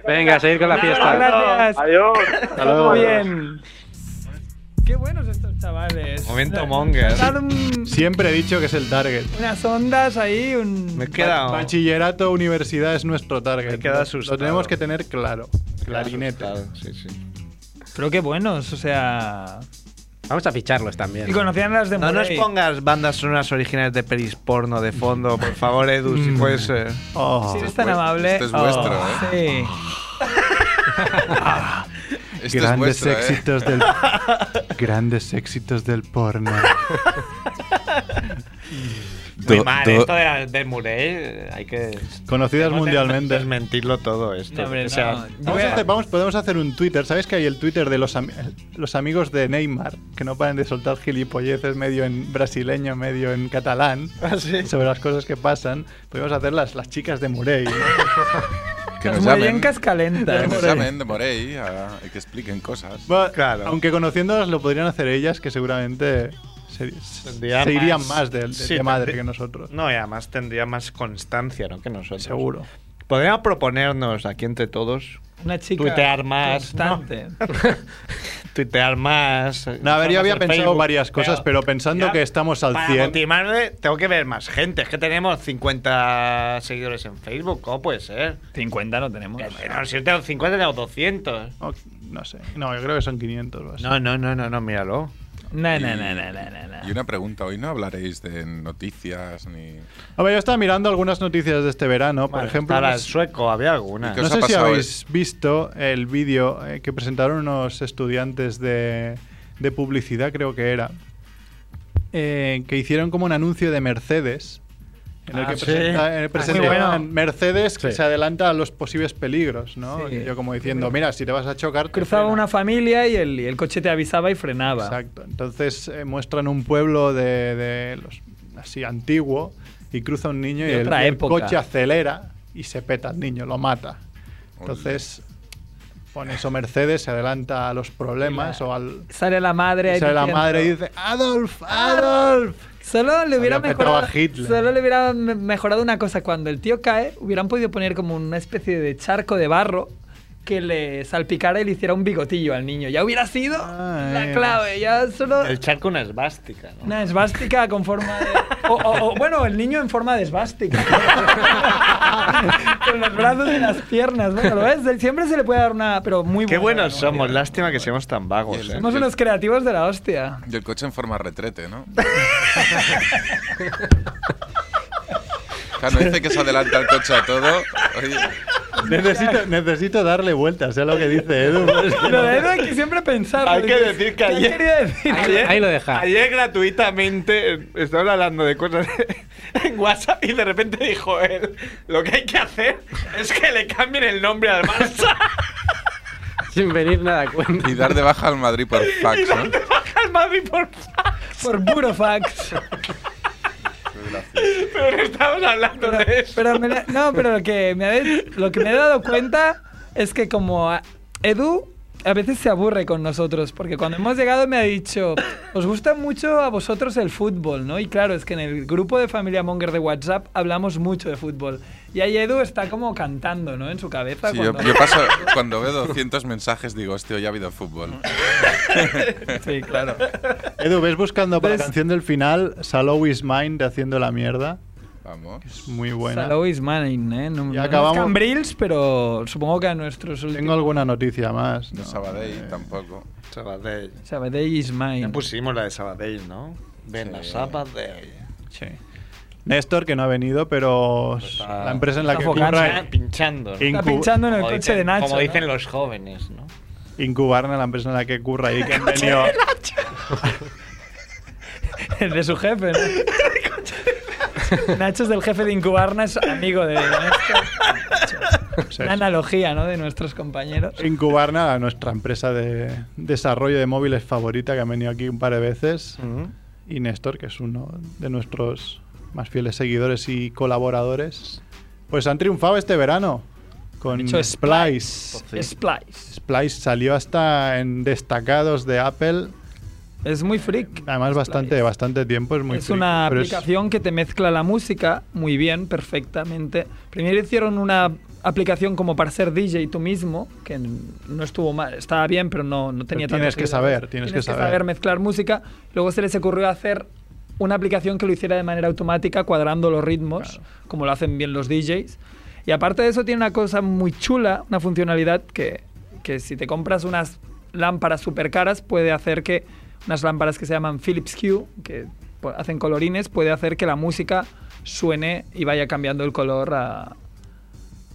[SPEAKER 4] Venga, a seguir con la fiesta.
[SPEAKER 1] Gracias.
[SPEAKER 9] adiós.
[SPEAKER 5] Hasta luego.
[SPEAKER 1] Todo bien. Qué buenos estos chavales.
[SPEAKER 2] Momento
[SPEAKER 1] Nos-
[SPEAKER 2] monger.
[SPEAKER 1] nos han dado un-
[SPEAKER 5] Siempre he dicho que es el target.
[SPEAKER 1] unas ondas ahí, un.
[SPEAKER 2] Me he quedado.
[SPEAKER 5] Bachillerato, universidad es nuestro target.
[SPEAKER 2] Me he quedado
[SPEAKER 5] Lo-
[SPEAKER 2] asustado.
[SPEAKER 5] Lo tenemos que tener claro.
[SPEAKER 2] Clarinete.
[SPEAKER 5] Clarinete.
[SPEAKER 2] Sí, sí.
[SPEAKER 1] Pero qué buenos, o sea.
[SPEAKER 4] Vamos a ficharlos también.
[SPEAKER 2] No nos pongas bandas sonoras originales de pelis porno de fondo, por favor, Edu,
[SPEAKER 5] Mm.
[SPEAKER 2] si puedes. eh.
[SPEAKER 5] Oh,
[SPEAKER 1] si eres tan amable.
[SPEAKER 2] Este es vuestro,
[SPEAKER 1] ¿eh?
[SPEAKER 6] Este es
[SPEAKER 5] grandes
[SPEAKER 6] vuestro, ¿eh?
[SPEAKER 5] éxitos del grandes éxitos del porno.
[SPEAKER 2] Muy
[SPEAKER 5] Do-
[SPEAKER 2] mal,
[SPEAKER 5] do-
[SPEAKER 2] esto de, la- de Murray, hay que.
[SPEAKER 5] Conocidas
[SPEAKER 2] Tenemos que
[SPEAKER 5] mundialmente.
[SPEAKER 2] Desmentirlo todo esto.
[SPEAKER 5] No, hombre,
[SPEAKER 2] o sea,
[SPEAKER 5] no. Vamos a hacer- vamos- podemos hacer un Twitter. ¿Sabéis que hay el Twitter de los, ami- los amigos de Neymar? Que no paran de soltar gilipolleces, medio en brasileño, medio en catalán, sobre las cosas que pasan. Podemos hacer las, las chicas de Murey. ¿no?
[SPEAKER 6] Que
[SPEAKER 1] Las
[SPEAKER 6] nos llamen.
[SPEAKER 1] murellancas calentas.
[SPEAKER 6] Que nos llamen de Morey a- y que expliquen cosas.
[SPEAKER 5] Bueno, Aunque conociéndolas lo podrían hacer ellas, que seguramente se,
[SPEAKER 2] tendría
[SPEAKER 5] se irían más Mm. de, de-
[SPEAKER 2] sí,
[SPEAKER 5] de madre
[SPEAKER 2] tendría-
[SPEAKER 5] que nosotros.
[SPEAKER 2] No, y además tendría más constancia ¿no? que nosotros.
[SPEAKER 5] Seguro.
[SPEAKER 2] Podríamos proponernos aquí entre todos
[SPEAKER 1] Una chica.
[SPEAKER 2] Tuitear más, ¿no?
[SPEAKER 1] Constante.
[SPEAKER 2] tuitear más. eh,
[SPEAKER 5] No, a ver, yo
[SPEAKER 2] usar
[SPEAKER 5] había
[SPEAKER 2] más el
[SPEAKER 5] pensado
[SPEAKER 2] Facebook.
[SPEAKER 5] varias cosas, pero pensando
[SPEAKER 2] ya,
[SPEAKER 5] que estamos al
[SPEAKER 2] Para
[SPEAKER 5] 100.
[SPEAKER 2] motivarme, tengo que ver más gente. Es que tenemos 50 seguidores en Facebook. ¿Cómo puede ser?
[SPEAKER 1] 50 no tenemos.
[SPEAKER 2] Bueno, si yo tengo 50, tengo 200.
[SPEAKER 5] No, no sé. No, yo creo que son 500. o así.
[SPEAKER 2] No, no, no, no, no míralo.
[SPEAKER 1] No,
[SPEAKER 6] no,
[SPEAKER 1] no, no, no, no,
[SPEAKER 6] Y una pregunta, hoy no hablaréis de noticias ni...
[SPEAKER 5] A ver, yo estaba mirando algunas noticias de este verano. Por
[SPEAKER 2] Vale,
[SPEAKER 5] ejemplo,
[SPEAKER 2] para
[SPEAKER 5] no
[SPEAKER 2] el
[SPEAKER 5] sé-
[SPEAKER 2] sueco había alguna.
[SPEAKER 5] Ah, no sé si habéis visto el vídeo eh, que presentaron unos estudiantes de, de publicidad, creo que era, eh, que hicieron como un anuncio de Mercedes. En el
[SPEAKER 2] Ah,
[SPEAKER 5] que
[SPEAKER 2] sí.
[SPEAKER 5] presenta- eh,
[SPEAKER 2] Ah,
[SPEAKER 5] presentaban
[SPEAKER 2] muy bueno.
[SPEAKER 5] Mercedes que
[SPEAKER 2] Sí.
[SPEAKER 5] se adelanta a los posibles peligros, ¿no?
[SPEAKER 1] Sí.
[SPEAKER 5] Y Yo como diciendo, mira, si te vas a chocar... te
[SPEAKER 1] Cruzaba
[SPEAKER 5] frena".
[SPEAKER 1] una familia y el, y el coche te avisaba y frenaba.
[SPEAKER 5] Exacto. Entonces eh, muestran un pueblo de, de los, así antiguo y cruza un niño y
[SPEAKER 1] De
[SPEAKER 5] el,
[SPEAKER 1] otra
[SPEAKER 5] y el
[SPEAKER 1] época.
[SPEAKER 5] coche acelera y se peta al niño, lo mata. Entonces pone eso Mercedes, se adelanta a los problemas o al...
[SPEAKER 1] Sale la madre. ahí
[SPEAKER 5] Sale la
[SPEAKER 1] diciendo,
[SPEAKER 5] madre y dice, Adolf, Adolf.
[SPEAKER 1] Solo le hubiera
[SPEAKER 5] Había petado
[SPEAKER 1] mejorado,
[SPEAKER 5] a Hitler.
[SPEAKER 1] solo le hubiera me- mejorado una cosa. Cuando el tío cae, hubieran podido poner como una especie de charco de barro que le salpicara y le hiciera un bigotillo al niño. Ya hubiera sido la
[SPEAKER 5] Ah,
[SPEAKER 2] eh.
[SPEAKER 1] clave. Ya solo
[SPEAKER 2] El charco una esvástica, ¿no?
[SPEAKER 1] una esvástica con forma de... O, o- o, bueno, el niño en forma de esvástica. con los brazos y las piernas. Bueno, ¿lo ves? Siempre se le puede dar una... Pero muy
[SPEAKER 2] Qué
[SPEAKER 1] buena,
[SPEAKER 2] buenos
[SPEAKER 1] ¿no?
[SPEAKER 2] somos, lástima que seamos tan vagos. ¿eh?
[SPEAKER 1] Somos unos creativos de la hostia.
[SPEAKER 6] Y el coche en forma retrete,
[SPEAKER 5] [LAUGHS]
[SPEAKER 6] ¿no? Claro, dice que se adelanta el coche a todo. Oye,
[SPEAKER 5] Necesito, necesito darle vueltas, sea lo que dice Edu.
[SPEAKER 2] [LAUGHS]
[SPEAKER 1] Pero de eso hay que siempre pensar.
[SPEAKER 2] Hay que
[SPEAKER 1] porque-
[SPEAKER 2] decir que
[SPEAKER 1] ¿qué
[SPEAKER 2] ayer-
[SPEAKER 1] quería decir?
[SPEAKER 2] Ayer gratuitamente eh, estaban hablando de cosas [LAUGHS] en WhatsApp y de repente dijo él, lo que hay que hacer es que le cambien el nombre al [LAUGHS] Barça
[SPEAKER 4] Sin venir nada a cuenta.
[SPEAKER 6] y dar de baja al Madrid por fax,
[SPEAKER 2] y
[SPEAKER 6] ¿no?
[SPEAKER 2] dónde baja al Madrid por
[SPEAKER 1] Por puro fax.
[SPEAKER 2] Pero no estamos hablando de eso.
[SPEAKER 1] Pero me la- no, pero lo que, me habéis- lo que me he dado cuenta es que como a- Edu a veces se aburre con nosotros, porque cuando hemos llegado me ha dicho, os gusta mucho a vosotros el fútbol, ¿no? Y claro, es que en el grupo de familia Monger de WhatsApp hablamos mucho de fútbol. Y ahí Edu está como cantando, ¿no? En su cabeza.
[SPEAKER 6] Sí, yo,
[SPEAKER 1] cuando-
[SPEAKER 6] yo paso, cuando veo 200 mensajes digo, hostia, ya ha habido fútbol.
[SPEAKER 1] Sí, claro.
[SPEAKER 5] Edu, ves buscando para la
[SPEAKER 1] ¿Ves?
[SPEAKER 5] canción del final Sallow is Mine de Haciendo la Mierda.
[SPEAKER 6] Vamos.
[SPEAKER 5] Es muy buena.
[SPEAKER 1] Salou is mine, ¿eh? No, no es
[SPEAKER 5] acabamos.
[SPEAKER 1] Cambrils, pero supongo que a nuestros
[SPEAKER 5] Tengo
[SPEAKER 1] últimos...
[SPEAKER 5] alguna noticia más.
[SPEAKER 6] No
[SPEAKER 5] ¿no?
[SPEAKER 6] Sabadell tampoco.
[SPEAKER 2] Sabadell.
[SPEAKER 1] Sabadell is mine.
[SPEAKER 2] Ya pusimos la de Sabadell, ¿no? Ven la
[SPEAKER 6] Sí.
[SPEAKER 2] Sabadell.
[SPEAKER 5] Sí. Pues Néstor, que no ha venido, pero
[SPEAKER 2] Está-
[SPEAKER 5] la empresa en la
[SPEAKER 1] está
[SPEAKER 5] que
[SPEAKER 1] focando,
[SPEAKER 5] curra,
[SPEAKER 1] ¿eh?
[SPEAKER 2] Pinchando. ¿no?
[SPEAKER 5] Incu-
[SPEAKER 1] Está pinchando en el
[SPEAKER 2] Como
[SPEAKER 1] coche
[SPEAKER 2] dicen-
[SPEAKER 1] de Nacho.
[SPEAKER 2] Como
[SPEAKER 1] ¿no?
[SPEAKER 2] dicen los jóvenes, ¿no?
[SPEAKER 5] Incubarna, la empresa en la que curra y que
[SPEAKER 1] [LAUGHS]
[SPEAKER 5] han venido.
[SPEAKER 1] El [LAUGHS] de su jefe, ¿no? Nacho es del jefe de Incubarna, es amigo de Nacho.
[SPEAKER 5] Sí,
[SPEAKER 1] Una analogía, ¿no? De nuestros compañeros.
[SPEAKER 5] Incubarna, nuestra empresa de desarrollo de móviles favorita, que han venido aquí un par de veces.
[SPEAKER 1] Mm.
[SPEAKER 5] Y Néstor, que es uno de nuestros más fieles seguidores y colaboradores. Pues han triunfado este verano con
[SPEAKER 1] Han hecho
[SPEAKER 5] Splice.
[SPEAKER 1] Splice.
[SPEAKER 5] Splice salió hasta en destacados de Apple.
[SPEAKER 1] Es muy freak.
[SPEAKER 5] Además, bastante, bastante tiempo. Es muy
[SPEAKER 1] es
[SPEAKER 5] friki,
[SPEAKER 1] una
[SPEAKER 5] pero es-
[SPEAKER 1] aplicación que te mezcla la música muy bien, perfectamente. Primero hicieron una aplicación como para ser DJ tú mismo, que no estuvo mal, estaba bien, pero no, no tenía
[SPEAKER 5] Pero tienes
[SPEAKER 1] tantos
[SPEAKER 5] que
[SPEAKER 1] seguidores.
[SPEAKER 5] saber, tienes que saber.
[SPEAKER 1] mezclar música. Luego se les ocurrió hacer una aplicación que lo hiciera de manera automática, cuadrando los ritmos, como lo hacen bien los DJs. Y aparte de eso, tiene una cosa muy chula, una funcionalidad que, que si te compras unas lámparas súper caras, puede hacer que unas lámparas que se llaman Philips Hue, que po- hacen colorines, puede hacer que la música suene y vaya cambiando el color a-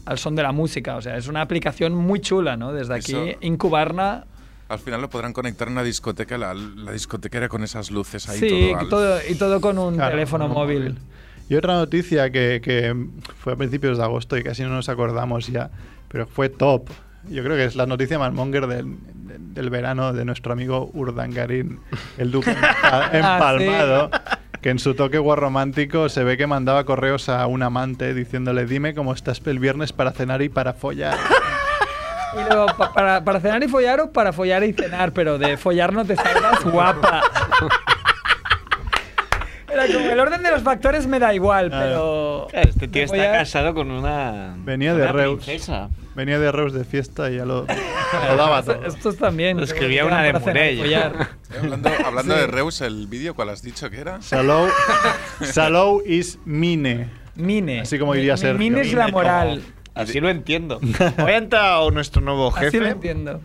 [SPEAKER 1] al son de la música. O sea, es una aplicación muy chula, ¿no? Desde aquí,
[SPEAKER 6] Eso-
[SPEAKER 1] incubarna
[SPEAKER 6] Al final lo podrán conectar en una discoteca, la, la discotequera con esas luces ahí.
[SPEAKER 1] sí,
[SPEAKER 6] todo al-
[SPEAKER 1] todo- y todo con un
[SPEAKER 5] Claro,
[SPEAKER 1] teléfono
[SPEAKER 5] con un
[SPEAKER 1] móvil.
[SPEAKER 5] Y otra noticia que, que fue a principios de agosto y casi no nos acordamos ya, pero fue top. Yo creo que es la noticia malmonger del, del verano de nuestro amigo Urdangarín, el
[SPEAKER 2] [LAUGHS]
[SPEAKER 5] duque
[SPEAKER 2] Ah,
[SPEAKER 5] empa- empalmado, que en su toque guarromántico se ve que mandaba correos a un amante diciéndole dime cómo estás el viernes para cenar y
[SPEAKER 2] [LAUGHS]
[SPEAKER 5] para follar.
[SPEAKER 1] Y luego, pa- para, para cenar y follar o para follar y cenar, pero de follar no te salgas guapa. Era como, el orden de los factores me da igual, pero.
[SPEAKER 2] Este tío
[SPEAKER 1] de
[SPEAKER 2] está
[SPEAKER 1] follar-
[SPEAKER 2] casado con una.
[SPEAKER 5] Venía
[SPEAKER 2] con
[SPEAKER 5] de
[SPEAKER 2] una
[SPEAKER 5] Reus.
[SPEAKER 2] princesa.
[SPEAKER 5] Venía de Reus de fiesta y
[SPEAKER 2] [LAUGHS]
[SPEAKER 5] ya lo, lo daba todo.
[SPEAKER 1] Estos también.
[SPEAKER 2] Escribía
[SPEAKER 1] que eran
[SPEAKER 2] una de
[SPEAKER 1] para cenar y
[SPEAKER 2] Morell.
[SPEAKER 1] follar.
[SPEAKER 6] Eh, hablando hablando
[SPEAKER 1] [LAUGHS] Sí.
[SPEAKER 6] de Reus, el vídeo, ¿cuál has dicho que era?
[SPEAKER 5] Salou, Salou is mine.
[SPEAKER 1] Mine.
[SPEAKER 5] Así como diría
[SPEAKER 1] Mi-
[SPEAKER 5] Sergio.
[SPEAKER 1] Mine es la
[SPEAKER 5] Mine,
[SPEAKER 1] moral.
[SPEAKER 2] [LAUGHS] Así lo entiendo. Hoy ha entrado nuestro nuevo
[SPEAKER 1] Así lo
[SPEAKER 2] jefe
[SPEAKER 1] entiendo.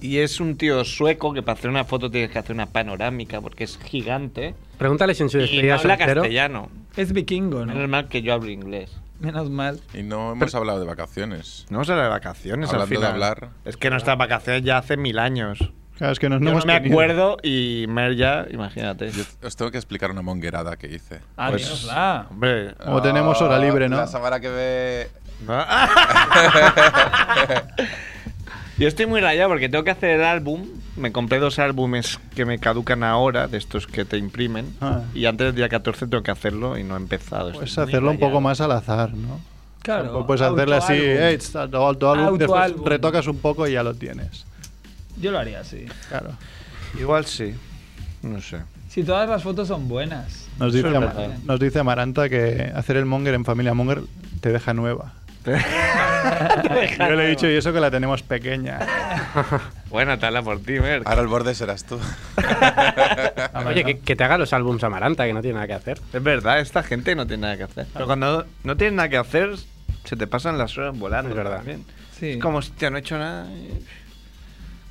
[SPEAKER 2] y es un tío sueco que para hacer una foto tienes que hacer una panorámica porque es gigante
[SPEAKER 4] Pregúntale si en su
[SPEAKER 2] y no
[SPEAKER 4] despedida
[SPEAKER 2] habla
[SPEAKER 4] soltero.
[SPEAKER 2] castellano.
[SPEAKER 1] Es vikingo,
[SPEAKER 2] Menos
[SPEAKER 1] ¿no?
[SPEAKER 2] mal que yo hablo inglés.
[SPEAKER 1] Menos mal.
[SPEAKER 6] Y no hemos hablado de vacaciones.
[SPEAKER 2] No se de vacaciones
[SPEAKER 6] al Hablando de final. hablar.
[SPEAKER 2] Es que nuestras vacaciones ya hace mil años.
[SPEAKER 5] Claro, es que nos
[SPEAKER 2] Yo
[SPEAKER 5] hemos
[SPEAKER 2] no me
[SPEAKER 5] tenido.
[SPEAKER 2] acuerdo y Mer ya, imagínate.
[SPEAKER 6] Yo os tengo que explicar una monguerada que hice.
[SPEAKER 1] Ah,
[SPEAKER 2] Pues-
[SPEAKER 1] dinosla.
[SPEAKER 2] Hombre.
[SPEAKER 5] Como tenemos hora libre, ¿no?
[SPEAKER 6] Ah, La semana que ve. [LAUGHS]
[SPEAKER 2] no. Yo estoy muy rayado porque tengo que hacer el álbum. Me compré dos álbumes que me caducan ahora, de estos que te imprimen.
[SPEAKER 5] Ah.
[SPEAKER 2] Y antes del día 14 tengo que hacerlo y no he empezado. este Estoy muy
[SPEAKER 5] Puedes Pues hacerlo un poco
[SPEAKER 2] rayado.
[SPEAKER 5] más al azar, ¿no?
[SPEAKER 1] Claro.
[SPEAKER 5] Puedes hacerle así,
[SPEAKER 1] autoálbum.
[SPEAKER 5] eh, está todo el álbum,
[SPEAKER 1] Autoálbum.
[SPEAKER 5] después retocas un poco y ya lo tienes.
[SPEAKER 1] Yo lo haría así.
[SPEAKER 5] Claro.
[SPEAKER 2] Igual sí. No sé.
[SPEAKER 1] Si todas las fotos son buenas.
[SPEAKER 5] Nos dice,
[SPEAKER 2] Eso es
[SPEAKER 5] Ama-
[SPEAKER 2] verdad.
[SPEAKER 5] nos dice Amaranta que hacer el monger en familia monger te deja nueva. Yo le he dicho, y eso que la tenemos pequeña.
[SPEAKER 2] Bueno, te
[SPEAKER 1] Este
[SPEAKER 2] habla por ti, Mer.
[SPEAKER 6] Ahora el borde serás tú.
[SPEAKER 4] Oye, que, que te haga los álbums Amaranta, que no tiene nada que hacer.
[SPEAKER 2] Es verdad, esta gente no tiene nada que hacer. Pero cuando no tienes nada que hacer, se te pasan las horas volando.
[SPEAKER 4] Es verdad.
[SPEAKER 2] también.
[SPEAKER 1] Sí.
[SPEAKER 2] Es como si te no he hecho nada.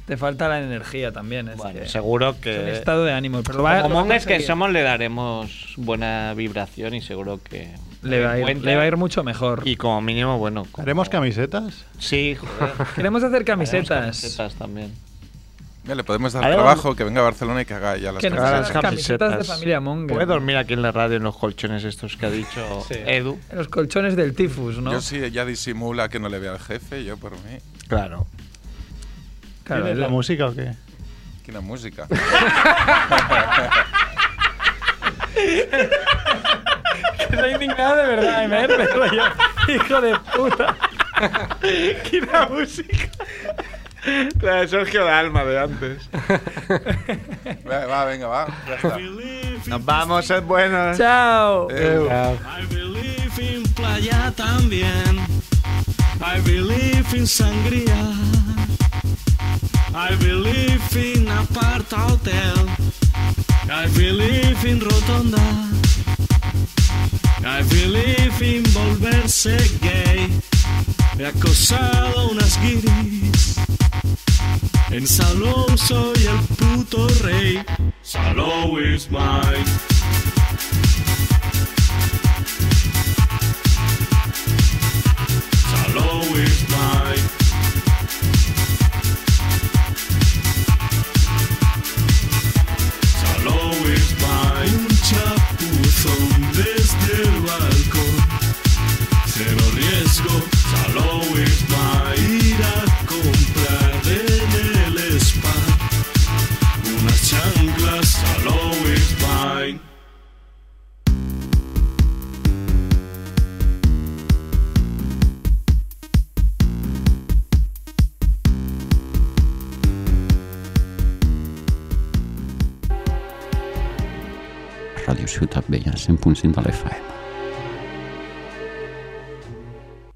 [SPEAKER 1] Te falta la energía también. Es que-
[SPEAKER 2] seguro
[SPEAKER 1] es un estado de ánimo. Pero va-
[SPEAKER 2] Eh, Como
[SPEAKER 1] lo va a
[SPEAKER 2] monjes que
[SPEAKER 1] conseguir.
[SPEAKER 2] somos, le daremos buena vibración y seguro que.
[SPEAKER 1] Le va, a ir,
[SPEAKER 2] encuentra.
[SPEAKER 1] le va a ir mucho mejor.
[SPEAKER 2] Y como mínimo, bueno. como-
[SPEAKER 5] ¿Haremos camisetas?
[SPEAKER 2] Sí, joder.
[SPEAKER 1] Queremos hacer
[SPEAKER 2] haremos
[SPEAKER 1] camisetas.
[SPEAKER 2] camisetas también.
[SPEAKER 6] [LAUGHS] Mira, le podemos dar
[SPEAKER 2] Ahora
[SPEAKER 6] trabajo, que venga a Barcelona y que haga ya las
[SPEAKER 1] Que nos
[SPEAKER 2] Ahora
[SPEAKER 1] hagan
[SPEAKER 6] camisetas.
[SPEAKER 2] las
[SPEAKER 1] camisetas. de familia Monger.
[SPEAKER 2] Puede dormir aquí en la radio en los colchones estos que ha dicho
[SPEAKER 4] Sí.
[SPEAKER 2] Edu.
[SPEAKER 1] En los colchones del tifus, ¿no?
[SPEAKER 6] Yo sí, ya disimula que no le vea al jefe, yo por mí.
[SPEAKER 2] Claro.
[SPEAKER 1] Claro,
[SPEAKER 5] ¿Tienes
[SPEAKER 1] el- [LAUGHS]
[SPEAKER 5] la música o qué?
[SPEAKER 6] Quina música.
[SPEAKER 1] Estoy indignado de verdad, Emer, pero yo, hijo de puta.
[SPEAKER 2] la música. La de Sergio de Alma de antes.
[SPEAKER 6] va, va, venga, va. ya está.
[SPEAKER 2] Nos vamos, es bueno.
[SPEAKER 1] Chao.
[SPEAKER 2] Eh,
[SPEAKER 6] Adeu.
[SPEAKER 4] Chao.
[SPEAKER 7] I believe in playa también. I believe in sangría. I believe in aparta hotel. I believe in rotonda. I believe in volverse gay. He acosado unas guiris. En Salou soy el puto rey. Salou is mine. Salou is mine. Salou is mine. Un chapuzón desde el balcón. Cero riesgo. Salou is mine. Ir a comprar en el spa. Unas chanclas. Salou is mine.
[SPEAKER 11] Radio Ciutat Vella, 100.5 de l'FM.